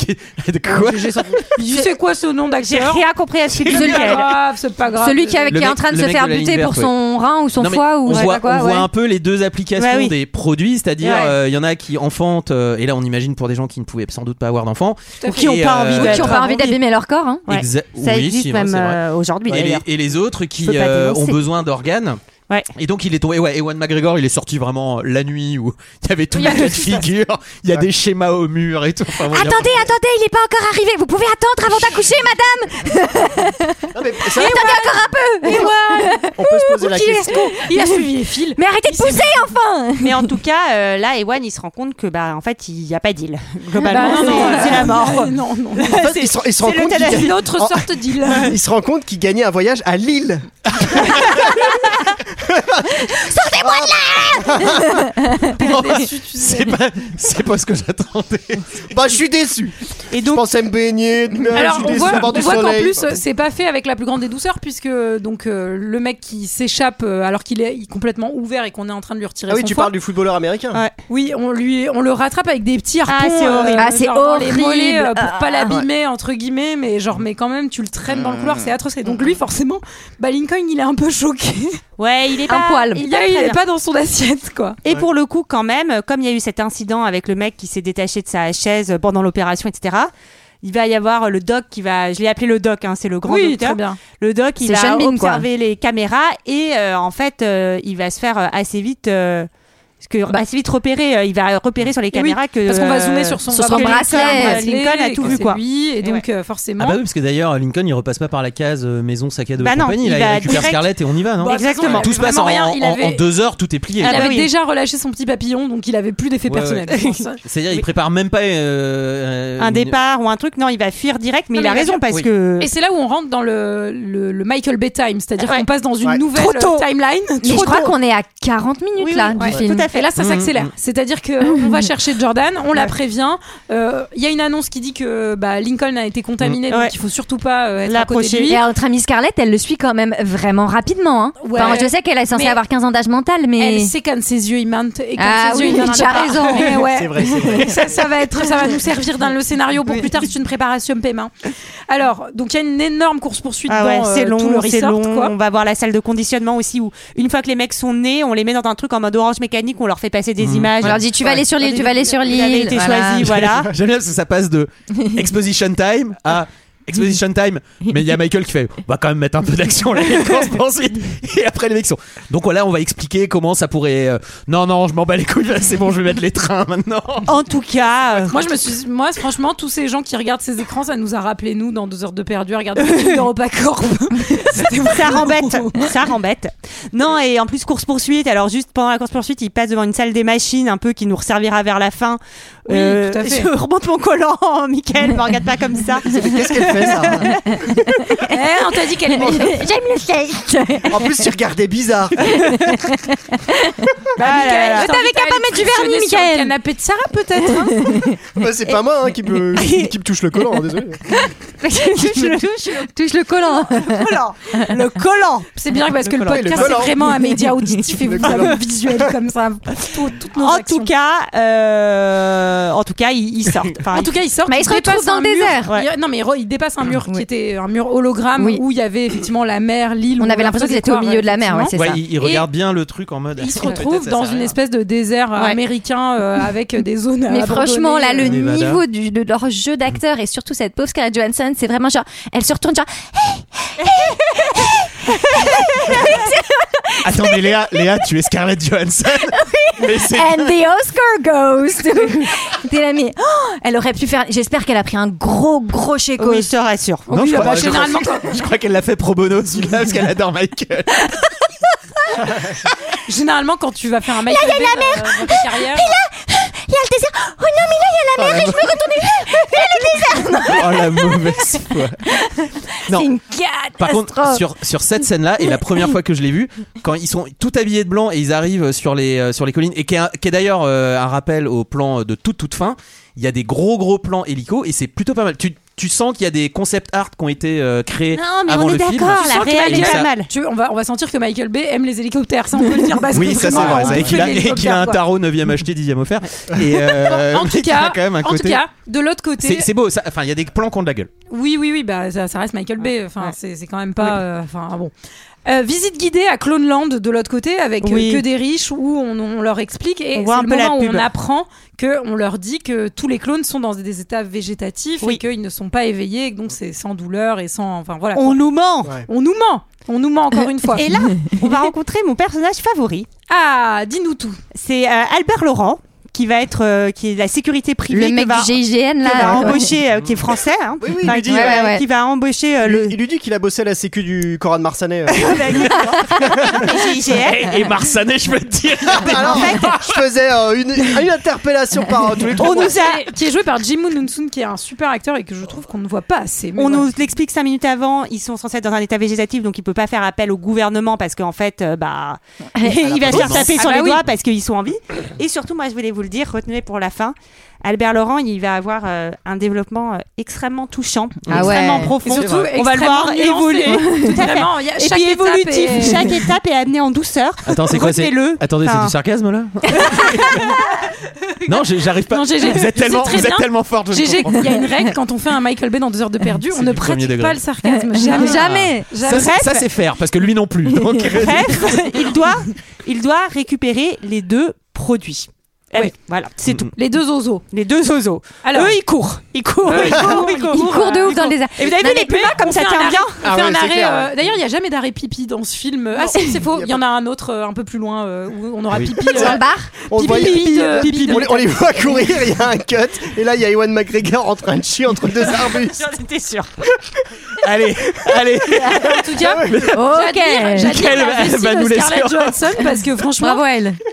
[SPEAKER 8] quoi
[SPEAKER 1] GG sans- Tu sais quoi ce nom
[SPEAKER 9] J'ai
[SPEAKER 1] d'acteur
[SPEAKER 9] rien compris à ce film.
[SPEAKER 1] C'est
[SPEAKER 9] Lequel
[SPEAKER 1] pas grave, c'est pas grave.
[SPEAKER 6] Celui qui, avec-
[SPEAKER 8] Le
[SPEAKER 6] qui est en
[SPEAKER 8] mec-
[SPEAKER 6] train de
[SPEAKER 8] le
[SPEAKER 6] se
[SPEAKER 8] mec
[SPEAKER 6] faire
[SPEAKER 8] de la
[SPEAKER 6] buter
[SPEAKER 8] ligne
[SPEAKER 6] pour
[SPEAKER 8] verte,
[SPEAKER 6] son rein ou son
[SPEAKER 8] Non, mais
[SPEAKER 6] foie ou
[SPEAKER 8] on
[SPEAKER 6] je sais
[SPEAKER 8] voit,
[SPEAKER 6] pas quoi.
[SPEAKER 8] on voit
[SPEAKER 6] ouais.
[SPEAKER 8] un peu les deux applications
[SPEAKER 6] Ouais, oui.
[SPEAKER 8] des produits, c'est-à-dire
[SPEAKER 6] Ouais.
[SPEAKER 8] euh, il y en a qui enfantent, euh, et là on imagine pour des gens qui ne pouvaient sans doute pas avoir d'enfants,
[SPEAKER 1] à
[SPEAKER 9] Ou qui ont
[SPEAKER 8] Et,
[SPEAKER 9] pas envie
[SPEAKER 8] euh,
[SPEAKER 6] Ou qui ont pas envie d'abîmer leur corps. hein.
[SPEAKER 9] Ouais.
[SPEAKER 8] Exa-
[SPEAKER 9] Ça
[SPEAKER 8] oui,
[SPEAKER 9] existe
[SPEAKER 8] si, ouais,
[SPEAKER 9] même
[SPEAKER 8] c'est vrai.
[SPEAKER 9] euh, aujourd'hui
[SPEAKER 8] et, les,
[SPEAKER 9] d'ailleurs.
[SPEAKER 8] et les autres
[SPEAKER 9] Je peux
[SPEAKER 8] qui
[SPEAKER 9] pas
[SPEAKER 8] euh, ont
[SPEAKER 9] dénoncer.
[SPEAKER 8] besoin d'organes.
[SPEAKER 9] Ouais.
[SPEAKER 8] Et donc il est tombé, ouais, Ewan McGregor il est sorti vraiment la nuit où il y avait tout
[SPEAKER 6] Il y a
[SPEAKER 8] le cas de
[SPEAKER 6] tout ça.
[SPEAKER 8] figure, il y a des schémas au mur et tout. Enfin, voilà.
[SPEAKER 6] Attendez, attendez, il est pas encore arrivé. Vous pouvez attendre avant d'accoucher, madame.
[SPEAKER 2] Non, mais c'est vrai,
[SPEAKER 6] Attendez encore un peu.
[SPEAKER 2] on peut se poser la
[SPEAKER 6] Qui est-ce
[SPEAKER 2] question.
[SPEAKER 6] qu'on-
[SPEAKER 1] Il a suivi les fils.
[SPEAKER 6] Mais arrêtez de pousser enfin.
[SPEAKER 9] Mais en tout cas, euh, là, Ewan, il se rend compte que, bah, en fait, il n'y a pas d'île.
[SPEAKER 1] Bah,
[SPEAKER 9] Globalement,
[SPEAKER 1] non,
[SPEAKER 9] c'est-
[SPEAKER 1] non,
[SPEAKER 9] c'est la mort.
[SPEAKER 1] Non, non.
[SPEAKER 2] En fait, il se, il se rend compte qu'il
[SPEAKER 1] C'est
[SPEAKER 2] gagne-
[SPEAKER 1] une autre
[SPEAKER 2] en-
[SPEAKER 1] sorte d'île.
[SPEAKER 2] il se rend compte qu'il gagnait un voyage à Lille.
[SPEAKER 6] Sortez-moi de là.
[SPEAKER 2] Ah,
[SPEAKER 8] C'est pas, c'est pas ce que j'attendais.
[SPEAKER 2] Bah, je suis déçu.
[SPEAKER 9] Et donc,
[SPEAKER 2] je pensais me baigner. mais je
[SPEAKER 1] Alors
[SPEAKER 2] suis
[SPEAKER 1] on
[SPEAKER 2] déçu,
[SPEAKER 1] voit,
[SPEAKER 2] avoir
[SPEAKER 1] on
[SPEAKER 2] du
[SPEAKER 1] voit qu'en
[SPEAKER 2] soleil.
[SPEAKER 1] plus euh, c'est pas fait avec la plus grande des douceurs puisque euh, donc euh, le mec qui s'échappe euh, alors qu'il est il est complètement ouvert et qu'on est en train de lui retirer
[SPEAKER 2] Ah oui,
[SPEAKER 1] son
[SPEAKER 2] tu
[SPEAKER 1] foie.
[SPEAKER 2] parles du footballeur américain.
[SPEAKER 9] ouais.
[SPEAKER 1] Oui, on lui on le rattrape avec des petits harpons.
[SPEAKER 9] c'est
[SPEAKER 1] euh,
[SPEAKER 9] horrible.
[SPEAKER 6] Ah, c'est
[SPEAKER 1] genre dans les
[SPEAKER 6] horrible.
[SPEAKER 1] mollets euh, pour
[SPEAKER 6] Ah,
[SPEAKER 1] pas l'abîmer entre guillemets mais genre mais quand même tu le traînes dans le couloir,
[SPEAKER 2] Mm.
[SPEAKER 1] c'est atroce. Et donc lui forcément, bah Lincoln, il est un peu choqué.
[SPEAKER 9] Ouais, il est
[SPEAKER 6] Un
[SPEAKER 9] pas,
[SPEAKER 6] poil.
[SPEAKER 9] Il est
[SPEAKER 1] Il,
[SPEAKER 9] pas
[SPEAKER 1] est- il
[SPEAKER 9] Ah, très
[SPEAKER 1] est
[SPEAKER 9] bien.
[SPEAKER 1] pas dans son assiette quoi.
[SPEAKER 9] Et pour le coup, quand même, comme il y a eu cet incident avec le mec qui s'est détaché de sa chaise pendant l'opération, etc., il va y avoir le doc qui va. Je l'ai appelé le doc, hein, c'est le grand
[SPEAKER 1] oui,
[SPEAKER 9] docteur.
[SPEAKER 1] très bien.
[SPEAKER 9] Le doc, il
[SPEAKER 6] C'est
[SPEAKER 9] va
[SPEAKER 6] Sean Bean, quoi.
[SPEAKER 9] observer les caméras et euh, en fait, euh, il va se faire euh, assez vite. euh, parce que, assez vite repérer, euh, il va repérer sur les
[SPEAKER 1] Et oui,
[SPEAKER 9] caméras que.
[SPEAKER 1] Parce qu'on va
[SPEAKER 9] euh,
[SPEAKER 1] zoomer sur son,
[SPEAKER 6] sur
[SPEAKER 1] on va
[SPEAKER 6] son
[SPEAKER 1] voir que Lincoln,
[SPEAKER 6] bracelet,
[SPEAKER 9] euh, Lincoln a
[SPEAKER 1] et
[SPEAKER 9] tout
[SPEAKER 1] que
[SPEAKER 9] vu,
[SPEAKER 1] c'est
[SPEAKER 9] quoi.
[SPEAKER 1] lui, et
[SPEAKER 9] Et
[SPEAKER 1] donc euh, forcément.
[SPEAKER 8] Ah bah oui, parce que d'ailleurs Lincoln il repasse pas par la case euh, maison sac à dos
[SPEAKER 9] Bah
[SPEAKER 8] et
[SPEAKER 9] non,
[SPEAKER 8] compagnie,
[SPEAKER 9] il
[SPEAKER 8] là, il,
[SPEAKER 9] va
[SPEAKER 8] récupère
[SPEAKER 9] direct-
[SPEAKER 8] Scarlett et on y va, non
[SPEAKER 1] Bah,
[SPEAKER 9] Exactement.
[SPEAKER 8] Tout se passe en,
[SPEAKER 1] Vraiment rien, il
[SPEAKER 8] en-
[SPEAKER 1] avait-
[SPEAKER 8] en deux heures, tout est plié.
[SPEAKER 1] Il
[SPEAKER 9] Ah bah
[SPEAKER 1] avait
[SPEAKER 9] oui.
[SPEAKER 1] déjà relâché son petit papillon, donc il avait plus d'effet
[SPEAKER 8] Ouais,
[SPEAKER 1] personnel.
[SPEAKER 8] ouais.
[SPEAKER 1] je pense.
[SPEAKER 8] C'est-à-dire il prépare même pas euh,
[SPEAKER 9] un
[SPEAKER 8] une-
[SPEAKER 9] départ ou un truc. Non, il va fuir direct, mais
[SPEAKER 1] Non,
[SPEAKER 9] il a
[SPEAKER 1] mais il va
[SPEAKER 9] raison
[SPEAKER 1] fuir.
[SPEAKER 9] parce
[SPEAKER 8] Oui.
[SPEAKER 9] que.
[SPEAKER 1] Et c'est là où on rentre dans le, le, le Michael Bay time, c'est-à-dire
[SPEAKER 9] Ouais.
[SPEAKER 1] qu'on passe dans une
[SPEAKER 2] Ouais.
[SPEAKER 1] nouvelle
[SPEAKER 9] Trop tôt.
[SPEAKER 1] timeline.
[SPEAKER 6] Mais je
[SPEAKER 1] Trop
[SPEAKER 6] crois
[SPEAKER 1] tôt.
[SPEAKER 6] qu'on est à 40 minutes
[SPEAKER 9] Oui,
[SPEAKER 6] là
[SPEAKER 9] oui,
[SPEAKER 6] du
[SPEAKER 9] ouais.
[SPEAKER 6] film.
[SPEAKER 9] Tout à
[SPEAKER 1] fait. Et là,
[SPEAKER 8] Mm,
[SPEAKER 1] ça s'accélère. C'est-à-dire qu'on va chercher Jordan, on la prévient. Euh, Il y a une annonce qui dit que bah, Lincoln a été contaminé,
[SPEAKER 6] Mmh.
[SPEAKER 1] donc
[SPEAKER 6] Ouais.
[SPEAKER 1] il faut surtout pas euh, être à côté de lui.
[SPEAKER 13] Et alors, notre amie Scarlett, elle le suit quand même vraiment rapidement. hein.
[SPEAKER 1] Ouais.
[SPEAKER 13] Enfin, je sais qu'elle est censée
[SPEAKER 1] Mais-
[SPEAKER 13] avoir 15 ans d'âge mental, mais.
[SPEAKER 1] Elle sait quand ses yeux ils mentent et quand
[SPEAKER 13] Ah
[SPEAKER 1] ses
[SPEAKER 13] oui,
[SPEAKER 1] yeux ils mentent
[SPEAKER 13] tu as
[SPEAKER 1] pas.
[SPEAKER 13] raison.
[SPEAKER 1] Eh ouais.
[SPEAKER 13] C'est vrai, c'est vrai.
[SPEAKER 1] Ça, ça va être, ça va nous servir dans le scénario pour plus tard. C'est une préparation paiement. Alors, donc il y a une énorme course poursuite
[SPEAKER 9] Ah ouais,
[SPEAKER 1] dans euh,
[SPEAKER 9] c'est
[SPEAKER 1] tout le
[SPEAKER 9] long, c'est
[SPEAKER 1] resort,
[SPEAKER 9] long.
[SPEAKER 1] quoi.
[SPEAKER 9] On va voir la salle de conditionnement aussi où une fois que les mecs sont nés, on les met dans un truc en mode orange mécanique, on leur fait passer des images.
[SPEAKER 13] On leur dit, tu vas aller sur l'île, tu vas aller sur
[SPEAKER 9] Il avait
[SPEAKER 13] l'île,
[SPEAKER 9] été
[SPEAKER 13] voilà.
[SPEAKER 9] choisi, voilà.
[SPEAKER 8] J'aime bien parce que ça passe de Exposition Time à Exposition Time. Mais il y a Michael qui fait On va quand même mettre un peu d'action là, il y a une course poursuite. Et après, les mecs sont. Donc voilà, on va expliquer comment ça pourrait. euh, Non, non, je m'en bats les couilles, là, c'est bon, je vais mettre les trains maintenant.
[SPEAKER 9] En tout cas, euh,
[SPEAKER 1] Moi, je me suis, moi, franchement, tous ces gens qui regardent ces écrans, ça nous a rappelé nous dans deux heures de perdu, regarder le film d'EuropaCorp.
[SPEAKER 9] ça rembête, ça rembête. Non et en plus course poursuite. Alors juste pendant la course poursuite, ils passent devant une salle des machines un peu qui nous resservira vers la fin. Euh,
[SPEAKER 1] Oui, tout à fait.
[SPEAKER 9] Je remonte mon collant, Michael, me regarde pas comme ça.
[SPEAKER 2] Qu'est-ce qu'elle fait, ça
[SPEAKER 1] Eh, on t'a dit qu'elle est morte.
[SPEAKER 13] J'aime le steak.
[SPEAKER 2] En plus, il regardait bizarre.
[SPEAKER 9] Ah là là.
[SPEAKER 1] Je t'avais qu'à pas mettre du vernis, Michael. canapé de Sarah, peut-être. hein.
[SPEAKER 2] Bah, c'est pas moi hein, qui, me, qui, qui me touche le collant, hein, désolé.
[SPEAKER 1] Touche le-
[SPEAKER 13] touche le collant.
[SPEAKER 9] collant. Le collant.
[SPEAKER 1] C'est bien parce que le
[SPEAKER 9] collant.
[SPEAKER 1] podcast
[SPEAKER 9] Le
[SPEAKER 1] c'est
[SPEAKER 9] collant.
[SPEAKER 1] vraiment un média auditif et vous avez un visuel comme ça. Tout- toutes nos
[SPEAKER 9] en
[SPEAKER 1] actions.
[SPEAKER 9] tout cas, euh, en tout cas, ils, ils sortent. Enfin,
[SPEAKER 1] en tout cas, ils sortent.
[SPEAKER 13] Mais ils se
[SPEAKER 1] dépassent
[SPEAKER 13] retrouvent dans
[SPEAKER 1] un
[SPEAKER 13] le
[SPEAKER 1] mur.
[SPEAKER 13] désert.
[SPEAKER 1] Il- Non, mais ils re- ils dépassent un mur qui était un mur hologramme où il y avait effectivement la mer, l'île.
[SPEAKER 13] On
[SPEAKER 1] où
[SPEAKER 13] avait l'impression qu'ils étaient au milieu de la mer, ouais, c'est
[SPEAKER 1] effectivement.
[SPEAKER 13] ça.
[SPEAKER 8] il, il
[SPEAKER 1] Et
[SPEAKER 8] regarde bien le truc en mode.
[SPEAKER 1] Ils se
[SPEAKER 8] Peut-être
[SPEAKER 1] retrouvent
[SPEAKER 8] ça
[SPEAKER 1] dans
[SPEAKER 8] sert à
[SPEAKER 1] une
[SPEAKER 8] rien.
[SPEAKER 1] espèce de désert euh, américain euh, avec des zones.
[SPEAKER 13] Mais
[SPEAKER 1] abandonnées. euh.
[SPEAKER 13] franchement, là, le
[SPEAKER 8] Nevada.
[SPEAKER 13] niveau du- de leur jeu d'acteur et surtout cette pauvre Scarlett Johansson, c'est vraiment genre, elle se retourne genre,
[SPEAKER 8] Attends, mais Léa, Léa, tu es Scarlett Johansson. Mais c'est-
[SPEAKER 13] and the Oscar goes. to- T'es là, mais oh, elle aurait pu faire. J'espère qu'elle a pris un gros, gros chéco.
[SPEAKER 9] Oui, je te rassure.
[SPEAKER 8] Non, je, crois,
[SPEAKER 1] bah,
[SPEAKER 8] je crois-
[SPEAKER 1] généralement,
[SPEAKER 8] je crois qu'elle l'a fait pro bono celui-là parce qu'elle adore Michael.
[SPEAKER 1] Généralement, quand tu vas faire un Michael
[SPEAKER 13] Là, il y a
[SPEAKER 1] Bay dans, euh, dans ta carrière,
[SPEAKER 13] Il y a le désert. Oh non, mais là, il y a la mer et je me retourne. Il y a le désert.
[SPEAKER 8] Oh la mauvaise foi. Non.
[SPEAKER 13] C'est une
[SPEAKER 8] Par contre,
[SPEAKER 13] catastrophe.
[SPEAKER 8] sur, sur cette scène-là, et la première fois que je l'ai vue, quand ils sont tout habillés de blanc et ils arrivent sur les, euh, sur les collines, et qui est, un- qui est d'ailleurs euh, un rappel au plan euh, de toute toute fin, il y a des gros gros plans hélico et c'est plutôt pas mal. Tu, tu sens qu'il y a des concept art qui ont été euh, créés
[SPEAKER 13] Non, mais
[SPEAKER 8] avant
[SPEAKER 13] on est
[SPEAKER 8] le film.
[SPEAKER 13] d'accord,
[SPEAKER 1] tu
[SPEAKER 13] la
[SPEAKER 1] sens que
[SPEAKER 13] réelle
[SPEAKER 1] Michael-
[SPEAKER 13] est pas
[SPEAKER 8] ça-
[SPEAKER 13] mal.
[SPEAKER 1] tu- on, va, on va sentir que Michael Bay aime les hélicoptères, ça on peut le dire. parce que
[SPEAKER 8] Oui, ça c'est
[SPEAKER 1] vraiment, on
[SPEAKER 8] vrai.
[SPEAKER 1] fait
[SPEAKER 8] Et qu'il a,
[SPEAKER 1] des
[SPEAKER 8] et qu'il a un
[SPEAKER 1] hélicoptères, quoi.
[SPEAKER 8] tarot 9 e acheté, 10 e offert. Et euh,
[SPEAKER 1] en
[SPEAKER 8] mais
[SPEAKER 1] tout
[SPEAKER 8] qu'il a
[SPEAKER 1] cas,
[SPEAKER 8] quand même un
[SPEAKER 1] en tout
[SPEAKER 8] côté.
[SPEAKER 1] cas, de l'autre côté,
[SPEAKER 8] C'est c'est beau, ça- enfin il y a des plans qui ont de la gueule.
[SPEAKER 1] oui, oui, oui, bah ça, ça reste Michael Bay. Enfin, c'est, c'est quand même pas, euh, enfin ah bon. Euh, visite guidée à Cloneland de l'autre côté avec euh,
[SPEAKER 9] Oui.
[SPEAKER 1] que des riches où on, on leur explique et
[SPEAKER 9] On voit
[SPEAKER 1] c'est
[SPEAKER 9] un
[SPEAKER 1] le
[SPEAKER 9] peu la
[SPEAKER 1] moment où
[SPEAKER 9] pub.
[SPEAKER 1] on apprend que on leur dit que tous les clones sont dans des états végétatifs
[SPEAKER 9] Oui.
[SPEAKER 1] et qu'ils ne sont pas éveillés et que donc c'est sans douleur et sans enfin voilà.
[SPEAKER 9] on nous ment.
[SPEAKER 1] On nous ment, on nous ment encore une fois.
[SPEAKER 9] Et là, on va rencontrer mon personnage favori.
[SPEAKER 1] ah, dis-nous tout.
[SPEAKER 9] C'est euh, Albert Laurent qui va être euh, qui est de la sécurité privée
[SPEAKER 13] Le
[SPEAKER 9] que
[SPEAKER 13] mec
[SPEAKER 9] va,
[SPEAKER 13] du GIGN,
[SPEAKER 9] que
[SPEAKER 13] là.
[SPEAKER 9] va
[SPEAKER 13] ouais.
[SPEAKER 9] embaucher euh, qui est français hein,
[SPEAKER 2] Oui, oui,
[SPEAKER 9] enfin,
[SPEAKER 2] il lui
[SPEAKER 9] qui,
[SPEAKER 2] dit,
[SPEAKER 9] va-
[SPEAKER 13] ouais, ouais.
[SPEAKER 9] qui va embaucher euh, le
[SPEAKER 2] Il lui dit qu'il a bossé à la sécu du Coran de Marsanet. euh.
[SPEAKER 9] GIGN.
[SPEAKER 8] Et, Marsanet, je peux te dire.
[SPEAKER 2] Alors, je faisais euh, une, une interpellation par euh, tous les trois
[SPEAKER 9] On
[SPEAKER 2] mois.
[SPEAKER 9] nous a
[SPEAKER 1] Qui est joué par Jimon Nunsun qui est un super acteur et que je trouve qu'on ne voit pas assez. mais
[SPEAKER 9] On
[SPEAKER 1] voilà.
[SPEAKER 9] nous l'explique cinq minutes avant. Ils sont censés être dans un état végétatif, donc il peut pas faire appel au gouvernement parce qu'en fait, euh, bah, il va se faire taper
[SPEAKER 1] Ah
[SPEAKER 9] sur
[SPEAKER 1] bah
[SPEAKER 9] les
[SPEAKER 1] oui.
[SPEAKER 9] doigts parce qu'ils sont en vie. Et surtout, moi, je voulais vous le dire, retenez pour la fin. Albert Laurent, il va avoir euh, un développement euh, extrêmement touchant,
[SPEAKER 13] Ah
[SPEAKER 9] extrêmement
[SPEAKER 13] ouais.
[SPEAKER 1] Et
[SPEAKER 9] profond.
[SPEAKER 1] surtout,
[SPEAKER 9] on va le voir
[SPEAKER 1] extrêmement
[SPEAKER 9] évoluer.
[SPEAKER 1] nuancé.
[SPEAKER 9] Tout à fait.
[SPEAKER 1] Vraiment, il y a-
[SPEAKER 9] Et
[SPEAKER 1] chaque
[SPEAKER 9] puis
[SPEAKER 1] étape
[SPEAKER 9] évolutif.
[SPEAKER 1] est-
[SPEAKER 9] Chaque étape est amenée en douceur.
[SPEAKER 8] Attends, c'est quoi c'est
[SPEAKER 9] Retenez-le.
[SPEAKER 8] Attendez, c'est
[SPEAKER 9] Enfin,
[SPEAKER 8] du sarcasme là Non, j'ai- j'arrive pas.
[SPEAKER 1] Non, GG,
[SPEAKER 8] vous êtes
[SPEAKER 1] je sais
[SPEAKER 8] tellement,
[SPEAKER 1] très
[SPEAKER 8] vous êtes
[SPEAKER 1] bien.
[SPEAKER 8] tellement forte. je ne
[SPEAKER 1] GG,
[SPEAKER 8] comprends
[SPEAKER 1] il y a une règle quand on fait un Michael Bay dans deux heures de perdu, on ne
[SPEAKER 8] du premier
[SPEAKER 1] pratique
[SPEAKER 8] degré.
[SPEAKER 1] pas le sarcasme. Jamais.
[SPEAKER 13] Jamais.
[SPEAKER 8] pas. Ça, c'est- ça, c'est faire parce que lui non plus. Donc,
[SPEAKER 9] Bref, il doit, il doit récupérer les deux produits. Eh
[SPEAKER 1] Oui.
[SPEAKER 9] oui, voilà,
[SPEAKER 8] Mm.
[SPEAKER 9] c'est tout.
[SPEAKER 1] Les deux oiseaux.
[SPEAKER 9] Les deux zozos.
[SPEAKER 1] Alors,
[SPEAKER 9] Eux, ils courent. Ils
[SPEAKER 8] Ah
[SPEAKER 9] courent. Ils courent. Ils courent.
[SPEAKER 13] Il court de ouf dans le désert.
[SPEAKER 9] Et vous avez
[SPEAKER 13] Non,
[SPEAKER 9] vu
[SPEAKER 13] mais-
[SPEAKER 9] les pumas comme
[SPEAKER 1] on
[SPEAKER 9] ça
[SPEAKER 1] fait un
[SPEAKER 9] tient
[SPEAKER 1] arrêt.
[SPEAKER 9] bien
[SPEAKER 1] on
[SPEAKER 2] Ah
[SPEAKER 1] fait
[SPEAKER 2] ouais,
[SPEAKER 1] un
[SPEAKER 2] c'est
[SPEAKER 1] arrêt.
[SPEAKER 2] clair, ouais.
[SPEAKER 1] euh, D'ailleurs, il n'y a jamais d'arrêt pipi dans ce film. Ah si, c'est faux. Il y en a un autre euh, un peu plus loin euh, où on aura
[SPEAKER 8] Oui.
[SPEAKER 1] pipi. euh,
[SPEAKER 13] Dans le bar
[SPEAKER 2] On
[SPEAKER 1] pipi,
[SPEAKER 2] voyait-
[SPEAKER 1] pipi, de- pipi de-
[SPEAKER 2] On les, on les voit courir, il y a un cut, et là il y a Ewan McGregor en train de chier entre deux arbustes.
[SPEAKER 9] J'en étais sûre.
[SPEAKER 8] Allez, allez.
[SPEAKER 1] En tout cas, j'admire- j'admire
[SPEAKER 8] Michael
[SPEAKER 1] la
[SPEAKER 8] va-
[SPEAKER 1] vessie
[SPEAKER 8] va
[SPEAKER 1] de
[SPEAKER 8] nous laisser
[SPEAKER 1] Scarlett
[SPEAKER 8] en-
[SPEAKER 1] Johansson parce que franchement,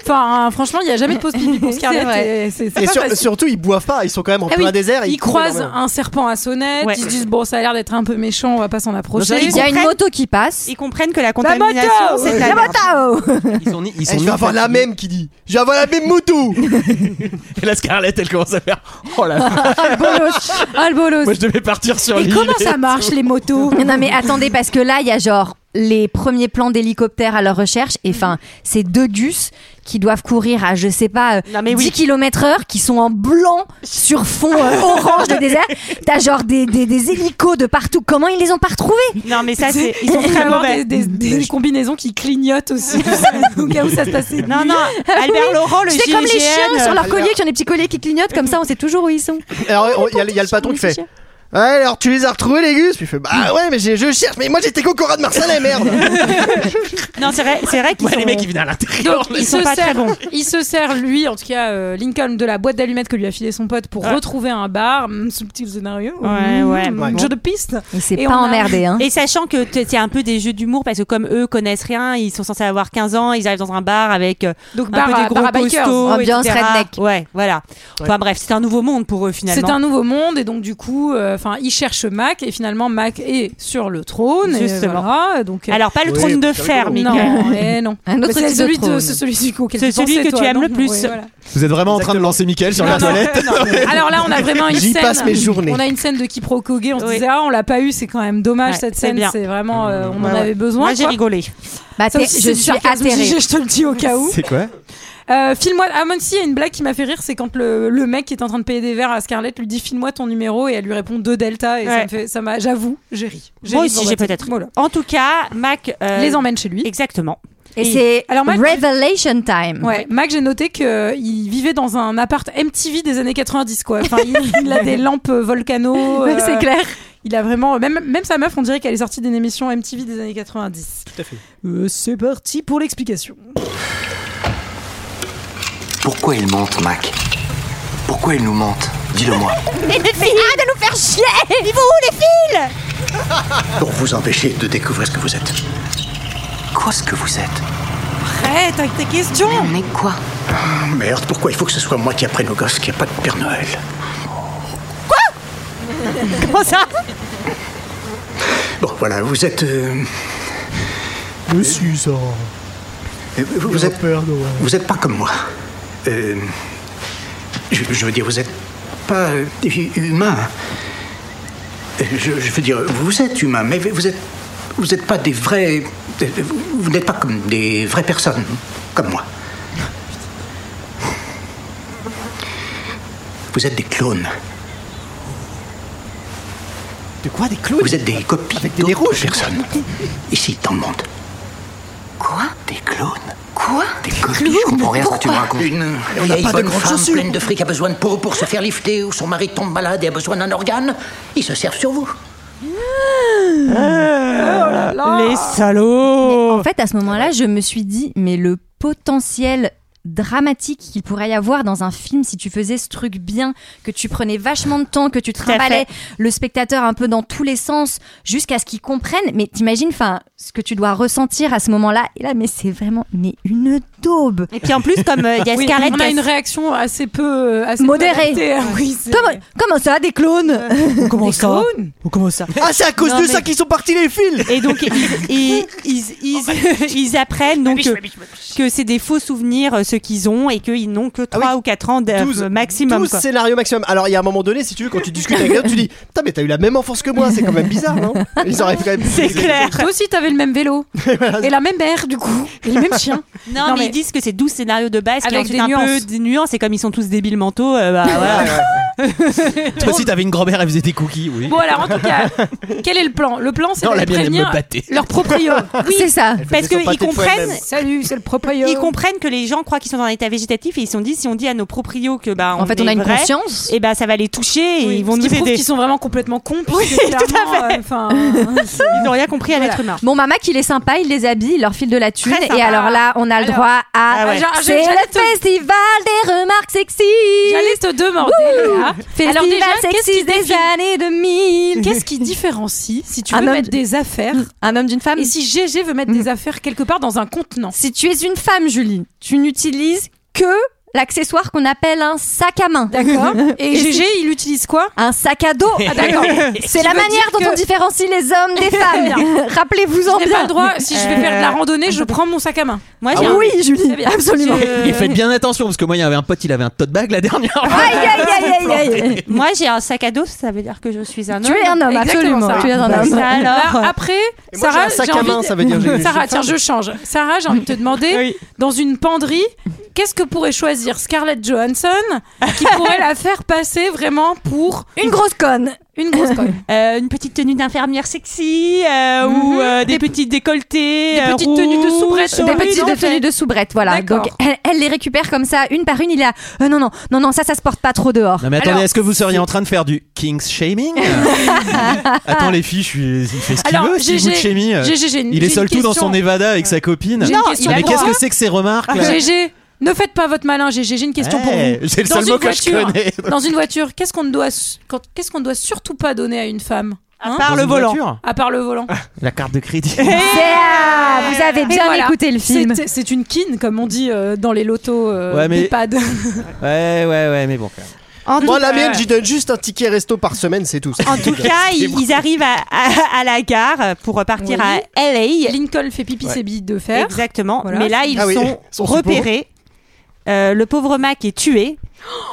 [SPEAKER 1] Enfin, franchement, il n'y a jamais de pause pipi pour
[SPEAKER 2] C'est
[SPEAKER 1] Scarlett.
[SPEAKER 2] vrai.
[SPEAKER 1] et c'est- c'est
[SPEAKER 2] Et
[SPEAKER 1] pas
[SPEAKER 2] sur-
[SPEAKER 1] facile.
[SPEAKER 2] surtout, ils boivent pas, ils sont quand même en
[SPEAKER 1] Ah
[SPEAKER 2] plein
[SPEAKER 1] oui,
[SPEAKER 2] désert. et
[SPEAKER 1] ils
[SPEAKER 2] courent
[SPEAKER 1] croisent
[SPEAKER 2] dans la-
[SPEAKER 1] un serpent à sonnette,
[SPEAKER 2] Ouais.
[SPEAKER 1] ils se disent bon ça a l'air d'être un peu méchant, on va pas s'en approcher.
[SPEAKER 9] Il y a une
[SPEAKER 1] moto qui passe. Ils
[SPEAKER 9] comprennent que la
[SPEAKER 1] contamination c'est de la merde.
[SPEAKER 8] Ils sont ni- ils
[SPEAKER 2] Eh,
[SPEAKER 8] sont
[SPEAKER 2] je
[SPEAKER 8] ni
[SPEAKER 2] vais avoir la
[SPEAKER 8] fatigués.
[SPEAKER 2] même qui dit Je vais avoir la même moto
[SPEAKER 8] Et la Scarlett, elle commence à faire. Oh la.
[SPEAKER 6] Ah, le bolos.
[SPEAKER 1] Ah, le bolos.
[SPEAKER 8] Moi, je devais partir sur l'île et tout.
[SPEAKER 1] les motos
[SPEAKER 6] Non mais attendez parce que là il y a genre les premiers plans d'hélicoptères à leur recherche et enfin ces deux gus qui doivent courir à je sais pas euh, 10 km heure qui sont en blanc sur fond euh, orange de désert t'as genre des, des, des hélicos de partout comment ils les ont pas retrouvés
[SPEAKER 9] non mais ça c'est ils
[SPEAKER 1] Ils
[SPEAKER 9] sont
[SPEAKER 1] ont
[SPEAKER 9] très
[SPEAKER 1] vraiment
[SPEAKER 9] mauvais
[SPEAKER 1] des, des- des combinaisons qui clignotent aussi, au cas où ça se passait.
[SPEAKER 9] Non, non, Albert Laurent, le
[SPEAKER 6] c'est comme les
[SPEAKER 9] GIGN,
[SPEAKER 6] chiens sur leur
[SPEAKER 9] Albert-
[SPEAKER 6] collier qui ont des petits colliers qui clignotent comme ça on sait toujours où ils sont
[SPEAKER 2] Alors, il y a- il y, a le patron qui fait Ouais, alors tu les as retrouvés, les gus Puis il fait Bah ouais, mais j'ai- je cherche, mais moi j'étais Cocora de Marseille, merde
[SPEAKER 9] euh, non c'est vrai c'est vrai qu'ils
[SPEAKER 8] Ouais,
[SPEAKER 9] sont
[SPEAKER 8] les mecs, ils viennent à l'intérieur.
[SPEAKER 1] Donc, il, se sert, il se sert, lui, en tout cas, euh, Lincoln, de la boîte d'allumettes que lui a filé son pote pour
[SPEAKER 9] Ouais.
[SPEAKER 1] retrouver un bar. Mm, subtil scénario.
[SPEAKER 9] Ah. Ouais,
[SPEAKER 1] Mm,
[SPEAKER 9] ouais.
[SPEAKER 1] mm,
[SPEAKER 9] Ouais.
[SPEAKER 1] Jeu de piste.
[SPEAKER 6] Il s'est
[SPEAKER 1] Et
[SPEAKER 6] pas
[SPEAKER 1] on a-
[SPEAKER 6] emmerdé, hein.
[SPEAKER 9] Et sachant que t- c'est un peu des jeux d'humour parce que comme eux connaissent rien, ils sont censés avoir 15 ans, ils arrivent dans un bar avec euh,
[SPEAKER 1] Donc,
[SPEAKER 9] un
[SPEAKER 1] bar
[SPEAKER 9] peu
[SPEAKER 1] à-
[SPEAKER 9] des gros
[SPEAKER 1] bar à bikers.
[SPEAKER 9] costauds,
[SPEAKER 1] Ambiance
[SPEAKER 9] etc..
[SPEAKER 1] redneck.
[SPEAKER 9] hein, Ouais, voilà. Enfin bref, c'est un nouveau monde pour eux finalement.
[SPEAKER 1] C'est un nouveau monde et donc du coup, euh, enfin, il cherche Mac et finalement Mac est sur le trône. et
[SPEAKER 9] Justement.
[SPEAKER 1] voilà, donc euh,
[SPEAKER 9] Alors pas le
[SPEAKER 1] Oui,
[SPEAKER 9] trône de
[SPEAKER 1] c'est
[SPEAKER 9] fer,
[SPEAKER 1] rigolo.
[SPEAKER 9] Mickaël.
[SPEAKER 1] Non, eh non.
[SPEAKER 9] Un autre
[SPEAKER 1] Mais c'est
[SPEAKER 9] type de
[SPEAKER 1] celui
[SPEAKER 9] trône.
[SPEAKER 1] c'est celui du- auquel
[SPEAKER 9] C'est
[SPEAKER 1] tu
[SPEAKER 9] celui
[SPEAKER 1] pensais,
[SPEAKER 9] que
[SPEAKER 1] toi,
[SPEAKER 9] tu aimes
[SPEAKER 1] non
[SPEAKER 9] le plus.
[SPEAKER 1] Ouais, voilà.
[SPEAKER 8] Vous êtes vraiment en train de lancer Michael sur
[SPEAKER 1] Non,
[SPEAKER 8] la
[SPEAKER 1] non,
[SPEAKER 8] toilette
[SPEAKER 1] non. Alors là, on a vraiment une
[SPEAKER 8] J'y
[SPEAKER 1] scène.
[SPEAKER 8] passe mes journées.
[SPEAKER 1] On a une scène de Kiprokoge. On se disait, ah, on l'a pas eu, c'est quand même dommage
[SPEAKER 9] Ouais,
[SPEAKER 1] cette
[SPEAKER 9] c'est
[SPEAKER 1] scène.
[SPEAKER 9] bien. Mmh.
[SPEAKER 1] C'est vraiment, euh, on
[SPEAKER 9] Ouais,
[SPEAKER 1] en
[SPEAKER 9] ouais.
[SPEAKER 1] avait besoin.
[SPEAKER 9] Moi, j'ai
[SPEAKER 1] quoi.
[SPEAKER 9] rigolé.
[SPEAKER 6] Bah,
[SPEAKER 1] Ça
[SPEAKER 6] t'es-
[SPEAKER 1] aussi,
[SPEAKER 6] je
[SPEAKER 1] c'est du
[SPEAKER 6] suis
[SPEAKER 1] sarcasme
[SPEAKER 6] atterrée.
[SPEAKER 1] jugé, Je te le dis au cas où.
[SPEAKER 8] C'est quoi
[SPEAKER 1] Euh, File-moi. Ah, même si, il y a une blague qui m'a fait rire, c'est quand le, le mec qui est en train de payer des verres à Scarlett lui dit File-moi ton numéro et elle lui répond 2 Delta. Et ça
[SPEAKER 9] Ouais.
[SPEAKER 1] me fait- ça m'a, j'avoue, j'ai ri.
[SPEAKER 9] Moi
[SPEAKER 1] ri
[SPEAKER 9] aussi,
[SPEAKER 1] devant
[SPEAKER 9] j'ai
[SPEAKER 1] ma télé.
[SPEAKER 9] peut-être.
[SPEAKER 1] Voilà.
[SPEAKER 9] En tout cas, Mac euh,
[SPEAKER 1] Les emmène chez lui.
[SPEAKER 9] Exactement.
[SPEAKER 6] et c'est
[SPEAKER 1] Alors, moi,
[SPEAKER 6] revelation time
[SPEAKER 1] Ouais, Mac, j'ai noté qu'il vivait dans un appart MTV des années 90, quoi. Enfin, il, il a des lampes euh, volcano. euh,
[SPEAKER 6] Ouais, c'est clair.
[SPEAKER 1] Il a vraiment. Même, même sa meuf, on dirait qu'elle est sortie d'une émission MTV des années 90.
[SPEAKER 2] Tout à fait.
[SPEAKER 1] Euh, c'est parti pour l'explication.
[SPEAKER 3] Pourquoi ils mentent, Mac Pourquoi ils nous mentent Dis-le-moi.
[SPEAKER 13] Mais les filles, ah, de nous faire chier Ils vont où, les fils
[SPEAKER 4] Pour vous empêcher de découvrir ce que vous êtes.
[SPEAKER 3] Quoi ce que vous êtes
[SPEAKER 1] Arrête avec tes questions
[SPEAKER 3] On est quoi
[SPEAKER 4] Merde, pourquoi il faut que ce soit moi qui apprenne aux gosses qu'il n'y a pas de Père Noël
[SPEAKER 9] Comment ça
[SPEAKER 4] Bon, voilà, vous êtes. euh,
[SPEAKER 2] Monsieur, ça
[SPEAKER 4] euh, vous, vous êtes. Vous êtes pas comme moi. Euh, je, je veux dire, vous êtes pas euh, hu- humain. Euh, Je, je veux dire, vous êtes humain, mais vous êtes. Vous n'êtes pas des vrais. euh, Vous, vous n'êtes pas comme des vraies personnes, comme moi. Vous êtes des clones.
[SPEAKER 2] De quoi, des clones
[SPEAKER 4] Vous êtes des copies des rouges personnes. Ici, dans le monde. Quoi Des clones Quoi Des copies
[SPEAKER 3] Je comprends rien à ce que tu me racontes.
[SPEAKER 4] Une
[SPEAKER 3] On n'a
[SPEAKER 4] vieille
[SPEAKER 3] pas de
[SPEAKER 4] bonne
[SPEAKER 3] grandes
[SPEAKER 4] femme
[SPEAKER 3] chaussures.
[SPEAKER 4] pleine de fric a besoin de peau pour se faire lifter ou son mari tombe malade et a besoin d'un organe. Ils se servent sur vous.
[SPEAKER 9] Les salauds
[SPEAKER 6] Oh En fait, à ce moment-là, je me suis dit, mais le potentiel dramatique qu'il pourrait y avoir dans un film si tu faisais ce truc bien, que tu prenais vachement de temps, que tu
[SPEAKER 9] à fait.
[SPEAKER 6] trimballais le spectateur un peu dans tous les sens jusqu'à ce qu'il comprenne. Mais t'imagines, enfin, ce que tu dois ressentir à ce moment-là. Et là, mais c'est vraiment, mais une daube.
[SPEAKER 9] Et puis en plus, comme euh, il y a
[SPEAKER 1] Oui,
[SPEAKER 9] Scarlett
[SPEAKER 1] on
[SPEAKER 9] qui
[SPEAKER 1] a
[SPEAKER 9] a-
[SPEAKER 1] une réaction assez peu. euh, Assez peu
[SPEAKER 6] Modérée.
[SPEAKER 1] adaptée, hein, oui, c'est-
[SPEAKER 6] Comment, comment ça, des clones
[SPEAKER 9] Comment
[SPEAKER 1] Des
[SPEAKER 9] ça
[SPEAKER 1] clones
[SPEAKER 9] Comment ça
[SPEAKER 2] Ah, c'est à cause
[SPEAKER 9] Non,
[SPEAKER 2] de
[SPEAKER 9] mais-
[SPEAKER 2] ça qu'ils sont partis les fils
[SPEAKER 9] Et donc ils, ils, ils,
[SPEAKER 6] Oh, bah,
[SPEAKER 9] ils- ils apprennent donc euh, que c'est des faux souvenirs euh, ceux qu'ils ont et qu'ils n'ont que 3 ou 4 ans de- euh,
[SPEAKER 2] 12,
[SPEAKER 9] maximum.
[SPEAKER 2] 12
[SPEAKER 9] quoi.
[SPEAKER 2] scénarios maximum. Alors, il y a un moment donné, si tu veux, quand tu discutes avec l'autre, tu dis Putain, mais t'as eu la même enfance que moi, c'est quand même bizarre, non Ils auraient quand même.
[SPEAKER 9] C'est clair.
[SPEAKER 1] Toi aussi, t'avais le même vélo. et la même mère, du coup. Et le même chien.
[SPEAKER 9] Non, mais ils disent que c'est 12 scénarios de base qui
[SPEAKER 1] Avec
[SPEAKER 9] ont
[SPEAKER 1] des
[SPEAKER 9] un
[SPEAKER 1] nuances.
[SPEAKER 9] peu des nuances et comme ils sont tous débiles mentaux, euh, bah, voilà.
[SPEAKER 8] Toi aussi, t'avais une grand-mère, elle faisait des cookies, oui.
[SPEAKER 1] Bon, alors, en tout cas, quel est le plan Le plan, c'est
[SPEAKER 8] Non,
[SPEAKER 1] de
[SPEAKER 8] la mienne, elle me
[SPEAKER 1] prévenir
[SPEAKER 8] battait.
[SPEAKER 1] leur proprio. Oui,
[SPEAKER 6] C'est ça.
[SPEAKER 9] Parce
[SPEAKER 8] faisait son
[SPEAKER 9] qu'ils
[SPEAKER 8] pâté de fois
[SPEAKER 9] comprennent,
[SPEAKER 8] elle-même.
[SPEAKER 1] Salut, c'est le proprio.
[SPEAKER 9] ils comprennent que les gens croient qu'ils sont dans un état végétatif et ils se sont dit si on dit à nos proprios que bah
[SPEAKER 6] En fait, on
[SPEAKER 9] est
[SPEAKER 6] a une
[SPEAKER 9] vrai,
[SPEAKER 6] conscience.
[SPEAKER 9] et bah ça va les toucher et
[SPEAKER 1] Oui,
[SPEAKER 9] ils vont
[SPEAKER 1] ce
[SPEAKER 9] nous
[SPEAKER 1] qui prouve
[SPEAKER 9] aider.
[SPEAKER 1] qu'ils sont vraiment complètement cons. puisque clairement, euh, Enfin,
[SPEAKER 9] Ils n'ont rien compris à l'être humain.
[SPEAKER 6] Mon maman qui est sympa, il les habille, il leur file de la thune.
[SPEAKER 9] Très sympa.
[SPEAKER 6] Et alors là, on a le
[SPEAKER 1] Alors-
[SPEAKER 6] droit à.
[SPEAKER 1] Ah ouais. J'allais
[SPEAKER 6] C'est le
[SPEAKER 1] te-
[SPEAKER 6] festival des remarques sexy.
[SPEAKER 1] J'allais te demander, Léa, Voilà.
[SPEAKER 6] Alors déjà, sexy des années 2000.
[SPEAKER 1] Qu'est-ce qui différencie si tu
[SPEAKER 6] Un
[SPEAKER 1] veux
[SPEAKER 6] homme
[SPEAKER 1] mettre
[SPEAKER 6] d-
[SPEAKER 1] des affaires
[SPEAKER 6] un homme d'une femme Mm.
[SPEAKER 1] et si GG veut mettre des affaires quelque part dans un contenant
[SPEAKER 6] Si tu es une femme, Julie, tu n'utilises que l'accessoire qu'on appelle un sac à main.
[SPEAKER 1] D'accord. Et GG,
[SPEAKER 6] il utilise quoi Un sac à dos.
[SPEAKER 1] Ah, d'accord.
[SPEAKER 6] C'est
[SPEAKER 1] Ce qui
[SPEAKER 6] la
[SPEAKER 1] veut
[SPEAKER 6] manière
[SPEAKER 1] dire
[SPEAKER 6] dont
[SPEAKER 1] que-
[SPEAKER 6] on différencie les hommes des
[SPEAKER 1] Très bien.
[SPEAKER 6] femmes. Rappelez-vous-en
[SPEAKER 1] Je n'ai
[SPEAKER 6] bien. Euh,
[SPEAKER 1] pas le droit. Si je vais faire de la randonnée, je prends mon sac à main. Moi,
[SPEAKER 8] Ah j'ai un-
[SPEAKER 6] oui, Julie,
[SPEAKER 1] Très bien.
[SPEAKER 6] absolument.
[SPEAKER 8] Et faites bien attention parce que moi il y avait un pote, il avait un tote bag la dernière
[SPEAKER 1] Ah,
[SPEAKER 8] fois.
[SPEAKER 9] Moi, j'ai un sac à dos, ça veut dire que je suis un homme.
[SPEAKER 6] Tu es un homme, absolument.
[SPEAKER 9] Sarah.
[SPEAKER 6] Tu es un homme. Bah, euh,
[SPEAKER 9] Ça, alors.
[SPEAKER 1] Bah, Là, après,
[SPEAKER 9] Et moi, j'ai
[SPEAKER 1] Sarah,
[SPEAKER 9] un sac
[SPEAKER 1] j'ai
[SPEAKER 9] à
[SPEAKER 1] envie
[SPEAKER 9] main,
[SPEAKER 1] de-
[SPEAKER 9] ça veut dire j'ai- j'ai
[SPEAKER 1] Sarah,
[SPEAKER 9] faim.
[SPEAKER 1] tiens, je change. Sarah, j'ai envie de te demander, dans une penderie, qu'est-ce que pourrait choisir Scarlett Johansson qui pourrait la faire passer vraiment pour
[SPEAKER 6] une grosse conne
[SPEAKER 1] Une grosse conne.
[SPEAKER 9] Euh, une petite tenue d'infirmière sexy euh, ou euh, des, petits décolletés,
[SPEAKER 6] Des
[SPEAKER 9] euh,
[SPEAKER 6] petites tenues de
[SPEAKER 9] rouges,
[SPEAKER 6] soubrette. Des
[SPEAKER 9] oui,
[SPEAKER 6] petites
[SPEAKER 9] non,
[SPEAKER 6] tenues de soubrette, voilà. Donc elle, elle les récupère comme ça, une par une. Il a non, non, non, non, ça, ça se porte pas trop dehors.
[SPEAKER 8] Non mais attendez,
[SPEAKER 6] Alors-
[SPEAKER 8] est-ce que vous seriez en train de faire du king's shaming Attends les filles, je suis... il fait ce qu'il
[SPEAKER 1] Alors,
[SPEAKER 8] veut, si
[SPEAKER 1] GG,
[SPEAKER 8] vous de shaming.
[SPEAKER 1] GG, j'ai une-
[SPEAKER 8] il est
[SPEAKER 1] j'ai
[SPEAKER 8] seul
[SPEAKER 1] une
[SPEAKER 8] tout dans
[SPEAKER 1] question.
[SPEAKER 8] son Nevada avec sa copine.
[SPEAKER 1] J'ai une question
[SPEAKER 8] mais
[SPEAKER 1] pour
[SPEAKER 8] qu'est-ce
[SPEAKER 1] toi.
[SPEAKER 8] que c'est que ces remarques là
[SPEAKER 1] GG, ne faites pas votre malin, GG. J'ai une question
[SPEAKER 8] Eh,
[SPEAKER 1] pour vous.
[SPEAKER 8] c'est le
[SPEAKER 1] Dans
[SPEAKER 8] seul
[SPEAKER 1] une
[SPEAKER 8] mot que je
[SPEAKER 1] voiture-
[SPEAKER 8] connais.
[SPEAKER 1] Dans une voiture, qu'est-ce qu'on ne doit, su- quand- qu'est-ce qu'on ne doit surtout pas donner à une femme Hein
[SPEAKER 8] part Dans le une volant. voiture
[SPEAKER 1] À part le volant.
[SPEAKER 8] La carte de crédit.
[SPEAKER 9] Ah,
[SPEAKER 6] vous avez bien écouté le film.
[SPEAKER 1] C'est, c'est une kin, comme on dit euh, dans les lotos euh,
[SPEAKER 8] Ouais, mais-
[SPEAKER 1] d'EHPAD.
[SPEAKER 8] Ouais, ouais, ouais, mais bon. quand même.
[SPEAKER 9] En
[SPEAKER 2] Moi,
[SPEAKER 9] tout-
[SPEAKER 2] la mienne,
[SPEAKER 9] Ouais.
[SPEAKER 2] j'y donne juste un ticket resto par semaine, c'est tout.
[SPEAKER 9] En tout cas, ils, ils arrivent à, à- à la gare pour partir
[SPEAKER 1] Oui.
[SPEAKER 9] à LA.
[SPEAKER 1] Lincoln fait pipi
[SPEAKER 9] Ouais.
[SPEAKER 1] ses billes de fer.
[SPEAKER 9] Exactement.
[SPEAKER 1] Voilà.
[SPEAKER 9] Mais là, ils
[SPEAKER 1] Ah oui.
[SPEAKER 9] sont,
[SPEAKER 1] Sont sous
[SPEAKER 9] repérés. Euh, le pauvre Mac est tué.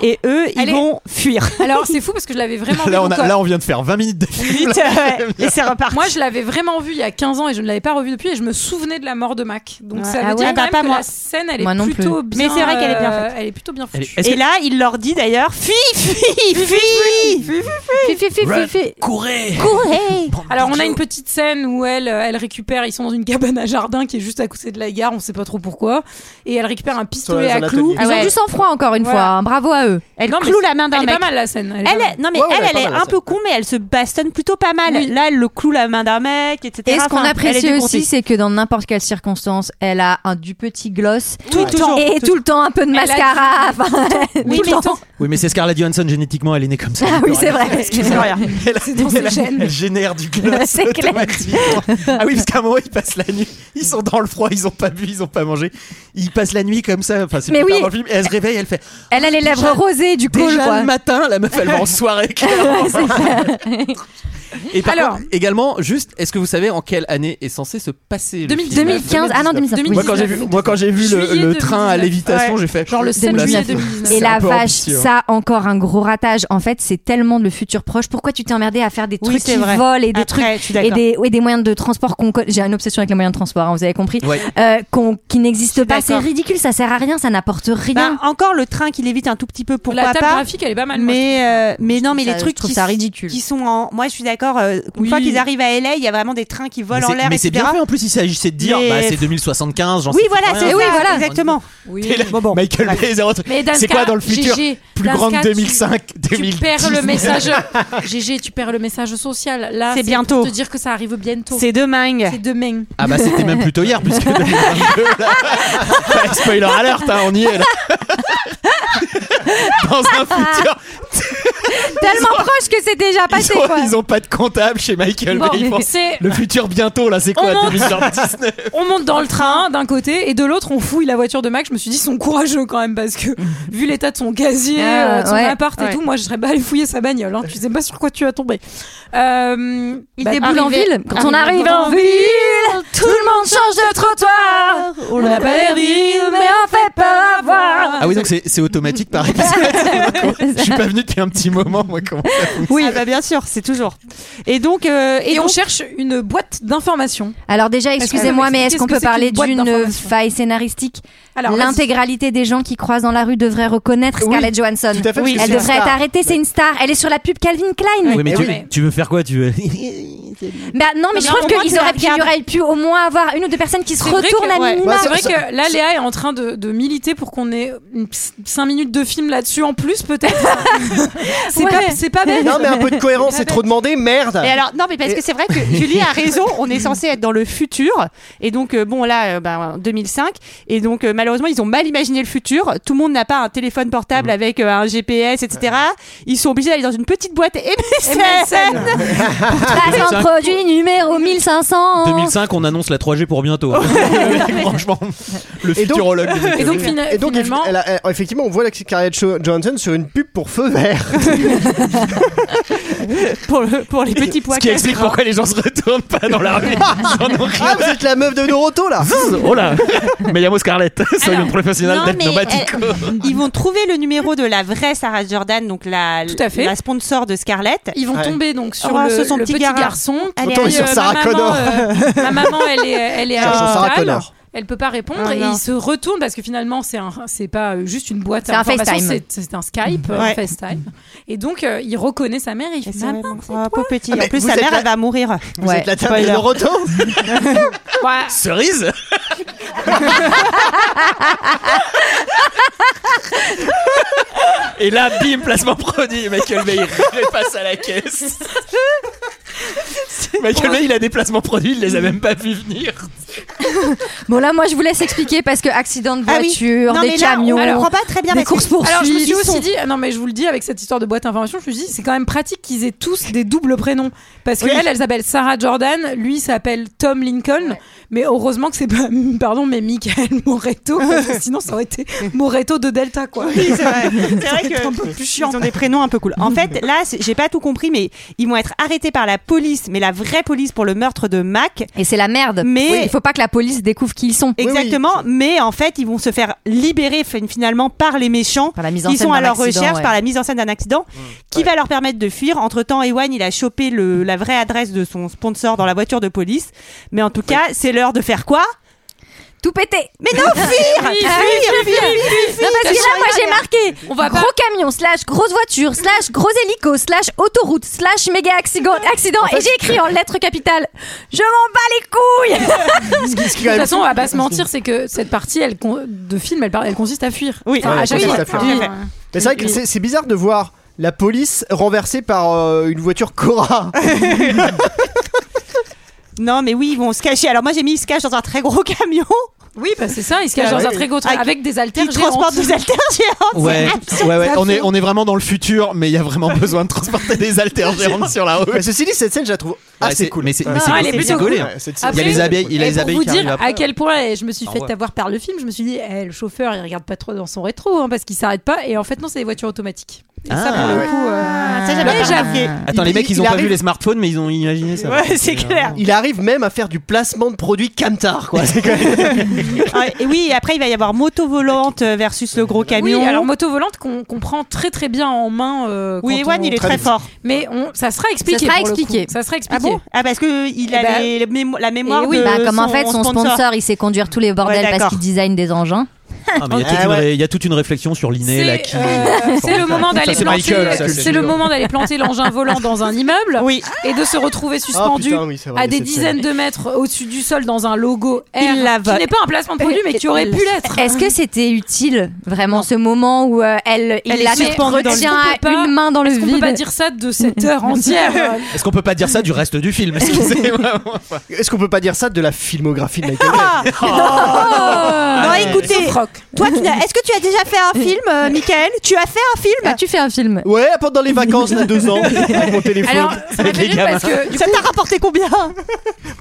[SPEAKER 9] Et eux, ils
[SPEAKER 1] Allez.
[SPEAKER 9] vont fuir.
[SPEAKER 1] Alors, c'est fou parce que je l'avais vraiment
[SPEAKER 8] Là
[SPEAKER 1] vu.
[SPEAKER 8] on, a-
[SPEAKER 1] donc,
[SPEAKER 8] là, on vient de faire 20 minutes de film.
[SPEAKER 9] Vite, ouais. Et c'est reparti.
[SPEAKER 1] Moi, je l'avais vraiment vu il y a 15 ans et je ne l'avais pas revu depuis et je me souvenais de la mort de Mac. Donc
[SPEAKER 9] Ouais.
[SPEAKER 1] ça veut
[SPEAKER 9] Ah ouais.
[SPEAKER 1] dire
[SPEAKER 9] Ah
[SPEAKER 1] quand
[SPEAKER 9] bah,
[SPEAKER 1] même
[SPEAKER 9] pas
[SPEAKER 1] que
[SPEAKER 9] moi.
[SPEAKER 1] la scène, elle
[SPEAKER 9] Moi
[SPEAKER 1] est
[SPEAKER 9] non
[SPEAKER 1] plutôt
[SPEAKER 9] plus.
[SPEAKER 1] bien.
[SPEAKER 9] Mais c'est vrai qu'elle est bien faite.
[SPEAKER 1] euh, Elle est plutôt bien
[SPEAKER 8] Elle
[SPEAKER 1] foutue.
[SPEAKER 8] est- est-ce
[SPEAKER 9] Et
[SPEAKER 8] que-
[SPEAKER 9] là, il leur dit d'ailleurs Fuis, fuis, fuis
[SPEAKER 6] Fais, fais, fais, fais, fais.
[SPEAKER 8] Courez
[SPEAKER 6] Courez
[SPEAKER 1] Alors on a une petite scène où elle, euh, elle récupère, ils sont dans une cabane à jardin qui est juste à côté de la gare, on sait pas trop pourquoi, et elle récupère un pistolet
[SPEAKER 6] Sur
[SPEAKER 1] à
[SPEAKER 6] les
[SPEAKER 1] clous.
[SPEAKER 6] Ils ont du sang-froid encore une
[SPEAKER 1] Voilà.
[SPEAKER 6] fois. hein. Bravo à eux.
[SPEAKER 9] Elle
[SPEAKER 1] Non, mais
[SPEAKER 9] cloue la main d'un
[SPEAKER 1] elle est
[SPEAKER 9] mec.
[SPEAKER 1] pas mal la scène. Elle est
[SPEAKER 9] Elle,
[SPEAKER 1] pas
[SPEAKER 9] est-
[SPEAKER 1] mal.
[SPEAKER 9] non mais
[SPEAKER 1] Ouais, ouais,
[SPEAKER 9] elle, elle
[SPEAKER 1] pas
[SPEAKER 9] est
[SPEAKER 1] mal, la
[SPEAKER 9] un
[SPEAKER 1] scène.
[SPEAKER 9] peu con, mais elle se bastonne plutôt pas mal. Là, elle le cloue la main d'un mec, etc.
[SPEAKER 6] Et ce qu'on
[SPEAKER 9] Enfin, elle
[SPEAKER 6] apprécie
[SPEAKER 9] est
[SPEAKER 6] aussi,
[SPEAKER 9] dégourdie.
[SPEAKER 6] c'est que dans n'importe quelle circonstance, elle a un du petit gloss.
[SPEAKER 9] Tout le temps.
[SPEAKER 6] Et tout le temps un peu de
[SPEAKER 1] Elle a
[SPEAKER 6] mascara.
[SPEAKER 1] du-
[SPEAKER 6] enfin,
[SPEAKER 1] Oui,
[SPEAKER 6] tout le
[SPEAKER 1] mais
[SPEAKER 6] temps.
[SPEAKER 1] attends,
[SPEAKER 8] Oui, mais c'est Scarlett Johansson génétiquement, elle est née comme ça.
[SPEAKER 6] Ah oui, c'est vrai.
[SPEAKER 8] Elle,
[SPEAKER 1] dans ses
[SPEAKER 8] elle-
[SPEAKER 1] gènes.
[SPEAKER 8] elle génère du gloss
[SPEAKER 6] C'est clair.
[SPEAKER 8] automatiquement. Ah oui, parce qu'à un moment, ils passent la nuit. Ils sont dans le froid, ils ont pas bu, ils ont pas mangé. Ils passent la nuit comme ça. Enfin, c'est
[SPEAKER 6] Mais
[SPEAKER 8] plus tard
[SPEAKER 6] oui.
[SPEAKER 8] dans le film. Et elle se réveille, elle fait. Ah,
[SPEAKER 6] Elle a les lèvres rosées du coup, je
[SPEAKER 8] Déjà
[SPEAKER 6] crois.
[SPEAKER 8] le matin, la meuf, elle va en soirée. clairement. Et par
[SPEAKER 1] Alors.
[SPEAKER 8] contre, également, juste, est-ce que vous savez en quelle année est censé se passer le
[SPEAKER 1] 2000
[SPEAKER 8] film
[SPEAKER 6] 2015. Ah non, 2015.
[SPEAKER 8] Moi, quand j'ai vu, moi, quand j'ai vu le,
[SPEAKER 1] Juillet
[SPEAKER 8] le train à
[SPEAKER 1] 2019.
[SPEAKER 8] lévitation,
[SPEAKER 1] Ouais.
[SPEAKER 8] j'ai fait.
[SPEAKER 1] Genre le 7
[SPEAKER 8] Oula,
[SPEAKER 1] juillet
[SPEAKER 8] c'est-
[SPEAKER 1] 2019.
[SPEAKER 6] Et
[SPEAKER 8] c'est
[SPEAKER 6] la
[SPEAKER 8] un peu
[SPEAKER 6] vache,
[SPEAKER 8] ambitieux.
[SPEAKER 6] ça encore un gros ratage. En fait, c'est tellement de le futur proche. Pourquoi tu t'es emmerdé à faire des
[SPEAKER 9] Oui,
[SPEAKER 6] trucs
[SPEAKER 9] c'est
[SPEAKER 6] qui
[SPEAKER 9] vrai.
[SPEAKER 6] volent et des
[SPEAKER 9] Après, je suis
[SPEAKER 6] trucs et
[SPEAKER 9] d'accord.
[SPEAKER 6] des, ouais, des moyens de transport qu'on co- J'ai une obsession avec les moyens de transport, hein, vous avez compris,
[SPEAKER 8] Ouais.
[SPEAKER 6] Euh, qu'on- qui n'existent pas. C'est
[SPEAKER 9] d'accord.
[SPEAKER 6] ridicule, ça sert à rien, ça n'apporte rien.
[SPEAKER 9] Ben, encore le train qui l'évite un tout petit peu, pourquoi
[SPEAKER 1] La table
[SPEAKER 9] pas
[SPEAKER 1] graphique, elle est pas mal. moi, je
[SPEAKER 9] Mais euh, mais non, mais
[SPEAKER 6] ça-
[SPEAKER 9] les trucs
[SPEAKER 6] je trouve
[SPEAKER 9] qui,
[SPEAKER 6] ça
[SPEAKER 9] s-
[SPEAKER 6] ridicule.
[SPEAKER 9] qui sont en. Moi, je suis d'accord. euh, une
[SPEAKER 1] Oui.
[SPEAKER 9] fois qu'ils arrivent à LA, il y a vraiment des trains qui
[SPEAKER 8] Mais
[SPEAKER 9] volent en
[SPEAKER 8] c'est-
[SPEAKER 9] l'air,
[SPEAKER 8] Mais c'est
[SPEAKER 9] etc.
[SPEAKER 8] bien fait en plus, il s'agissait de dire
[SPEAKER 9] Mais-
[SPEAKER 8] bah, c'est 2075, j'en
[SPEAKER 9] Oui,
[SPEAKER 8] sais Ah
[SPEAKER 9] voilà,
[SPEAKER 8] rien.
[SPEAKER 9] c'est
[SPEAKER 6] oui,
[SPEAKER 9] ça,
[SPEAKER 6] voilà.
[SPEAKER 9] exactement.
[SPEAKER 1] Oui.
[SPEAKER 8] Bon, bon. Michael Bay, zéro truc.
[SPEAKER 1] Mais Danska,
[SPEAKER 8] C'est quoi dans le futur
[SPEAKER 1] GG,
[SPEAKER 8] Plus grande
[SPEAKER 1] Danska, tu-
[SPEAKER 8] 2005,
[SPEAKER 1] Tu perds
[SPEAKER 8] 2019.
[SPEAKER 1] le message. GG, tu perds le message social. Là,
[SPEAKER 9] C'est
[SPEAKER 1] pour
[SPEAKER 9] bientôt.
[SPEAKER 1] Te dire que ça arrive bientôt.
[SPEAKER 9] C'est demain.
[SPEAKER 1] C'est demain.
[SPEAKER 8] Ah bah c'était même plutôt hier puisque 2022 là. Ouais, Spoiler alerte, hein, on y est là. Dans un futur,
[SPEAKER 6] Tellement proche que c'est déjà
[SPEAKER 8] ils
[SPEAKER 6] passé.
[SPEAKER 8] ont,
[SPEAKER 6] quoi.
[SPEAKER 8] ils ont pas de comptable chez Michael
[SPEAKER 1] Bon,
[SPEAKER 8] Bay. ils font,
[SPEAKER 1] c'est-
[SPEAKER 8] Le futur bientôt là, c'est quoi
[SPEAKER 1] On monte.
[SPEAKER 8] 2019
[SPEAKER 1] On monte dans le train d'un côté et de l'autre on fouille la voiture de Mac. Je me suis dit ils sont courageux quand même parce que vu l'état de son casier,
[SPEAKER 6] Ah,
[SPEAKER 1] euh, de son
[SPEAKER 6] ouais,
[SPEAKER 1] appart et
[SPEAKER 9] ouais.
[SPEAKER 1] tout, moi je serais pas allé fouiller sa bagnole. Hein. Tu sais pas sur quoi tu as tombé. Euh,
[SPEAKER 6] Il
[SPEAKER 1] bah,
[SPEAKER 6] déboule en
[SPEAKER 1] arrivé-
[SPEAKER 6] ville. Quand on arrive en ville, tout le monde change de trottoir. On n'a pas l'air vil, mais on fait pas avoir.
[SPEAKER 8] Ah oui donc c'est c'est automatique par épisode. Je suis pas venu depuis un petit moment moi comment ça fout.
[SPEAKER 9] Oui, bah bien sûr, c'est toujours. Et donc, euh,
[SPEAKER 1] Et, on
[SPEAKER 9] donc-
[SPEAKER 1] cherche une boîte d'informations.
[SPEAKER 6] Alors déjà, excusez-moi,
[SPEAKER 1] qu'elle
[SPEAKER 6] mais
[SPEAKER 1] va
[SPEAKER 6] est-ce qu'on peut
[SPEAKER 1] expliquer
[SPEAKER 6] parler
[SPEAKER 1] ce que c'est qu'une boîte
[SPEAKER 6] d'une
[SPEAKER 1] d'information
[SPEAKER 6] faille scénaristique
[SPEAKER 1] Alors, vas-y.
[SPEAKER 6] L'intégralité des gens qui croisent dans la rue devraient reconnaître
[SPEAKER 2] Oui,
[SPEAKER 6] Scarlett Johansson.
[SPEAKER 2] tout à fait, parce que
[SPEAKER 6] elle
[SPEAKER 2] c'est une
[SPEAKER 6] devrait
[SPEAKER 2] star.
[SPEAKER 6] être arrêtée, c'est une star. Elle est sur la pub Calvin Klein.
[SPEAKER 8] Oui mais,
[SPEAKER 2] Eh
[SPEAKER 8] tu,
[SPEAKER 2] oui.
[SPEAKER 8] tu veux faire quoi Tu veux
[SPEAKER 13] Bah non, mais je trouve
[SPEAKER 1] au moins, tu
[SPEAKER 13] qu'ils
[SPEAKER 1] la
[SPEAKER 13] auraient pu, il y
[SPEAKER 1] regardes.
[SPEAKER 13] aurait pu au moins avoir une ou deux personnes qui se
[SPEAKER 1] C'est vrai
[SPEAKER 13] retournent
[SPEAKER 1] que-
[SPEAKER 13] à
[SPEAKER 1] ouais.
[SPEAKER 13] minima.
[SPEAKER 1] Bah, c'est vrai que là, Léa est en train de, de militer pour qu'on ait 5 minutes de film là-dessus en plus, peut-être. c'est
[SPEAKER 9] Ouais.
[SPEAKER 1] pas, c'est pas bête.
[SPEAKER 2] Non, mais un peu de cohérence, c'est trop demandé, merde.
[SPEAKER 9] Et alors, non, mais parce que c'est vrai que Julie a raison, on est censé être dans le futur. Et donc, euh, bon, là, euh, ben, en 2005. Et donc, euh, malheureusement, ils ont mal imaginé le futur. Tout le monde n'a pas un téléphone portable avec euh, un GPS, etc. Ils sont obligés d'aller dans une petite boîte MSN.
[SPEAKER 13] Passe en produit numéro 1500.
[SPEAKER 8] 2005, on annonce la 3G pour bientôt. Franchement, le
[SPEAKER 2] Et donc-
[SPEAKER 8] futurologue. des
[SPEAKER 2] Et donc,
[SPEAKER 8] objets.
[SPEAKER 2] et donc, elle a- elle- effectivement, on voit la Scarlett Jo- Johansson sur une pub pour feu vert.
[SPEAKER 9] pour, les petits pois.
[SPEAKER 8] Ce qui explique pourquoi les gens se retournent pas dans la rue. Ils en ont rien.
[SPEAKER 2] ah, vous êtes la meuf de Naruto là
[SPEAKER 8] Oh là Mais Yamo Scarlett, soyons
[SPEAKER 9] Alors,
[SPEAKER 8] professionnels
[SPEAKER 9] non,
[SPEAKER 8] d'être
[SPEAKER 9] mais,
[SPEAKER 8] nomadiques.
[SPEAKER 9] euh, ils vont trouver le numéro de la vraie Sarah Jordan, donc la,
[SPEAKER 1] Tout à fait.
[SPEAKER 9] la sponsor de Scarlett.
[SPEAKER 1] Ils vont tomber donc sur
[SPEAKER 9] Oh,
[SPEAKER 1] le,
[SPEAKER 9] ce sont
[SPEAKER 1] le
[SPEAKER 9] petits
[SPEAKER 1] petit
[SPEAKER 9] garins.
[SPEAKER 1] garçon.
[SPEAKER 9] Allez,
[SPEAKER 1] qui
[SPEAKER 9] allez.
[SPEAKER 1] dit, euh, ma maman, euh, ma maman, elle est, elle est à
[SPEAKER 9] Cherchons Sarah
[SPEAKER 1] l'hôpital.
[SPEAKER 9] Connor.
[SPEAKER 1] Elle peut pas répondre
[SPEAKER 13] Oh,
[SPEAKER 9] Ah,
[SPEAKER 1] et
[SPEAKER 9] non.
[SPEAKER 1] il se retourne parce que finalement c'est un, c'est pas euh, juste une boîte. à
[SPEAKER 9] C'est un
[SPEAKER 1] information,
[SPEAKER 9] FaceTime.
[SPEAKER 1] c'est- C'est un Skype,
[SPEAKER 9] Ouais.
[SPEAKER 1] un FaceTime. Et donc euh, il reconnaît sa mère. Et il fait maman, c'est toi.
[SPEAKER 9] oh, petit.
[SPEAKER 1] Ah, mais
[SPEAKER 9] en plus,
[SPEAKER 1] vous
[SPEAKER 9] sa
[SPEAKER 1] êtes
[SPEAKER 9] mère,
[SPEAKER 1] la-
[SPEAKER 9] elle va mourir.
[SPEAKER 1] Vous êtes la tante de
[SPEAKER 9] Spoiler.
[SPEAKER 1] Naruto Ouais.
[SPEAKER 8] Cerise Et là, bim, placement produit. Michael Bay il passe à la caisse. Michael Bay, il a des placements produits, il les a même pas vu venir.
[SPEAKER 6] Bon là, moi, je vous laisse expliquer parce que accident de
[SPEAKER 9] Ah oui.
[SPEAKER 6] voiture,
[SPEAKER 9] Non,
[SPEAKER 6] des
[SPEAKER 9] mais là, on
[SPEAKER 6] camions,
[SPEAKER 9] comprend pas très bien
[SPEAKER 6] des
[SPEAKER 9] parce que-
[SPEAKER 6] courses poursuites.
[SPEAKER 1] Alors je me suis aussi dit, ah non mais je vous le dis avec cette histoire de boîte information, je me suis dit c'est quand même pratique qu'ils aient tous des doubles prénoms parce que
[SPEAKER 6] Oui.
[SPEAKER 1] elle, elle s'appelle Sarah Jordan, lui s'appelle Tom Lincoln, mais heureusement que c'est pas, pardon mais Michael Moreto, parce que sinon ça aurait été Moreto de Delta quoi.
[SPEAKER 9] Oui, c'est vrai. C'est vrai
[SPEAKER 1] C'est
[SPEAKER 9] que
[SPEAKER 1] un peu plus chiant.
[SPEAKER 9] Ils ont des prénoms un peu cool.
[SPEAKER 6] Mm.
[SPEAKER 9] En fait, là, c'est- j'ai pas tout compris, mais ils vont être arrêtés par la police, mais la vraie police pour le meurtre de Mac.
[SPEAKER 6] Et c'est la merde.
[SPEAKER 9] Mais
[SPEAKER 6] Oui, il faut pas que la police découvre qui ils sont.
[SPEAKER 9] Exactement, mais en fait, ils vont se faire libérer fin- finalement par les méchants.
[SPEAKER 6] la mise en
[SPEAKER 9] ils
[SPEAKER 6] scène
[SPEAKER 9] sont à
[SPEAKER 6] d'un
[SPEAKER 9] leur
[SPEAKER 6] accident,
[SPEAKER 9] recherche
[SPEAKER 6] ouais.
[SPEAKER 9] par la mise en scène d'un accident qui va leur permettre de fuir. Entre temps, Ewan, il a chopé le- la vraie adresse de son sponsor dans la voiture de police. Mais en tout cas, c'est l'heure de faire quoi
[SPEAKER 6] Tout péter.
[SPEAKER 9] Mais non, fuir
[SPEAKER 6] Ah oui,
[SPEAKER 9] Fuir,
[SPEAKER 6] fuir,
[SPEAKER 9] fuir,
[SPEAKER 6] fuir,
[SPEAKER 9] fuir, fuir,
[SPEAKER 6] Non, parce que
[SPEAKER 9] fuir.
[SPEAKER 6] là, moi, j'ai marqué
[SPEAKER 1] On va
[SPEAKER 6] gros
[SPEAKER 1] pas-
[SPEAKER 6] camion, slash grosse voiture, slash gros hélico, slash autoroute, slash méga accident, accident et j'ai écrit en lettres capitales Je m'en bats les couilles
[SPEAKER 1] De toute façon, on va pas se mentir, c'est que cette partie elle, con- de film, elle, par- elle consiste à fuir.
[SPEAKER 9] Oui,
[SPEAKER 1] Enfin, à chaque
[SPEAKER 2] Ouais,
[SPEAKER 1] fois.
[SPEAKER 2] tout à fait.
[SPEAKER 1] Enfin,
[SPEAKER 2] Mais c'est vrai que c'est c'est bizarre de voir la police renversée par euh, une voiture Cora.
[SPEAKER 8] Ah
[SPEAKER 9] Non, mais oui, ils vont se cacher. Alors moi, j'ai mis ils se cachent dans un très gros camion.
[SPEAKER 1] Oui, bah c'est ça, ils se cachent
[SPEAKER 9] Ah
[SPEAKER 1] dans un
[SPEAKER 9] oui.
[SPEAKER 1] très gros truc
[SPEAKER 9] Avec-
[SPEAKER 1] avec des haltères
[SPEAKER 9] Ils transportent des haltères géantes.
[SPEAKER 8] Ouais,
[SPEAKER 9] C'est
[SPEAKER 8] ouais, ouais. On, est,
[SPEAKER 9] absurde.
[SPEAKER 8] on est vraiment dans le futur, mais il y a vraiment besoin de transporter des haltères géantes sur la
[SPEAKER 2] Mais
[SPEAKER 8] route.
[SPEAKER 2] Bah, ceci dit, cette scène, je la trouve
[SPEAKER 8] Ouais,
[SPEAKER 2] assez
[SPEAKER 8] Ah, c'est-
[SPEAKER 2] cool.
[SPEAKER 8] mais c'est-
[SPEAKER 2] Ouais.
[SPEAKER 9] Ah,
[SPEAKER 8] mais c'est-
[SPEAKER 1] Non, elle est
[SPEAKER 8] c'est
[SPEAKER 1] plutôt
[SPEAKER 8] gaulé,
[SPEAKER 1] cool. Ah,
[SPEAKER 8] hein.
[SPEAKER 2] Ouais, cette-
[SPEAKER 8] Il y a les abeilles, il y a
[SPEAKER 1] et
[SPEAKER 8] les abeilles
[SPEAKER 1] Pour vous
[SPEAKER 8] qui
[SPEAKER 1] dire
[SPEAKER 8] arrivent après.
[SPEAKER 1] à quel point eh, je me suis
[SPEAKER 8] Ah
[SPEAKER 1] fait
[SPEAKER 8] ouais.
[SPEAKER 1] avoir par le film, je me suis dit, eh, le chauffeur, il regarde pas trop dans son rétro hein, parce qu'il s'arrête pas. Et en fait, non, c'est des voitures automatiques. Et ça,
[SPEAKER 8] Ah.
[SPEAKER 1] pour le coup, euh,
[SPEAKER 9] Ça, j'avais
[SPEAKER 1] mais
[SPEAKER 9] pas
[SPEAKER 1] j'avoue.
[SPEAKER 9] remarqué.
[SPEAKER 8] Attends, les
[SPEAKER 2] Il-
[SPEAKER 8] mecs, ils
[SPEAKER 2] il
[SPEAKER 8] ont pas
[SPEAKER 2] arrive-
[SPEAKER 8] vu les smartphones, mais ils ont imaginé ça.
[SPEAKER 9] Ouais, c'est clair.
[SPEAKER 2] Il arrive même à faire du placement de produits Camtar, quoi. C'est quand même-
[SPEAKER 9] Ah, et oui, et après, il va y avoir moto volante euh, versus le gros camion.
[SPEAKER 1] Oui, alors moto volante qu'on qu'on prend très très bien en main. euh,
[SPEAKER 9] Oui,
[SPEAKER 1] quand
[SPEAKER 9] Ewan,
[SPEAKER 1] on-
[SPEAKER 9] il est très fort.
[SPEAKER 1] Mais on, ça sera expliqué.
[SPEAKER 6] sera
[SPEAKER 1] pour le coup.
[SPEAKER 6] expliqué.
[SPEAKER 1] Ça sera
[SPEAKER 9] Ah
[SPEAKER 1] expliqué.
[SPEAKER 9] bon Ah, parce qu'il
[SPEAKER 1] Eh
[SPEAKER 9] a
[SPEAKER 1] ben-
[SPEAKER 9] les- les mémo- la mémoire
[SPEAKER 6] Et oui,
[SPEAKER 1] Euh,
[SPEAKER 9] de
[SPEAKER 6] bah, comme en fait, son sponsor, il sait conduire tous les bordels
[SPEAKER 9] Ouais,
[SPEAKER 6] parce
[SPEAKER 9] d'accord.
[SPEAKER 6] qu'il design des engins.
[SPEAKER 8] Ah, mais il y a toute
[SPEAKER 2] Ah
[SPEAKER 8] une
[SPEAKER 2] ouais.
[SPEAKER 8] ré- il y a toute une réflexion sur l'inné, là, qui.
[SPEAKER 1] C'est euh, c'est le moment d'aller
[SPEAKER 8] c'est
[SPEAKER 1] planter.
[SPEAKER 8] Michael, ça, c'est
[SPEAKER 1] C'est le
[SPEAKER 8] sûr.
[SPEAKER 1] moment d'aller planter l'engin volant dans un immeuble.
[SPEAKER 9] Ah,
[SPEAKER 1] Et de se retrouver
[SPEAKER 8] Oh,
[SPEAKER 1] suspendu
[SPEAKER 2] Ah, putain, oui, c'est vrai,
[SPEAKER 1] à
[SPEAKER 2] il y a
[SPEAKER 1] des
[SPEAKER 2] cette
[SPEAKER 1] dizaines de mètres au-dessus du sol dans un logo R
[SPEAKER 9] Il la
[SPEAKER 1] qui
[SPEAKER 9] vole.
[SPEAKER 1] n'est pas un placement de produit mais qui aurait pu l'être.
[SPEAKER 6] Est-ce que c'était utile, vraiment, ce moment où euh, elle, il
[SPEAKER 1] Elle est
[SPEAKER 6] la
[SPEAKER 1] suspendue dans le-
[SPEAKER 6] retient
[SPEAKER 1] Est-ce qu'on
[SPEAKER 6] à
[SPEAKER 1] peut pas-
[SPEAKER 6] une main dans le
[SPEAKER 1] Est-ce qu'on peut
[SPEAKER 6] vide
[SPEAKER 1] pas dire ça de cette heure entière
[SPEAKER 8] Est-ce qu'on peut pas dire ça du reste du film Est-ce que c'est vraiment-
[SPEAKER 2] Est-ce qu'on peut pas dire ça de la filmographie de Michael Bay
[SPEAKER 9] Non,
[SPEAKER 1] Oh
[SPEAKER 9] écoutez, toi, tu n'as- est-ce que tu as déjà fait un film, euh, Michael Tu as fait un film
[SPEAKER 6] Ah, tu fais un film.
[SPEAKER 2] Ouais, pendant les vacances, il y a deux ans, avec mon téléphone.
[SPEAKER 1] Alors, ça m'a fait
[SPEAKER 8] les
[SPEAKER 1] rire parce
[SPEAKER 8] gamins.
[SPEAKER 1] que du
[SPEAKER 9] Ça t'a rapporté combien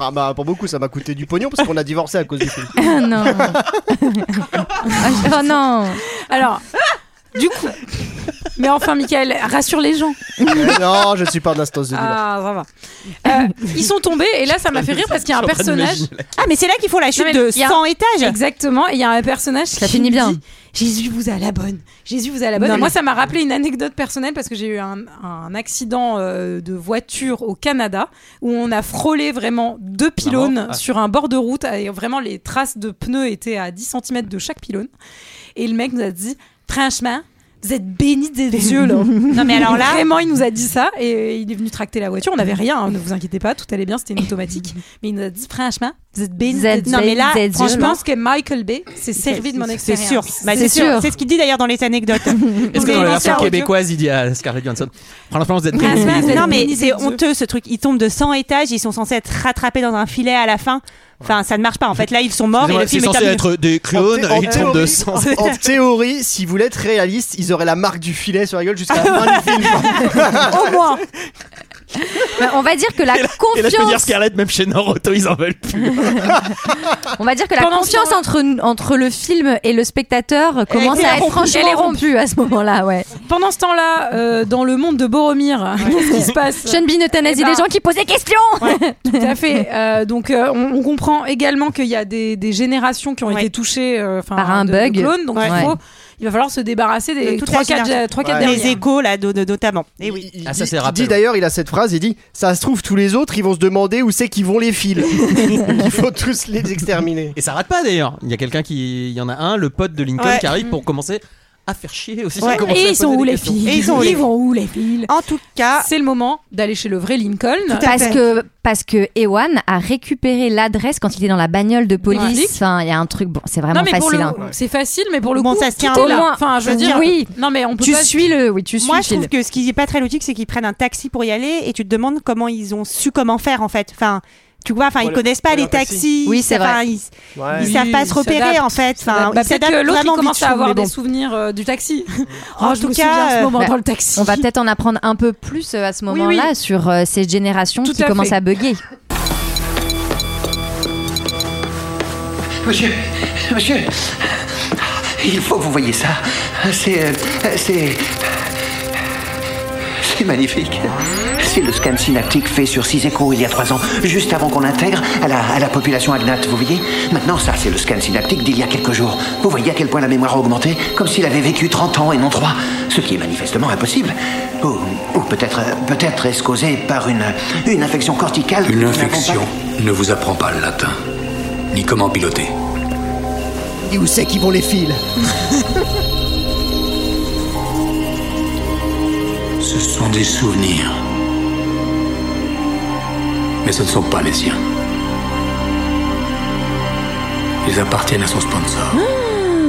[SPEAKER 2] Ah bah, pour beaucoup, ça m'a coûté du pognon parce qu'on a divorcé à cause du film.
[SPEAKER 6] Ah, non. Ah, je- oh non.
[SPEAKER 1] Alors, du coup. Mais enfin, Michael, rassure les gens.
[SPEAKER 2] Mais Euh, non, je ne suis pas en instance de divorce.
[SPEAKER 1] Ah, ça va. Euh, ils sont tombés, et là, ça m'a fait rire parce qu'il y a un
[SPEAKER 8] Je suis en train
[SPEAKER 1] personnage.
[SPEAKER 8] d'imaginer la-
[SPEAKER 9] Ah, mais c'est là qu'il faut la chute
[SPEAKER 1] Non, mais
[SPEAKER 9] de
[SPEAKER 1] il y a-
[SPEAKER 9] 100 étages.
[SPEAKER 1] Exactement, et il y a un personnage
[SPEAKER 6] Ça
[SPEAKER 1] qui
[SPEAKER 6] finit bien.
[SPEAKER 1] dit, Jésus vous a la bonne. Jésus vous a la bonne.
[SPEAKER 6] Non,
[SPEAKER 1] Et moi,
[SPEAKER 6] mais-
[SPEAKER 1] ça m'a rappelé une anecdote personnelle parce que j'ai eu un, un accident euh, de voiture au Canada où on a frôlé vraiment deux pylônes
[SPEAKER 8] Ah bon Ah.
[SPEAKER 1] sur un bord de route et vraiment les traces de pneus étaient à 10 cm de chaque pylône. Et le mec nous a dit, franchement, vous êtes bénis des yeux là.
[SPEAKER 9] Non, mais alors là-
[SPEAKER 1] vraiment il nous a dit ça et il est venu tracter la voiture. On n'avait rien, hein, ne vous inquiétez pas, tout allait bien, c'était une automatique. Mais il nous a dit franchement, vous êtes bénis.
[SPEAKER 9] Vous êtes
[SPEAKER 1] des- non mais là,
[SPEAKER 9] bénis des yeux,
[SPEAKER 1] franchement, je
[SPEAKER 9] là.
[SPEAKER 1] pense que Michael Bay s'est servi de mon
[SPEAKER 9] C'est
[SPEAKER 1] expérience.
[SPEAKER 9] sûr. Bah, c'est sûr. C'est ce qu'il dit d'ailleurs dans les anecdotes.
[SPEAKER 8] Est-ce que dans la version
[SPEAKER 9] Audio.
[SPEAKER 8] québécoise, il dit à Scarlett Johansson Franchement, vous êtes
[SPEAKER 9] Ah, c'est
[SPEAKER 8] bénis.
[SPEAKER 9] pas- non mais c'est honteux ce truc. Ils tombent de 100 étages, ils sont censés être rattrapés dans un filet à la fin. Enfin, ça ne marche pas. En fait, là, ils sont morts et le
[SPEAKER 8] Excusez-moi,
[SPEAKER 9] film
[SPEAKER 8] C'est
[SPEAKER 9] est
[SPEAKER 8] censé
[SPEAKER 9] terminé.
[SPEAKER 8] être des clones,
[SPEAKER 2] En
[SPEAKER 8] ils
[SPEAKER 2] théorie-
[SPEAKER 8] tombent de sang.
[SPEAKER 1] Ah.
[SPEAKER 2] En théorie, si vous voulez être réaliste, ils auraient la marque du filet sur la gueule jusqu'à la fin du film.
[SPEAKER 6] Au moins. Bah, on va dire que la
[SPEAKER 8] Et là, je peux dire
[SPEAKER 6] confiance.
[SPEAKER 8] Scarlett, même chez Naruto, ils en veulent plus.
[SPEAKER 6] on va dire que la
[SPEAKER 1] Pendant ce
[SPEAKER 6] confiance entre, entre le film et le spectateur commence
[SPEAKER 1] Elle est
[SPEAKER 6] à être
[SPEAKER 1] rompue. Elle
[SPEAKER 6] franchement
[SPEAKER 1] est
[SPEAKER 6] rompue à ce moment-là, ouais.
[SPEAKER 1] Pendant ce temps-là, euh, dans le monde de Boromir, qu'est-ce qui se passe
[SPEAKER 6] Sean Bean euthanasie
[SPEAKER 1] Eh ben-
[SPEAKER 6] des gens qui posent des questions.
[SPEAKER 1] Tout à fait. Euh, donc, euh, on, on comprend également qu'il y a des, des générations qui ont été touchées euh, 'fin,
[SPEAKER 6] Par un
[SPEAKER 1] de-
[SPEAKER 6] bug.
[SPEAKER 1] de clones, donc
[SPEAKER 6] Ouais.
[SPEAKER 1] il,
[SPEAKER 6] Ouais.
[SPEAKER 1] faut, il va falloir se débarrasser des
[SPEAKER 9] De toutes
[SPEAKER 1] 3
[SPEAKER 9] les
[SPEAKER 1] 4
[SPEAKER 9] générations.
[SPEAKER 1] trois quatre
[SPEAKER 2] Ouais.
[SPEAKER 1] dernières.
[SPEAKER 9] Les échos là, de- de- notamment.
[SPEAKER 1] Eh
[SPEAKER 9] Et oui.
[SPEAKER 2] Il
[SPEAKER 8] Ah, ça,
[SPEAKER 2] dit-
[SPEAKER 8] c'est
[SPEAKER 2] il
[SPEAKER 8] rappel,
[SPEAKER 2] dit d'ailleurs, il a cette phrase, il dit Ça se trouve, tous les autres, ils vont se demander où c'est qu'ils vont les fils. Donc, il faut tous les exterminer.
[SPEAKER 8] Et ça rate pas d'ailleurs. Il y a quelqu'un qui. Il y en a un, le pote de Lincoln,
[SPEAKER 2] Ouais.
[SPEAKER 8] qui arrive pour commencer à faire chier aussi.
[SPEAKER 9] Ouais.
[SPEAKER 8] Commencer à
[SPEAKER 1] Et ils
[SPEAKER 8] poser
[SPEAKER 1] sont où
[SPEAKER 8] des
[SPEAKER 1] les
[SPEAKER 8] questions.
[SPEAKER 1] filles
[SPEAKER 9] Et ils sont où, les Ah. filles
[SPEAKER 1] vont où les filles
[SPEAKER 9] En tout cas,
[SPEAKER 1] c'est le moment d'aller chez le vrai Lincoln.
[SPEAKER 6] Parce que, parce que Ewan a récupéré l'adresse quand il était dans la bagnole de police.
[SPEAKER 1] Ouais.
[SPEAKER 6] Enfin, il y a un truc, bon, c'est vraiment
[SPEAKER 1] non mais pour
[SPEAKER 6] facile.
[SPEAKER 1] le-
[SPEAKER 6] hein.
[SPEAKER 1] c'est facile, mais pour le
[SPEAKER 9] Bon,
[SPEAKER 1] coup,
[SPEAKER 9] ça se tient
[SPEAKER 1] tout est
[SPEAKER 9] au
[SPEAKER 1] là.
[SPEAKER 9] moins.
[SPEAKER 1] Enfin, je veux dire,
[SPEAKER 6] Oui.
[SPEAKER 1] Non mais on peut
[SPEAKER 6] Tu
[SPEAKER 1] pas-
[SPEAKER 6] suis le, oui, tu suis
[SPEAKER 9] Moi,
[SPEAKER 6] le
[SPEAKER 9] je trouve
[SPEAKER 6] fil.
[SPEAKER 9] que ce qui est pas très logique, c'est qu'ils prennent un taxi pour y aller et tu te demandes comment ils ont su comment faire en fait. Enfin, tu vois, enfin, ils
[SPEAKER 6] Voilà.
[SPEAKER 9] connaissent pas
[SPEAKER 6] Voilà,
[SPEAKER 9] les
[SPEAKER 6] taxi.
[SPEAKER 9] taxis.
[SPEAKER 6] Oui, c'est
[SPEAKER 9] Enfin,
[SPEAKER 6] vrai.
[SPEAKER 9] Ils,
[SPEAKER 6] Ouais.
[SPEAKER 9] ils
[SPEAKER 6] Oui,
[SPEAKER 9] savent pas se
[SPEAKER 6] ils
[SPEAKER 9] repérer
[SPEAKER 6] s'adaptent.
[SPEAKER 9] en fait. Enfin,
[SPEAKER 1] Bah, bah,
[SPEAKER 9] ils
[SPEAKER 1] peut-être que
[SPEAKER 9] s'adaptent
[SPEAKER 1] l'autre il
[SPEAKER 9] vraiment
[SPEAKER 1] commence
[SPEAKER 9] vite,
[SPEAKER 1] à
[SPEAKER 9] je trouve,
[SPEAKER 1] avoir
[SPEAKER 9] mais
[SPEAKER 1] des
[SPEAKER 9] bon.
[SPEAKER 1] souvenirs euh, du taxi.
[SPEAKER 9] En
[SPEAKER 1] Oh, je
[SPEAKER 9] tout
[SPEAKER 1] me
[SPEAKER 9] cas,
[SPEAKER 1] souviens à ce
[SPEAKER 9] euh,
[SPEAKER 1] moment
[SPEAKER 6] bah,
[SPEAKER 1] dans le taxi.
[SPEAKER 6] On va peut-être en apprendre un peu plus euh, à ce moment-là
[SPEAKER 1] oui.
[SPEAKER 6] sur euh, ces générations
[SPEAKER 1] Tout
[SPEAKER 6] qui
[SPEAKER 1] à
[SPEAKER 6] commencent
[SPEAKER 1] fait.
[SPEAKER 6] à bugger.
[SPEAKER 18] Monsieur, monsieur, il faut que vous voyez ça. C'est. euh, C'est. C'est magnifique.
[SPEAKER 3] C'est le scan synaptique fait sur 6 échos il y a 3 ans, juste avant qu'on l'intègre à la, à la population agnate, vous voyez Maintenant, ça, c'est le scan synaptique d'il y a quelques jours. Vous voyez à quel point la mémoire a augmenté Comme s'il avait vécu 30 ans et non 3, ce qui est manifestement impossible. Ou, ou peut-être peut est-ce causé par une, une infection corticale que nous
[SPEAKER 19] Une
[SPEAKER 3] n'avons pas-
[SPEAKER 19] infection ne vous apprend pas le latin, ni comment piloter.
[SPEAKER 2] Et où c'est qu'ils vont les fils
[SPEAKER 19] Ce sont des souvenirs. Mais ce ne sont pas les siens. Ils appartiennent à son sponsor.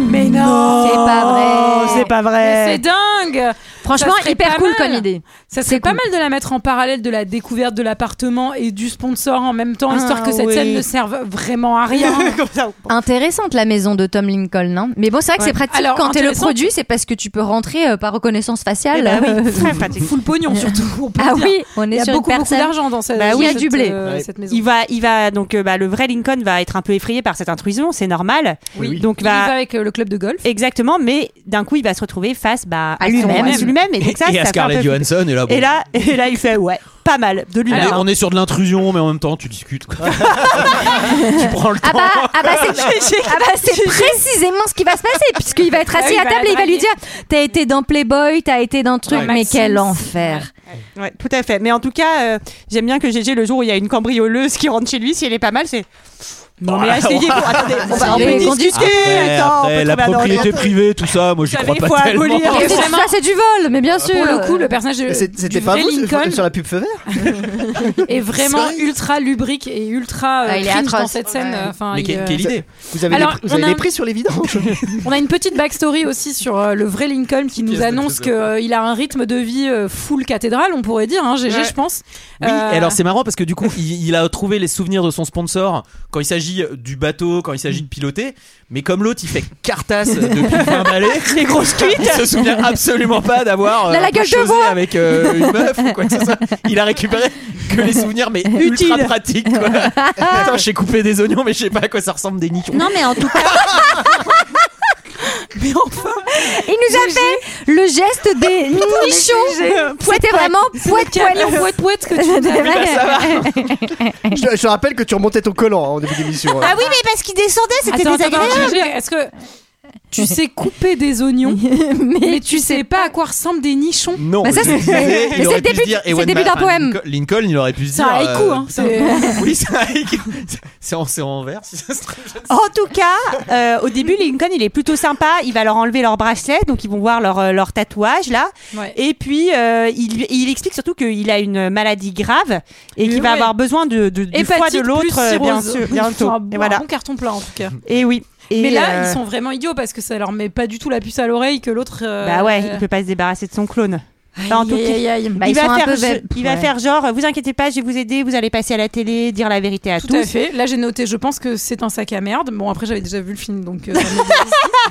[SPEAKER 1] Mais non,
[SPEAKER 6] C'est pas vrai.
[SPEAKER 9] C'est pas
[SPEAKER 1] Mais
[SPEAKER 9] vrai.
[SPEAKER 1] C'est dingue.
[SPEAKER 6] Franchement,
[SPEAKER 1] Ça serait
[SPEAKER 6] hyper
[SPEAKER 1] pas
[SPEAKER 6] cool
[SPEAKER 1] mal.
[SPEAKER 6] comme idée.
[SPEAKER 1] Ça serait pas mal de la mettre en parallèle de la découverte de l'appartement et du sponsor en même temps,
[SPEAKER 9] Ah,
[SPEAKER 1] histoire que cette
[SPEAKER 9] oui.
[SPEAKER 1] scène ne serve vraiment à rien.
[SPEAKER 9] Comme ça.
[SPEAKER 6] Intéressante la maison de Tom Lincoln, non Mais bon, c'est vrai que
[SPEAKER 1] Ouais.
[SPEAKER 6] c'est pratique
[SPEAKER 1] Alors,
[SPEAKER 6] quand t'es le
[SPEAKER 1] intéressante-
[SPEAKER 6] produit, c'est parce que tu peux rentrer euh, par reconnaissance faciale.
[SPEAKER 9] Eh ben oui,
[SPEAKER 6] Euh,
[SPEAKER 9] très pratique.
[SPEAKER 1] Full pognon surtout. on peut
[SPEAKER 6] Ah
[SPEAKER 1] dire.
[SPEAKER 6] oui, on
[SPEAKER 1] Il y
[SPEAKER 6] est
[SPEAKER 1] a
[SPEAKER 6] sur
[SPEAKER 1] beaucoup,
[SPEAKER 6] une
[SPEAKER 1] beaucoup
[SPEAKER 6] personne
[SPEAKER 1] d'argent dans cette,
[SPEAKER 6] Bah oui,
[SPEAKER 1] dans
[SPEAKER 6] il y a
[SPEAKER 1] cette,
[SPEAKER 6] du blé.
[SPEAKER 1] euh,
[SPEAKER 6] Ouais.
[SPEAKER 1] cette maison.
[SPEAKER 9] Il va, il va donc euh, bah, le vrai Lincoln va être un peu effrayé par cette intrusion, c'est normal.
[SPEAKER 1] Oui.
[SPEAKER 9] Donc
[SPEAKER 1] Il y va avec euh, le club de golf.
[SPEAKER 9] exactement, mais d'un coup il va se retrouver face bah, à
[SPEAKER 6] lui-même.
[SPEAKER 9] son- lui-même et donc ça, ça
[SPEAKER 8] et à
[SPEAKER 9] fait un
[SPEAKER 8] Scarlett
[SPEAKER 9] peu-
[SPEAKER 8] Johansson, et là, bon.
[SPEAKER 9] Et là, et là il fait ouais, pas mal de
[SPEAKER 8] on, est,
[SPEAKER 9] lui-même. hein.
[SPEAKER 8] on est sur de l'intrusion, mais en même temps, tu discutes. quoi. tu prends le temps.
[SPEAKER 6] Ah bah, ah bah, c'est
[SPEAKER 9] J'ai-
[SPEAKER 6] ah bah, c'est précisément ce qui va se passer, puisqu'il va être
[SPEAKER 1] Ah oui,
[SPEAKER 6] assis
[SPEAKER 1] il
[SPEAKER 6] à
[SPEAKER 1] va
[SPEAKER 6] table
[SPEAKER 1] la
[SPEAKER 6] et il va lui
[SPEAKER 1] draguer.
[SPEAKER 6] dire T'as été dans Playboy, t'as été dans truc,
[SPEAKER 8] Ouais.
[SPEAKER 6] mais
[SPEAKER 1] Maxime,
[SPEAKER 6] quel
[SPEAKER 1] c'est-
[SPEAKER 6] enfer
[SPEAKER 9] Ouais, tout à fait. Mais en tout cas, euh, j'aime bien que GG, le jour où il y a une cambrioleuse qui rentre chez lui, si elle est pas mal, c'est. Non,
[SPEAKER 8] Oh,
[SPEAKER 9] mais essayez. Bon, attendez, on va on peut
[SPEAKER 6] Allez,
[SPEAKER 9] discuter.
[SPEAKER 8] Après,
[SPEAKER 9] attends,
[SPEAKER 8] après,
[SPEAKER 9] on peut
[SPEAKER 8] la
[SPEAKER 9] trouver un ordre.
[SPEAKER 8] propriété privée, tout ça, moi, j'y
[SPEAKER 9] Vous
[SPEAKER 8] crois
[SPEAKER 9] savez,
[SPEAKER 8] pas
[SPEAKER 9] faut
[SPEAKER 8] tellement.
[SPEAKER 9] abolir.
[SPEAKER 6] Et c'est-
[SPEAKER 1] vraiment-
[SPEAKER 6] Ça, c'est du vol, mais bien sûr
[SPEAKER 1] Pour le coup, le personnage de-
[SPEAKER 2] C'est-
[SPEAKER 1] Euh, du
[SPEAKER 2] C'était pas
[SPEAKER 1] vrai
[SPEAKER 2] vous
[SPEAKER 1] Lincoln
[SPEAKER 2] sur la pub feu vert
[SPEAKER 1] est vraiment
[SPEAKER 2] C'est vrai
[SPEAKER 1] ultra lubrique et ultra euh,
[SPEAKER 6] Ah, il est
[SPEAKER 1] cringe
[SPEAKER 6] atroce.
[SPEAKER 1] dans cette scène.
[SPEAKER 6] Ouais.
[SPEAKER 1] euh, enfin,
[SPEAKER 8] Mais
[SPEAKER 1] il,
[SPEAKER 8] quelle,
[SPEAKER 1] euh,
[SPEAKER 8] quelle idée
[SPEAKER 2] Vous avez,
[SPEAKER 1] Alors,
[SPEAKER 2] les, vous
[SPEAKER 1] on
[SPEAKER 2] avez
[SPEAKER 1] a
[SPEAKER 2] les
[SPEAKER 1] un-
[SPEAKER 2] prix sur les vidanges
[SPEAKER 1] On a une petite backstory aussi sur euh, le vrai Lincoln qui nous annonce qu'il a un rythme de vie euh, full cathédrale, on pourrait dire, hein, GG,
[SPEAKER 8] Ouais.
[SPEAKER 1] je pense.
[SPEAKER 8] Oui,
[SPEAKER 1] Euh,
[SPEAKER 8] et alors c'est marrant parce que du coup, il, il a trouvé les souvenirs de son sponsor quand il s'agit du bateau, quand il s'agit de piloter, mais comme l'autre, il fait cartasse depuis le fin balai,
[SPEAKER 9] Les grosses cuites.
[SPEAKER 8] il se souvient absolument pas d'avoir euh,
[SPEAKER 6] Là, la gueule de
[SPEAKER 8] chosé
[SPEAKER 6] bois.
[SPEAKER 8] avec euh, une meuf ou quoi que ce soit. Il a récupéré que les souvenirs mais ultra
[SPEAKER 9] Utile.
[SPEAKER 8] pratiques quoi. Putain, j'ai coupé des oignons mais je sais pas à quoi ça ressemble des nichons.
[SPEAKER 6] Non, mais en tout cas,
[SPEAKER 1] Mais enfin,
[SPEAKER 6] il nous a fait le geste des nichons. C'était vraiment poète,
[SPEAKER 1] Camille,
[SPEAKER 6] poète.
[SPEAKER 1] ouette, ouette que tu
[SPEAKER 6] C'est
[SPEAKER 1] n'as
[SPEAKER 6] vrai.
[SPEAKER 2] je, te- je te rappelle que tu remontais ton collant hein, en début d'émission. hein.
[SPEAKER 9] Ah oui, mais parce qu'il descendait, c'était
[SPEAKER 1] Attends, attends,
[SPEAKER 9] désagréable.
[SPEAKER 1] GG, est-ce que Tu sais couper des oignons, mais, tu sais pas à quoi ressemblent des nichons.
[SPEAKER 8] Non,
[SPEAKER 1] Bah ça,
[SPEAKER 8] mais
[SPEAKER 1] c'est
[SPEAKER 8] il aurait
[SPEAKER 1] mais c'est le
[SPEAKER 8] pu se
[SPEAKER 1] début,
[SPEAKER 8] dire,
[SPEAKER 1] c'est le
[SPEAKER 8] Ewan
[SPEAKER 1] début
[SPEAKER 8] Ma-
[SPEAKER 1] d'un
[SPEAKER 8] enfin,
[SPEAKER 1] poème.
[SPEAKER 8] Lincoln- Lincoln, il aurait pu se
[SPEAKER 1] C'est
[SPEAKER 8] dire.
[SPEAKER 1] un
[SPEAKER 9] euh,
[SPEAKER 1] haïku, hein,
[SPEAKER 8] putain.
[SPEAKER 1] c'est-
[SPEAKER 8] Oui, c'est un haïku. C'est en, c'est en vers, si ça se trouve.
[SPEAKER 9] En tout cas, euh, au début, Lincoln, il est plutôt sympa. Il va leur enlever leur bracelet, donc ils vont voir leur, euh, leur tatouage là.
[SPEAKER 1] Ouais.
[SPEAKER 9] Et puis, euh, il, il explique surtout qu'il a une maladie grave et qu'il va
[SPEAKER 1] Ouais.
[SPEAKER 9] avoir besoin de, de, du foie
[SPEAKER 1] Hépatite
[SPEAKER 9] de l'autre,
[SPEAKER 1] plus
[SPEAKER 9] euh, bien
[SPEAKER 1] cirrhose.
[SPEAKER 9] sûr, bientôt.
[SPEAKER 1] Enfin,
[SPEAKER 9] et
[SPEAKER 1] un
[SPEAKER 9] voilà.
[SPEAKER 1] bon carton plein en tout cas.
[SPEAKER 9] Et oui. Et,
[SPEAKER 1] mais là,
[SPEAKER 9] euh,
[SPEAKER 1] ils sont vraiment idiots parce que ça leur met pas du tout la puce à l'oreille que l'autre. euh,
[SPEAKER 9] Bah ouais, il peut pas se débarrasser de son clone. Enfin, en tout
[SPEAKER 1] aïe,
[SPEAKER 9] cas,
[SPEAKER 1] aïe, aïe. Bah,
[SPEAKER 9] il
[SPEAKER 1] ils sont
[SPEAKER 9] va
[SPEAKER 1] un
[SPEAKER 9] faire,
[SPEAKER 1] peu
[SPEAKER 9] je-
[SPEAKER 1] vep-
[SPEAKER 9] il va
[SPEAKER 1] ouais.
[SPEAKER 9] faire genre, euh, vous inquiétez pas, je vais vous aider, vous allez passer à la télé, dire la vérité à
[SPEAKER 1] Tout
[SPEAKER 9] tous.
[SPEAKER 1] à fait. Là, j'ai noté, je pense que c'est un sac à merde. Bon, après, j'avais déjà vu le film, donc. euh, ça me-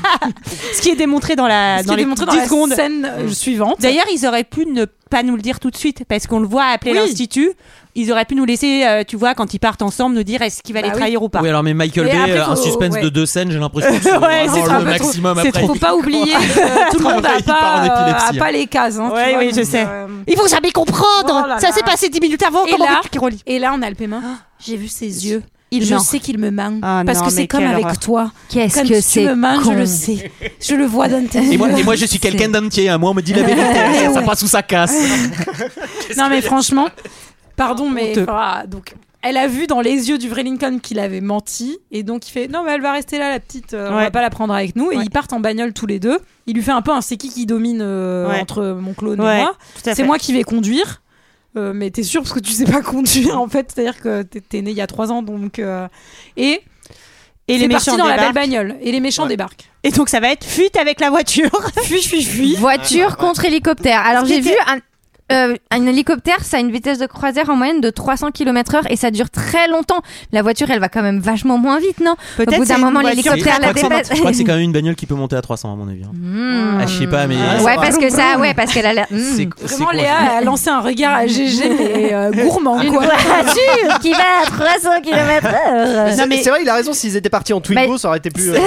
[SPEAKER 9] Ce qui est démontré dans la
[SPEAKER 1] Ce qui
[SPEAKER 9] dans
[SPEAKER 1] est
[SPEAKER 9] les
[SPEAKER 1] démontré dans
[SPEAKER 9] 10
[SPEAKER 1] la
[SPEAKER 9] secondes. Mm.
[SPEAKER 1] scène, euh, suivante.
[SPEAKER 9] D'ailleurs, ils auraient pu ne pas nous le dire tout de suite parce qu'on le voit appeler
[SPEAKER 1] Oui.
[SPEAKER 9] l'institut. Ils auraient pu nous laisser, euh, tu vois, quand ils partent ensemble, nous dire est-ce qu'il va les trahir ou pas.
[SPEAKER 8] Oui, alors, Bah. mais Michael
[SPEAKER 9] Mais
[SPEAKER 8] Bay,
[SPEAKER 9] après,
[SPEAKER 8] euh, un
[SPEAKER 9] faut-
[SPEAKER 8] suspense
[SPEAKER 9] ouais.
[SPEAKER 8] de deux scènes, j'ai l'impression que
[SPEAKER 9] Ouais,
[SPEAKER 8] c'est
[SPEAKER 9] c'est
[SPEAKER 8] vraiment
[SPEAKER 9] trop-
[SPEAKER 8] le maximum
[SPEAKER 9] c'est
[SPEAKER 8] après.
[SPEAKER 9] trop-
[SPEAKER 1] Faut pas oublier que tout le monde a
[SPEAKER 8] Il part en
[SPEAKER 1] pas, euh,
[SPEAKER 8] épilepsie,
[SPEAKER 1] a pas
[SPEAKER 8] hein.
[SPEAKER 1] les cases. hein, tu
[SPEAKER 9] Ouais,
[SPEAKER 1] vois,
[SPEAKER 9] oui, je
[SPEAKER 1] donc,
[SPEAKER 9] sais.
[SPEAKER 1] euh,
[SPEAKER 9] Ils vont jamais comprendre.
[SPEAKER 1] Oh là
[SPEAKER 9] Ça
[SPEAKER 1] là.
[SPEAKER 9] s'est passé 10 minutes avant.
[SPEAKER 1] Et
[SPEAKER 9] Comment
[SPEAKER 1] là,
[SPEAKER 9] veux-tu qu'ils relient
[SPEAKER 1] et là, on a le paiement. J'ai vu ses yeux.
[SPEAKER 9] Il
[SPEAKER 1] je
[SPEAKER 9] meurt.
[SPEAKER 1] sais qu'il me manque.
[SPEAKER 9] Ah
[SPEAKER 1] parce
[SPEAKER 9] non,
[SPEAKER 1] que
[SPEAKER 9] mais
[SPEAKER 1] c'est comme
[SPEAKER 9] quelle
[SPEAKER 1] avec
[SPEAKER 9] horreur.
[SPEAKER 1] toi.
[SPEAKER 9] Qu'est-ce
[SPEAKER 1] Comme
[SPEAKER 9] que
[SPEAKER 1] tu
[SPEAKER 9] c'est
[SPEAKER 1] me manques, je
[SPEAKER 9] con.
[SPEAKER 1] le sais. Je le vois dans tes
[SPEAKER 8] Et moi,
[SPEAKER 1] yeux.
[SPEAKER 8] et moi, je suis quelqu'un d'entier. hein. Moi, on me dit la vérité, ça passe ou ça casse.
[SPEAKER 1] non mais franchement, pardon mais
[SPEAKER 8] Honteux.
[SPEAKER 1] enfin, donc elle a vu dans les yeux du vrai Lincoln qu'il avait menti et donc il fait non mais elle va rester là la petite, euh, on
[SPEAKER 9] Ouais.
[SPEAKER 1] va pas la prendre avec nous et ils partent en bagnole tous les deux. Il lui fait un peu un c'est qui qui domine euh,
[SPEAKER 9] Ouais.
[SPEAKER 1] entre mon clone
[SPEAKER 9] Ouais,
[SPEAKER 1] et moi.
[SPEAKER 9] tout à fait.
[SPEAKER 1] C'est moi qui vais conduire. Euh, mais t'es sûr parce que tu sais pas conduire en fait, c'est-à-dire que t'es t'es né il y a trois ans donc euh, et
[SPEAKER 9] Et les
[SPEAKER 1] c'est parti
[SPEAKER 9] méchants
[SPEAKER 1] dans la
[SPEAKER 9] débarquent.
[SPEAKER 1] belle bagnole et les méchants débarquent.
[SPEAKER 9] Et donc ça va être fuite avec la voiture.
[SPEAKER 1] fuis, fuis, fuis.
[SPEAKER 6] Voiture contre hélicoptère. Alors
[SPEAKER 9] Ce qui
[SPEAKER 6] j'ai vu
[SPEAKER 9] était-
[SPEAKER 6] un. euh, un hélicoptère, ça a une vitesse de croisière en moyenne de 300 km/h et ça dure très longtemps. La voiture, elle va quand même vachement moins vite, non Au bout d'un moment, l'hélicoptère la dépasse.
[SPEAKER 8] Je crois que c'est quand même une bagnole qui peut monter à 300, à mon avis. hein.
[SPEAKER 6] Hmm.
[SPEAKER 8] Ah, je sais pas, mais.
[SPEAKER 6] ouais, parce que ça, ouais, parce qu'elle a l'air. hmm.
[SPEAKER 8] C'est- c'est
[SPEAKER 1] Vraiment
[SPEAKER 8] quoi,
[SPEAKER 1] Léa a lancé un regard à GG mais euh, gourmand
[SPEAKER 6] Une
[SPEAKER 1] quoi.
[SPEAKER 6] voiture Ah, qui va à 300 km/h.
[SPEAKER 2] C'est c'est vrai, il a raison. S'ils étaient partis en Twingo, ça aurait été plus. euh,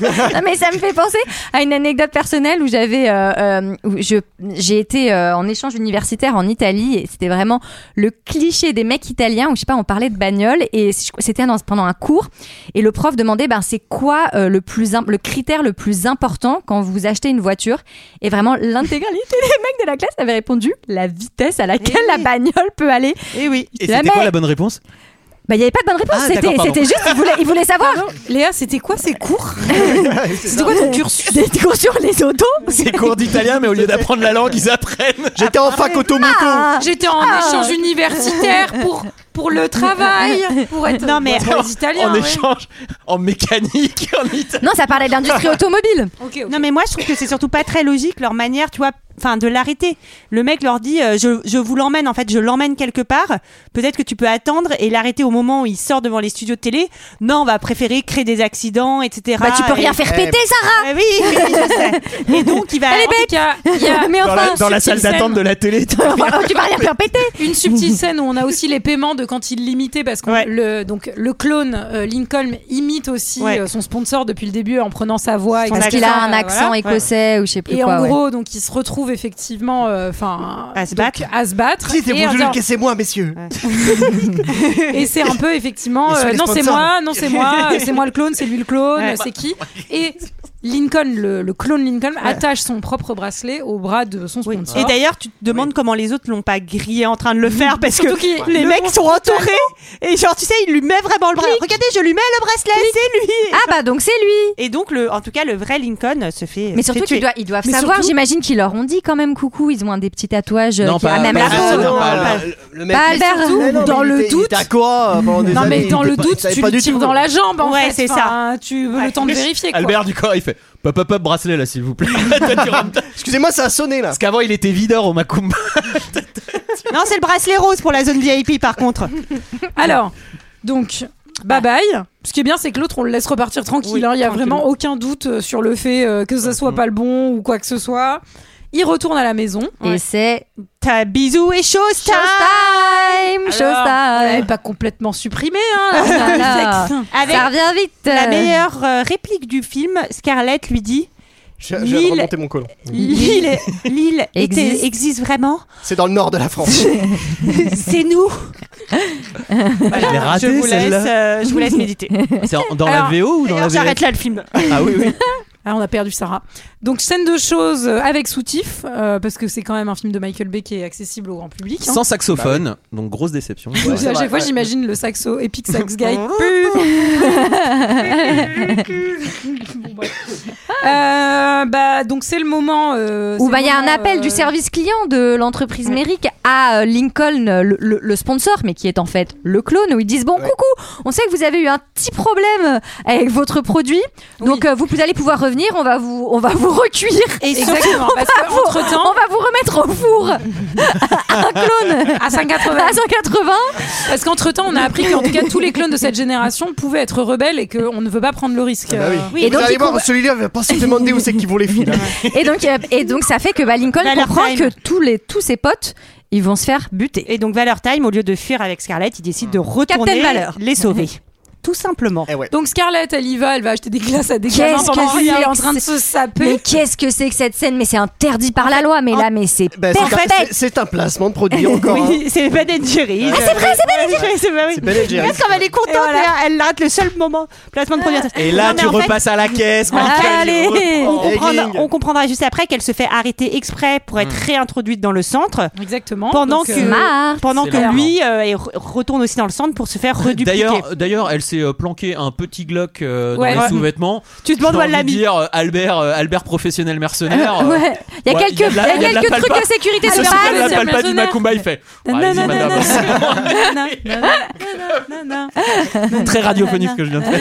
[SPEAKER 6] non mais ça me fait penser à une anecdote personnelle où j'avais euh, euh, où je j'ai été euh, en échange universitaire en Italie et c'était vraiment le cliché des mecs italiens où je sais pas on parlait de bagnole et je- c'était dans- pendant un cours et le prof demandait ben c'est quoi euh, le plus im- le critère le plus important quand vous achetez une voiture et vraiment l'intégralité des mecs de la classe avait répondu la vitesse à laquelle la bagnole peut aller
[SPEAKER 9] et Eh oui
[SPEAKER 8] Et c'était quoi la bonne réponse
[SPEAKER 6] bah, il n'y avait pas de bonne réponse,
[SPEAKER 8] Ah, d'accord,
[SPEAKER 6] c'était
[SPEAKER 8] pardon.
[SPEAKER 6] c'était juste, il voulait, il voulait savoir.
[SPEAKER 1] Léa, c'était quoi ces cours
[SPEAKER 6] C'était quoi ton cursus Des cours sur les autos
[SPEAKER 8] C'est cours d'italien, mais au lieu d'apprendre la langue, ils apprennent.
[SPEAKER 2] J'étais en fac automoto.
[SPEAKER 6] Ah.
[SPEAKER 1] J'étais en échange universitaire pour, pour le travail, pour être
[SPEAKER 9] Non, mais-
[SPEAKER 1] pour être italien.
[SPEAKER 8] en
[SPEAKER 1] ouais.
[SPEAKER 8] échange, en mécanique, en Italie.
[SPEAKER 6] Non, ça parlait de l'industrie automobile.
[SPEAKER 8] Ah,
[SPEAKER 9] Non mais moi je trouve que c'est surtout pas très logique leur manière, tu vois, enfin de l'arrêter. Le mec leur dit euh, je, je vous l'emmène en fait, je l'emmène quelque part. Peut-être que tu peux attendre et l'arrêter au moment où il sort devant les studios de télé. Non, on va préférer créer des accidents, etc.
[SPEAKER 6] Bah, tu peux rien
[SPEAKER 9] Et-
[SPEAKER 8] eh
[SPEAKER 6] faire
[SPEAKER 8] ben.
[SPEAKER 6] péter, Sarah
[SPEAKER 9] Ah oui, oui, je sais. Et donc il va.
[SPEAKER 1] Elle est
[SPEAKER 9] en tout
[SPEAKER 1] bête.
[SPEAKER 9] cas,
[SPEAKER 1] Il y a-
[SPEAKER 6] Mais
[SPEAKER 8] Dans
[SPEAKER 6] enfin,
[SPEAKER 8] la, dans la salle
[SPEAKER 1] subtile
[SPEAKER 8] d'attente
[SPEAKER 1] scène.
[SPEAKER 8] de la télé.
[SPEAKER 6] tu vas rien faire péter
[SPEAKER 1] Une subtile scène où on a aussi les paiements de quand il l'imitait parce que le donc le clone euh, Lincoln imite aussi
[SPEAKER 9] Ouais.
[SPEAKER 1] euh, son sponsor depuis le début en prenant sa voix.
[SPEAKER 6] Parce
[SPEAKER 1] etc.
[SPEAKER 6] qu'il a un
[SPEAKER 1] Voilà.
[SPEAKER 6] accent écossais ou je sais plus
[SPEAKER 1] Et
[SPEAKER 6] quoi.
[SPEAKER 1] en
[SPEAKER 6] ouais.
[SPEAKER 1] gros, donc il se retrouve effectivement, euh, enfin,
[SPEAKER 9] À se battre.
[SPEAKER 1] à se battre.
[SPEAKER 2] Si, c'est
[SPEAKER 1] Et en
[SPEAKER 2] vous,
[SPEAKER 1] disant-
[SPEAKER 2] Jules, c'est moi, messieurs.
[SPEAKER 1] Et c'est un peu effectivement,
[SPEAKER 2] Il y a
[SPEAKER 1] euh,
[SPEAKER 2] les
[SPEAKER 1] non c'est
[SPEAKER 2] sponsors.
[SPEAKER 1] moi, non c'est moi, euh, c'est moi le clone, c'est lui le clone,
[SPEAKER 9] Ouais.
[SPEAKER 1] euh, c'est qui Et Lincoln, le, le clone Lincoln, attache son propre bracelet au bras de son
[SPEAKER 9] Oui.
[SPEAKER 1] sponsor.
[SPEAKER 9] Et d'ailleurs, tu te demandes comment les autres l'ont pas grillé en train de le faire parce que
[SPEAKER 1] Surtout qu'il-
[SPEAKER 9] les
[SPEAKER 1] le
[SPEAKER 9] mecs
[SPEAKER 1] montre
[SPEAKER 9] sont entourés et genre tu sais, il lui met vraiment le bracelet. Regardez, je lui mets le bracelet, c'est lui.
[SPEAKER 6] Ah bah donc c'est lui
[SPEAKER 9] Et donc le en tout cas le vrai Lincoln se fait
[SPEAKER 6] mais
[SPEAKER 9] se fait
[SPEAKER 6] surtout qu'ils
[SPEAKER 9] tuer.
[SPEAKER 6] doivent, ils doivent
[SPEAKER 1] Mais
[SPEAKER 6] savoir,
[SPEAKER 1] surtout-
[SPEAKER 6] j'imagine qu'ils leur ont dit quand même coucou, ils ont un des petits tatouages euh, qui a même la peau.
[SPEAKER 8] non, pas-
[SPEAKER 2] pas- le mec-
[SPEAKER 6] Pas Albert.
[SPEAKER 2] Mais non, mais
[SPEAKER 1] dans
[SPEAKER 2] il
[SPEAKER 1] le
[SPEAKER 2] était- il
[SPEAKER 1] doute-
[SPEAKER 2] était à quoi euh, pendant des
[SPEAKER 1] non
[SPEAKER 2] années,
[SPEAKER 1] mais dans
[SPEAKER 2] il
[SPEAKER 1] le
[SPEAKER 2] était pas- il
[SPEAKER 1] doute,
[SPEAKER 2] savait
[SPEAKER 1] tu
[SPEAKER 2] pas
[SPEAKER 1] lui
[SPEAKER 2] du
[SPEAKER 1] tires
[SPEAKER 2] tout.
[SPEAKER 1] dans la jambe. en
[SPEAKER 9] Ouais,
[SPEAKER 1] fait.
[SPEAKER 9] c'est
[SPEAKER 1] Enfin, Tu veux
[SPEAKER 9] Ouais.
[SPEAKER 1] le temps de vérifier. quoi.
[SPEAKER 8] Albert Ducor, il fait Papa, papa, bracelet là, s'il vous plaît. Toi, tu rentres-
[SPEAKER 2] Excusez-moi, ça a sonné là.
[SPEAKER 8] Parce qu'avant, il était videur au Macumba.
[SPEAKER 9] Non, c'est le bracelet rose pour la zone VIP par contre.
[SPEAKER 1] Alors, donc. Bye bye. Ce qui est bien, c'est que l'autre, on le laisse repartir tranquille. hein. Il y a vraiment aucun doute euh, sur le fait euh, que ça soit pas le bon ou quoi que ce soit. Il retourne à la maison.
[SPEAKER 6] Et c'est
[SPEAKER 9] Ta bisou et chose
[SPEAKER 6] showtime
[SPEAKER 1] Alors, on l'avait
[SPEAKER 6] Showtime
[SPEAKER 1] pas complètement supprimé, hein, là,
[SPEAKER 6] euh, Ah
[SPEAKER 1] le
[SPEAKER 6] là.
[SPEAKER 1] sexe.
[SPEAKER 9] Avec
[SPEAKER 6] Ça revient vite
[SPEAKER 9] la meilleure euh, réplique du film, Scarlett lui dit
[SPEAKER 2] Je, je vais
[SPEAKER 9] Lille.
[SPEAKER 2] remonter mon colon.
[SPEAKER 9] L'île l'île était-
[SPEAKER 6] Existe.
[SPEAKER 9] existe. vraiment,
[SPEAKER 2] C'est dans le nord de la France.
[SPEAKER 9] c'est nous.
[SPEAKER 8] je l'ai
[SPEAKER 9] je
[SPEAKER 8] raté
[SPEAKER 9] vous laisse
[SPEAKER 8] celle-là.
[SPEAKER 9] euh, je vous laisse méditer.
[SPEAKER 8] C'est en- dans
[SPEAKER 9] Alors,
[SPEAKER 8] la VO ou dans la
[SPEAKER 9] D'ailleurs,
[SPEAKER 8] VF
[SPEAKER 9] J'arrête là le film.
[SPEAKER 8] Ah oui, oui.
[SPEAKER 1] Ah, on a perdu Sarah. Donc, scène de choses euh, avec soutif, euh, parce que c'est quand même un film de Michael Bay qui est accessible au grand public. hein.
[SPEAKER 8] Sans saxophone, Bah donc grosse déception.
[SPEAKER 1] Parce que à chaque fois, j'imagine le saxo Epic Sax Guy. Bon, bref. Euh, bah, donc, c'est le moment. euh,
[SPEAKER 6] Ou
[SPEAKER 1] c'est
[SPEAKER 6] bah il y a
[SPEAKER 1] le
[SPEAKER 6] un
[SPEAKER 1] moment,
[SPEAKER 6] appel
[SPEAKER 1] euh,
[SPEAKER 6] du service client de l'entreprise Merrick à euh, Lincoln, euh, le, le- le sponsor, mais qui est en fait le clone, où ils disent bon coucou, on sait que vous avez eu un petit problème avec votre produit, donc euh, vous, vous allez pouvoir revenir, on va vous on va vous recuire.
[SPEAKER 1] Et Exactement,
[SPEAKER 6] on,
[SPEAKER 1] parce
[SPEAKER 6] va
[SPEAKER 1] que
[SPEAKER 6] vous,
[SPEAKER 1] entre-temps-
[SPEAKER 6] on va vous remettre au four. un clone
[SPEAKER 1] À 180.
[SPEAKER 6] À 180.
[SPEAKER 1] Parce qu'entre temps, on a appris qu'en tout cas, tous les clones de cette génération pouvaient être rebelles et qu'on ne veut pas prendre le risque.
[SPEAKER 2] Ah bah oui.
[SPEAKER 1] euh,
[SPEAKER 2] Vous allez voir, celui-là va pas se demander où c'est qu'ils vont les filer.
[SPEAKER 6] Et donc euh, et donc ça fait que bah, Lincoln comprend que tous les tous ses potes ils vont se faire buter.
[SPEAKER 9] Et donc Valentine, au lieu de fuir avec Scarlett, il décide de
[SPEAKER 1] Captain
[SPEAKER 9] retourner
[SPEAKER 1] Valor.
[SPEAKER 9] les sauver. Tout simplement.
[SPEAKER 1] Donc Scarlett, elle y va, elle va acheter des glaces à des gamins
[SPEAKER 6] Qu'est-ce que
[SPEAKER 1] pendant
[SPEAKER 6] c'est
[SPEAKER 1] qu'elle est en
[SPEAKER 6] que
[SPEAKER 1] train de
[SPEAKER 6] c'est-
[SPEAKER 1] se saper.
[SPEAKER 6] Mais qu'est-ce que c'est que cette scène Mais c'est interdit par la loi. Mais là, mais c'est
[SPEAKER 2] Bah, c'est un-
[SPEAKER 6] parfait.
[SPEAKER 2] c'est- C'est un placement de produit encore. hein.
[SPEAKER 9] Oui, c'est Ben Jerry.
[SPEAKER 2] Ah, c'est vrai,
[SPEAKER 9] c'est Ben Jerry. C'est vrai, oui.
[SPEAKER 2] Ben Jerry's.
[SPEAKER 9] Regarde comme elle est contente, là, elle rate le seul moment. Placement de produit.
[SPEAKER 8] Et
[SPEAKER 9] Non,
[SPEAKER 8] là,
[SPEAKER 9] mais
[SPEAKER 8] tu
[SPEAKER 9] en fait- ah,
[SPEAKER 8] repasses à la caisse. Marc.
[SPEAKER 9] Allez, on,
[SPEAKER 8] Egging.
[SPEAKER 9] comprendra, on comprendra juste après qu'elle se fait arrêter exprès pour être
[SPEAKER 8] Hmm.
[SPEAKER 9] réintroduite dans le centre.
[SPEAKER 1] Exactement.
[SPEAKER 9] Pendant
[SPEAKER 1] Donc,
[SPEAKER 9] que,
[SPEAKER 1] euh, Smart.
[SPEAKER 9] pendant
[SPEAKER 8] C'est
[SPEAKER 9] que
[SPEAKER 8] marrant.
[SPEAKER 9] lui euh, est- retourne aussi dans le centre pour se faire redupliquer.
[SPEAKER 8] D'ailleurs, d'ailleurs, elle s'est euh, planquée un petit Glock euh, dans
[SPEAKER 9] Ouais.
[SPEAKER 8] les
[SPEAKER 9] Ouais.
[SPEAKER 8] sous-vêtements.
[SPEAKER 9] Tu te demandes
[SPEAKER 8] J'ai
[SPEAKER 9] où elle
[SPEAKER 8] envie
[SPEAKER 9] l'a
[SPEAKER 8] de
[SPEAKER 9] mis.
[SPEAKER 8] dire, euh, Albert, euh, Albert professionnel mercenaire.
[SPEAKER 6] Euh,
[SPEAKER 8] euh,
[SPEAKER 6] ouais. Il y a
[SPEAKER 8] ouais,
[SPEAKER 6] quelques,
[SPEAKER 8] de la-
[SPEAKER 6] il y a
[SPEAKER 8] de la
[SPEAKER 6] quelques
[SPEAKER 8] palpa.
[SPEAKER 6] trucs de sécurité
[SPEAKER 8] Ceci,
[SPEAKER 6] de
[SPEAKER 8] il y a de la palpa
[SPEAKER 6] base.
[SPEAKER 8] du Macumba, il fait. Allez-y, madame.
[SPEAKER 9] Ah,
[SPEAKER 8] Très radiophonique ce que je viens de faire.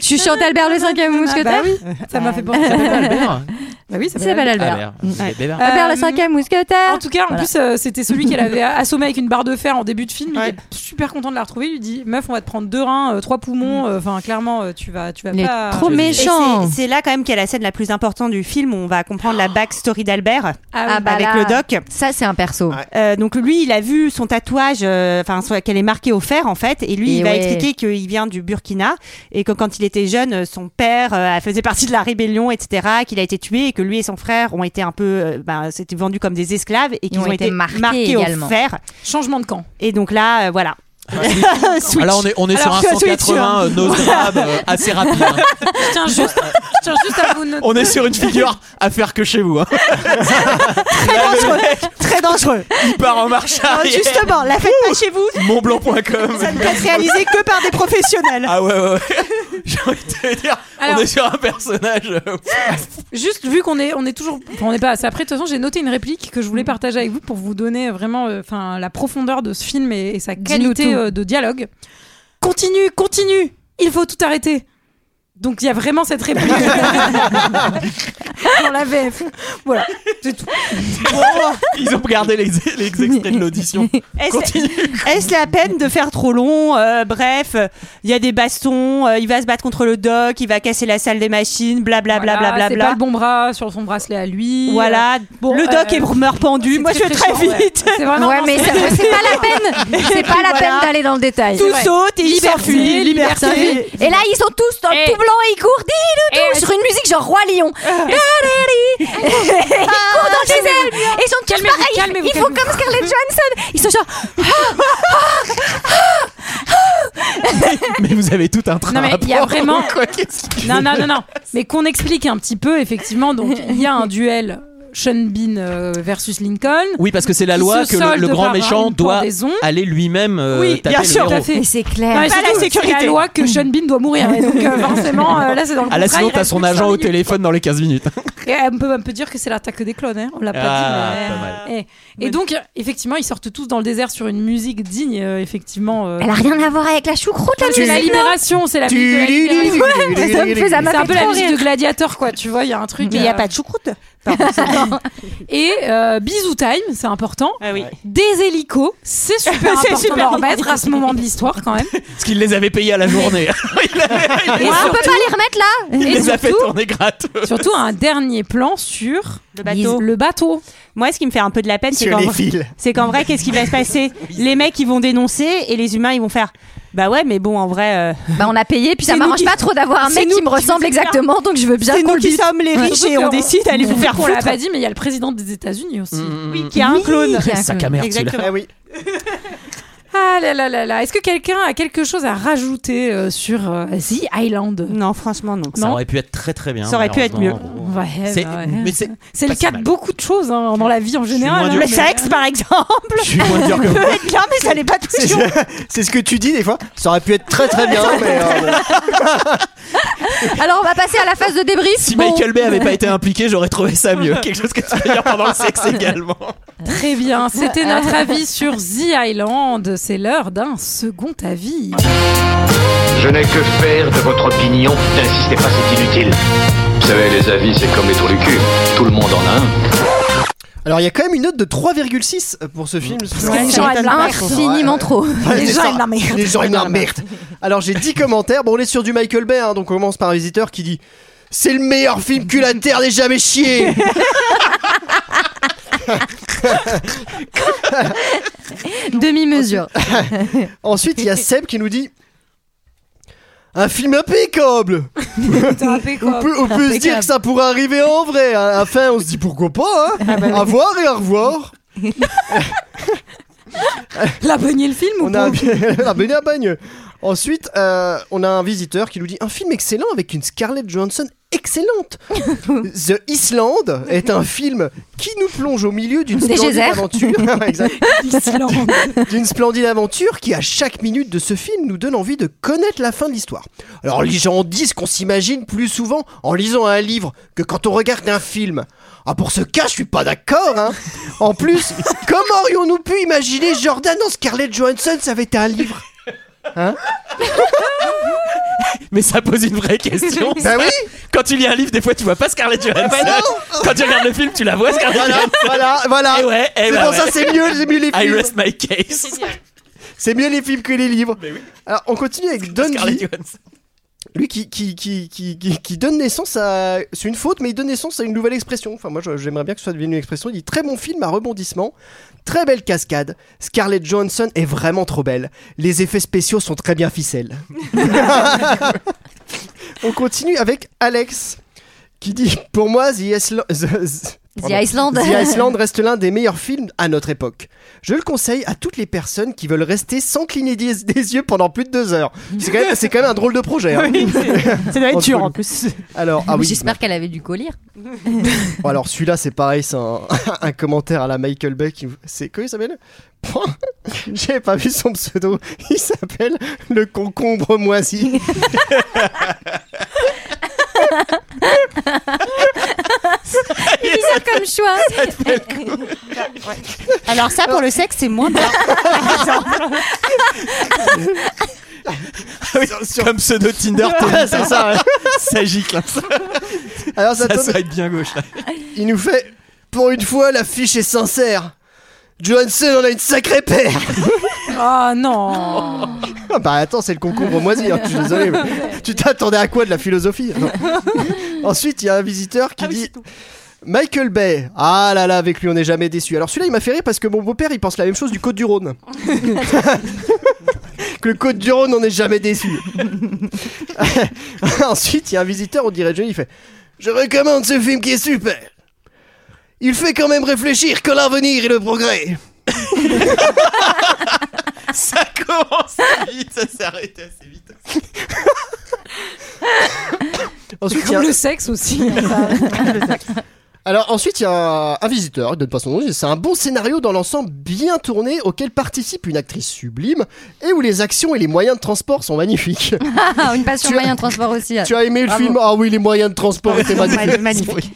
[SPEAKER 6] Je suis chante Albert le
[SPEAKER 1] Ah
[SPEAKER 6] cinquième mousquetaire.
[SPEAKER 1] Ça m'a fait penser.
[SPEAKER 8] Ça s'appelle Albert.
[SPEAKER 1] Bah oui, ça
[SPEAKER 6] Il s'appelle Albert.
[SPEAKER 8] Albert.
[SPEAKER 6] Albert le cinquième mousquetaire.
[SPEAKER 1] Euh, En tout cas, en
[SPEAKER 6] Voilà.
[SPEAKER 1] plus, euh, c'était celui qu'elle avait assommé avec une barre de fer en début de film. Il est super content de la retrouver. Il lui dit Meuf, on va te prendre deux reins, euh, trois poumons. euh, Enfin, clairement, euh, tu vas, tu vas pas.
[SPEAKER 9] Et c'est- C'est là quand même qu'il y a la scène la plus importante du film où on va comprendre la backstory d'Albert
[SPEAKER 6] Oh. Ah oui. bah
[SPEAKER 9] avec
[SPEAKER 6] là,
[SPEAKER 9] le doc.
[SPEAKER 6] Ça, c'est un perso.
[SPEAKER 9] Euh, donc lui, il a vu son tatouage, euh, enfin soit- qu'elle est marquée au fer en fait, et lui,
[SPEAKER 6] Et
[SPEAKER 9] il va
[SPEAKER 6] ouais.
[SPEAKER 9] expliquer qu'il vient du Burkina et que quand il était jeune, euh, son père euh, faisait partie de la rébellion, etc., qu'il a été tué et que lui et son frère ont été un peu, euh, ben, c'était vendu comme des esclaves et qu'ils
[SPEAKER 6] ont
[SPEAKER 9] ont,
[SPEAKER 6] été
[SPEAKER 9] été
[SPEAKER 6] marqués également.
[SPEAKER 9] au fer.
[SPEAKER 1] Changement de camp.
[SPEAKER 9] Et donc là, euh, voilà. Switch.
[SPEAKER 8] Alors on est, on est
[SPEAKER 9] Alors,
[SPEAKER 8] sur un
[SPEAKER 9] switch, hein.
[SPEAKER 8] 180 euh, Nostrad, euh, assez rapide. hein.
[SPEAKER 1] Je tiens juste, je tiens juste à vous noter.
[SPEAKER 8] On est sur une figure à faire que chez vous. hein.
[SPEAKER 9] Très dangereux, très dangereux.
[SPEAKER 8] Il part en marche
[SPEAKER 9] Alors,
[SPEAKER 8] arrière.
[SPEAKER 9] justement, la fête pas chez vous.
[SPEAKER 8] Montblanc.com.
[SPEAKER 9] Ça ne peut être réalisé que par des professionnels.
[SPEAKER 8] Ah ouais, ouais, ouais. J'ai envie de te dire,
[SPEAKER 1] Alors-
[SPEAKER 8] on est sur un personnage. euh,
[SPEAKER 1] Juste vu qu'on est, on est toujours, enfin, on n'est pas assez après. De toute façon, j'ai noté une réplique que je voulais partager avec vous pour vous donner vraiment, euh, enfin, la profondeur de ce film et, et sa qualité
[SPEAKER 6] tout.
[SPEAKER 1] euh, de dialogue. Continue, continue. Il faut tout arrêter. Donc il y a vraiment cette réplique dans la VF. Voilà, c'est tout.
[SPEAKER 8] Ils ont regardé les, les extraits de l'audition.
[SPEAKER 9] Est-ce
[SPEAKER 8] Ah, Continue.
[SPEAKER 9] est-ce la peine de faire trop long Euh, Bref, euh, il y a des bastons, euh, il va se battre contre le doc, il va casser la salle des machines, blablabla.
[SPEAKER 1] Voilà,
[SPEAKER 9] Bla, bla, bla,
[SPEAKER 1] c'est
[SPEAKER 9] bla.
[SPEAKER 1] pas le bon bras sur son bracelet à lui.
[SPEAKER 9] Voilà,
[SPEAKER 1] Bon,
[SPEAKER 9] le doc
[SPEAKER 1] euh,
[SPEAKER 9] est meurt pendu.
[SPEAKER 1] c'est
[SPEAKER 9] Moi, je vais très
[SPEAKER 1] chiant, ouais.
[SPEAKER 9] vite.
[SPEAKER 1] C'est vraiment.
[SPEAKER 6] ouais,
[SPEAKER 1] non,
[SPEAKER 6] mais ça-
[SPEAKER 1] c'est-
[SPEAKER 6] c'est pas la peine. C'est pas la
[SPEAKER 9] Voilà.
[SPEAKER 6] peine d'aller dans le détail.
[SPEAKER 9] Tout
[SPEAKER 6] Ouais.
[SPEAKER 9] saute et il s'enfuit.
[SPEAKER 6] liberté.
[SPEAKER 9] Liberté.
[SPEAKER 6] Et là, ils sont tous dans le tout blanc et ils courent dis-le tout sur une musique genre Roi Lion. Dadadadi. Ils courent dans le désert. Et Ils sont tous
[SPEAKER 1] Calmez-vous,
[SPEAKER 6] pareils.
[SPEAKER 1] calmez-vous,
[SPEAKER 6] Ils font
[SPEAKER 1] calmez-vous.
[SPEAKER 6] comme Scarlett Johansson. Ils sont genre.
[SPEAKER 8] Mais vous avez tout un train.
[SPEAKER 1] Non, mais
[SPEAKER 8] à
[SPEAKER 1] il y a
[SPEAKER 8] prendre,
[SPEAKER 1] vraiment-
[SPEAKER 8] quoi. Qu'est-ce que tu
[SPEAKER 1] Non,
[SPEAKER 8] fais
[SPEAKER 1] non, non, non. Mais qu'on explique un petit peu, effectivement. Donc, il y a un duel Sean Bean euh, versus Lincoln.
[SPEAKER 8] Oui, parce que c'est la
[SPEAKER 1] Qui
[SPEAKER 8] loi
[SPEAKER 1] se
[SPEAKER 8] que le,
[SPEAKER 1] solde
[SPEAKER 8] le grand
[SPEAKER 1] par
[SPEAKER 8] méchant
[SPEAKER 1] une
[SPEAKER 8] doit
[SPEAKER 1] pendaison.
[SPEAKER 8] aller lui-même euh,
[SPEAKER 1] Oui,
[SPEAKER 8] taper
[SPEAKER 1] bien
[SPEAKER 8] le
[SPEAKER 1] sûr,
[SPEAKER 8] héros.
[SPEAKER 1] tout à fait.
[SPEAKER 6] Mais c'est
[SPEAKER 1] Non, mais
[SPEAKER 6] clair.
[SPEAKER 9] Pas la
[SPEAKER 1] surtout,
[SPEAKER 9] sécurité.
[SPEAKER 1] C'est la loi que Sean Bean doit mourir. Et donc, euh, forcément, euh, là, c'est dans le
[SPEAKER 8] Ah là,
[SPEAKER 1] contrat,
[SPEAKER 8] sinon
[SPEAKER 1] il
[SPEAKER 8] t'as
[SPEAKER 1] reste
[SPEAKER 8] son
[SPEAKER 1] plus que
[SPEAKER 8] agent
[SPEAKER 1] cinq
[SPEAKER 8] au
[SPEAKER 1] minutes.
[SPEAKER 8] téléphone dans les 15 minutes. hein.
[SPEAKER 1] Et on peut, on peut dire que c'est l'attaque des clones, hein. on l'a pas
[SPEAKER 8] Ah,
[SPEAKER 1] dit. mais-
[SPEAKER 8] pas mal.
[SPEAKER 1] Eh. Et, donc, effectivement, ils sortent tous dans le désert sur une musique digne, euh, effectivement. euh,
[SPEAKER 6] Elle a rien à voir avec la choucroute, la
[SPEAKER 1] C'est
[SPEAKER 6] musique.
[SPEAKER 1] la libération, c'est la musique de la libération.
[SPEAKER 6] Ouais, ça me fait- ça m'a
[SPEAKER 1] C'est un
[SPEAKER 6] fait
[SPEAKER 1] peu la
[SPEAKER 6] trop
[SPEAKER 1] musique de
[SPEAKER 6] rire.
[SPEAKER 1] Gladiator, quoi, tu vois, il y a un truc.
[SPEAKER 9] Mais il n'y a
[SPEAKER 1] euh,
[SPEAKER 9] pas de choucroute.
[SPEAKER 1] Et euh, bisou time, c'est important.
[SPEAKER 9] Ah oui.
[SPEAKER 1] Des hélicos, c'est super
[SPEAKER 9] C'est
[SPEAKER 1] important
[SPEAKER 9] super
[SPEAKER 1] d'en remettre à ce moment de l'histoire quand même.
[SPEAKER 8] Parce qu'il les avait payés à la journée. il avait-
[SPEAKER 1] Et,
[SPEAKER 6] On peut
[SPEAKER 1] surtout,
[SPEAKER 6] pas les remettre là.
[SPEAKER 8] il
[SPEAKER 1] et
[SPEAKER 8] les a fait
[SPEAKER 1] surtout,
[SPEAKER 8] tourner gratteux.
[SPEAKER 1] surtout un dernier plan sur
[SPEAKER 9] Le bateau.
[SPEAKER 1] le bateau.
[SPEAKER 9] Moi, ce qui me fait un peu de la peine, c'est
[SPEAKER 2] Sur
[SPEAKER 9] qu'en
[SPEAKER 2] les
[SPEAKER 9] vrai,
[SPEAKER 2] fils.
[SPEAKER 9] c'est qu'en vrai, qu'est-ce qui va se passer Les mecs, ils vont dénoncer et les humains, ils vont faire. Bah ouais, mais bon, en vrai, euh,
[SPEAKER 6] Bah, on a payé, puis ça
[SPEAKER 9] C'est nous
[SPEAKER 6] m'arrange
[SPEAKER 9] qui-
[SPEAKER 6] pas trop d'avoir un
[SPEAKER 9] c'est
[SPEAKER 6] mec
[SPEAKER 9] nous
[SPEAKER 6] qui me
[SPEAKER 9] qui
[SPEAKER 6] ressemble
[SPEAKER 9] faisons ça.
[SPEAKER 6] exactement, donc je veux bien
[SPEAKER 9] c'est
[SPEAKER 6] qu'on
[SPEAKER 9] nous
[SPEAKER 6] le
[SPEAKER 9] qui
[SPEAKER 6] dise.
[SPEAKER 9] sommes les riches
[SPEAKER 1] Surtout
[SPEAKER 9] et on
[SPEAKER 1] qu'on-
[SPEAKER 9] décide d'aller vous faire
[SPEAKER 1] On l'a
[SPEAKER 9] foutre. Mm,
[SPEAKER 1] pas dit, mais il y a le président des États-Unis aussi.
[SPEAKER 9] Oui, qui a un
[SPEAKER 6] Oui,
[SPEAKER 9] clone.
[SPEAKER 6] qui a un clone.
[SPEAKER 8] Sac à merde, celui-là.
[SPEAKER 9] Exactement.
[SPEAKER 2] Ah oui.
[SPEAKER 1] Ah là là là là. Est-ce que quelqu'un a quelque chose à rajouter euh, sur euh, The Island
[SPEAKER 9] Non, franchement, non.
[SPEAKER 8] Ça aurait pu être très très bien.
[SPEAKER 9] Ça aurait pu être mieux.
[SPEAKER 8] malheureusement.
[SPEAKER 1] Ouais,
[SPEAKER 8] C'est-
[SPEAKER 1] bah ouais.
[SPEAKER 8] mais c'est
[SPEAKER 1] C'est
[SPEAKER 8] pas
[SPEAKER 1] le
[SPEAKER 8] si
[SPEAKER 1] cas de
[SPEAKER 8] mal.
[SPEAKER 1] beaucoup de choses hein, dans la vie en général.
[SPEAKER 8] moins
[SPEAKER 1] hein,
[SPEAKER 8] dur.
[SPEAKER 1] mais-
[SPEAKER 9] Le sexe, par exemple.
[SPEAKER 8] Je suis moins dur que
[SPEAKER 9] peut
[SPEAKER 8] vous.
[SPEAKER 9] être bien, mais ça n'est pas
[SPEAKER 2] C'est
[SPEAKER 9] toujours.
[SPEAKER 2] c'est ce que tu dis des fois. Ça aurait pu être très très bien, mais. euh,
[SPEAKER 6] Alors, on va passer à la phase de débrief.
[SPEAKER 8] Si
[SPEAKER 6] Bon.
[SPEAKER 8] Michael Bay avait pas été impliqué, j'aurais trouvé ça mieux. Quelque chose que tu peux dire pendant le sexe également.
[SPEAKER 1] Très bien, c'était notre avis sur The Island. C'est l'heure d'un second avis.
[SPEAKER 20] Je n'ai que faire de votre opinion. N'insistez pas, c'est inutile.
[SPEAKER 5] Vous savez, les avis, c'est comme les trous du cul. Tout le monde en a un.
[SPEAKER 2] Alors il y a quand même une note de 3,6 pour ce film. Parce
[SPEAKER 6] que les gens aiment la merde. Infiniment trop. Les gens aiment la merde.
[SPEAKER 2] Les gens aiment la merde. Alors j'ai 10 commentaires. Bon, on est sur du Michael Bay, hein, donc on commence par un visiteur qui dit C'est le meilleur film que la Terre n'ait jamais chié
[SPEAKER 6] Demi-mesure.
[SPEAKER 2] Ensuite, il y a Seb qui nous dit un film impeccable. On peut, on peut se dire que ça pourrait arriver en vrai. À la fin, on se dit pourquoi pas. Hein
[SPEAKER 6] Ah bah
[SPEAKER 2] À voir et à revoir.
[SPEAKER 1] La le film
[SPEAKER 2] on a Ah, la bagnée à bagne. Ensuite, euh, on a un visiteur qui nous dit un film excellent avec une Scarlett Johansson excellente. The Island est un film qui nous plonge au milieu d'une
[SPEAKER 6] Des
[SPEAKER 2] splendide
[SPEAKER 6] geysers.
[SPEAKER 2] aventure. Ouais, exact. d'une splendide aventure qui, à chaque minute de ce film, nous donne envie de connaître la fin de l'histoire. Alors, les gens disent qu'on s'imagine plus souvent en lisant un livre que quand on regarde un film. Ah, pour ce cas, je suis pas d'accord, hein. En plus, comment aurions-nous pu imaginer Jordan en Scarlett Johansson ça avait été un livre Hein
[SPEAKER 8] Mais ça pose une vraie question.
[SPEAKER 2] Bah
[SPEAKER 8] ça.
[SPEAKER 2] oui.
[SPEAKER 8] Quand tu lis un livre, des fois tu vois pas Scarlett Johansson.
[SPEAKER 2] Bah non.
[SPEAKER 8] Quand tu regardes le film, tu la vois Scarlett
[SPEAKER 2] Voilà,
[SPEAKER 8] Johansson.
[SPEAKER 2] voilà, voilà.
[SPEAKER 8] Et ouais, et
[SPEAKER 2] C'est
[SPEAKER 8] bah
[SPEAKER 2] pour
[SPEAKER 8] ouais.
[SPEAKER 2] ça, c'est mieux, c'est mieux les
[SPEAKER 8] I
[SPEAKER 2] films.
[SPEAKER 8] rest my case.
[SPEAKER 2] C'est mieux les films que les livres. Alors, on continue avec Don
[SPEAKER 8] Scarlett
[SPEAKER 2] G, lui qui, qui, qui, qui, qui- qui donne naissance à. C'est une faute, mais il donne naissance à une nouvelle expression. Enfin, moi, je- j'aimerais bien que ce soit devenu une expression. Il dit Très bon film à rebondissement, très belle cascade. Scarlett Johansson est vraiment trop belle. Les effets spéciaux sont très bien ficelles. on continue avec Alex qui dit Pour moi, The Island.
[SPEAKER 6] The Island.
[SPEAKER 2] The Island reste l'un des meilleurs films à notre époque. Je le conseille à toutes les personnes qui veulent rester sans cligner des, des yeux pendant plus de deux heures. C'est quand, même- c'est quand même un drôle de projet. hein.
[SPEAKER 9] Ça doit être dur en
[SPEAKER 2] Entre-
[SPEAKER 9] plus.
[SPEAKER 2] Alors, ah oui.
[SPEAKER 6] J'espère qu'elle avait du collier.
[SPEAKER 2] Bon, alors celui-là, c'est pareil, c'est un, un commentaire à la Michael Bay. qui- C'est quoi il s'appelle Point. J'ai pas vu son pseudo. Il s'appelle le concombre moisi.
[SPEAKER 6] C'est bizarre comme choix.
[SPEAKER 9] Alors, ça, pour le sexe, c'est moins bien.
[SPEAKER 8] Ah oui, Comme pseudo Tinder,
[SPEAKER 2] Ouais, c'est ça, ouais.
[SPEAKER 8] Ça gicle. Ça,
[SPEAKER 2] Alors ça,
[SPEAKER 8] ça
[SPEAKER 2] tombe-
[SPEAKER 8] serait bien gauche. là.
[SPEAKER 2] Il nous fait Pour une fois, l'affiche est sincère. Johnson, on a une sacrée paire.
[SPEAKER 1] Oh non
[SPEAKER 2] Ah bah attends, c'est le concombre moisi, hein, je suis désolé. mais tu t'attendais à quoi de la philosophie Non. Ensuite, il y a un visiteur
[SPEAKER 9] Ah
[SPEAKER 2] qui dit
[SPEAKER 9] Oh,
[SPEAKER 2] Michael Bay. Ah là là, avec lui, on n'est jamais déçu. Alors celui-là, il m'a fait rire parce que mon beau-père, il pense la même chose du Côte du Rhône. que le Côte du Rhône, on n'est jamais déçu. Ensuite, il y a un visiteur, on dirait Johnny, il fait Je recommande ce film qui est super. Il fait quand même réfléchir que l'avenir et le progrès.
[SPEAKER 8] ça commence vite, ça s'est arrêté assez vite.
[SPEAKER 2] Ensuite, il y a-
[SPEAKER 1] Comme le sexe aussi. hein, ça.
[SPEAKER 2] Alors ensuite, il y a un, un visiteur, il donne pas son nom, il dit, c'est un bon scénario dans l'ensemble bien tourné auquel participe une actrice sublime et où les actions et les moyens de transport sont magnifiques.
[SPEAKER 6] Ah, une passion
[SPEAKER 2] Tu as-
[SPEAKER 6] moyen de transport aussi.
[SPEAKER 2] tu as aimé le
[SPEAKER 6] Bravo.
[SPEAKER 2] film Ah oui, les moyens de transport étaient magnifiques.
[SPEAKER 9] Magnifique.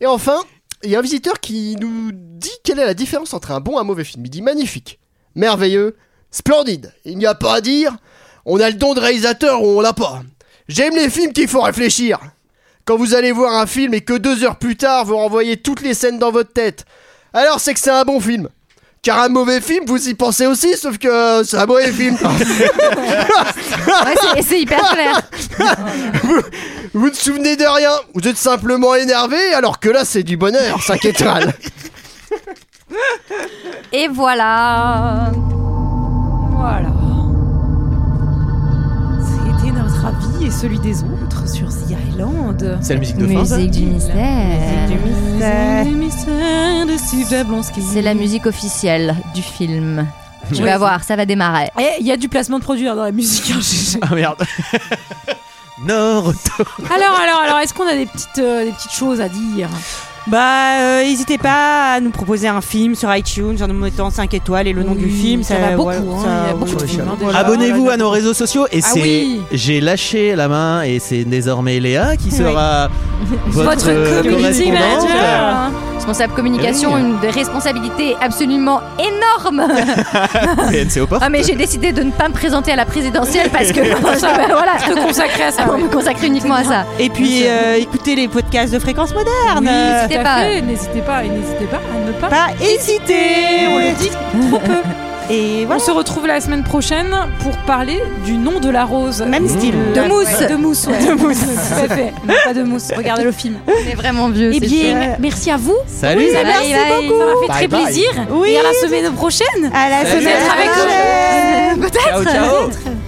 [SPEAKER 2] Et enfin, il y a un visiteur qui nous dit quelle est la différence entre un bon et un mauvais film. Il dit magnifique, merveilleux, splendide. Il n'y a pas à dire, on a le don de réalisateur ou on l'a pas. J'aime les films qui font réfléchir. Quand vous allez voir un film et que deux heures plus tard vous renvoyez toutes les scènes dans votre tête, alors c'est que c'est un bon film. Car un mauvais film, vous y pensez aussi, sauf que c'est un mauvais film.
[SPEAKER 6] Ouais, c'est- c'est hyper clair.
[SPEAKER 2] Vous ne souvenez de rien, vous êtes simplement énervé, alors que là c'est du bonheur, 5 étoiles.
[SPEAKER 6] Et voilà.
[SPEAKER 1] voilà. C'était notre avis et celui des autres sur The Island.
[SPEAKER 8] C'est la musique de fin. ça
[SPEAKER 6] Musique du mystère.
[SPEAKER 1] Les mystères de Steve Jablonski.
[SPEAKER 6] C'est la musique officielle du film. Tu vas voir, ça va démarrer.
[SPEAKER 1] Eh, Il y a du placement de produits hein, dans la musique. hein, j'ai-
[SPEAKER 8] Ah merde. Naruto.
[SPEAKER 1] alors, alors, alors, est-ce qu'on a des petites, euh, des petites choses à dire
[SPEAKER 9] Bah, euh, n'hésitez pas à nous proposer un film sur iTunes en nous mettant 5 étoiles et le nom du film.
[SPEAKER 1] ça va beaucoup, hein, il y a
[SPEAKER 9] oui,
[SPEAKER 1] beaucoup de
[SPEAKER 9] oui,
[SPEAKER 1] films, hein,
[SPEAKER 9] voilà.
[SPEAKER 1] déjà.
[SPEAKER 8] Abonnez-vous à nos réseaux sociaux et
[SPEAKER 1] Ah
[SPEAKER 8] c'est
[SPEAKER 1] oui.
[SPEAKER 8] j'ai lâché la main et c'est désormais Léa qui sera votre, euh,
[SPEAKER 6] community
[SPEAKER 8] correspondante.
[SPEAKER 6] Ah. Responsable communication,
[SPEAKER 8] Eh oui.
[SPEAKER 6] une responsabilité absolument énorme.
[SPEAKER 8] PNC aux portes.
[SPEAKER 6] ah mais j'ai décidé de ne pas me présenter à la présidentielle parce que
[SPEAKER 9] Pour ça,
[SPEAKER 6] Bah, voilà,
[SPEAKER 9] je te consacrais à ça,
[SPEAKER 6] On
[SPEAKER 9] ouais.
[SPEAKER 6] me consacrait uniquement à ça.
[SPEAKER 9] Et puis, euh, écoutez les podcasts de Fréquence Moderne.
[SPEAKER 1] Oui,
[SPEAKER 9] N'hésitez
[SPEAKER 1] tout à fait, N'hésitez pas et n'hésitez pas à ne pas, hésiter. On le dit trop peu.
[SPEAKER 9] Et
[SPEAKER 1] On se retrouve la semaine prochaine pour parler du nom de la rose. Même
[SPEAKER 9] style.
[SPEAKER 1] De
[SPEAKER 9] Ouais.
[SPEAKER 1] mousse.
[SPEAKER 9] Ouais.
[SPEAKER 1] De mousse, ouais.
[SPEAKER 9] De mousse.
[SPEAKER 1] Tout à fait. Non, Pas de mousse. Regardez le film.
[SPEAKER 6] On est vraiment vieux.
[SPEAKER 1] Eh
[SPEAKER 6] c'est
[SPEAKER 1] bien,
[SPEAKER 6] sûr.
[SPEAKER 1] merci à vous.
[SPEAKER 8] Salut.
[SPEAKER 1] Oui,
[SPEAKER 6] Bye
[SPEAKER 1] merci
[SPEAKER 6] bye.
[SPEAKER 1] beaucoup. Ça m'a fait très
[SPEAKER 6] Bye bye.
[SPEAKER 1] plaisir.
[SPEAKER 9] Oui.
[SPEAKER 1] Et à la semaine prochaine.
[SPEAKER 9] À la
[SPEAKER 1] Peut-être
[SPEAKER 9] semaine
[SPEAKER 1] avec
[SPEAKER 9] prochaine.
[SPEAKER 1] Euh, Peut-être.
[SPEAKER 9] Ciao, ciao.
[SPEAKER 1] Peut-être.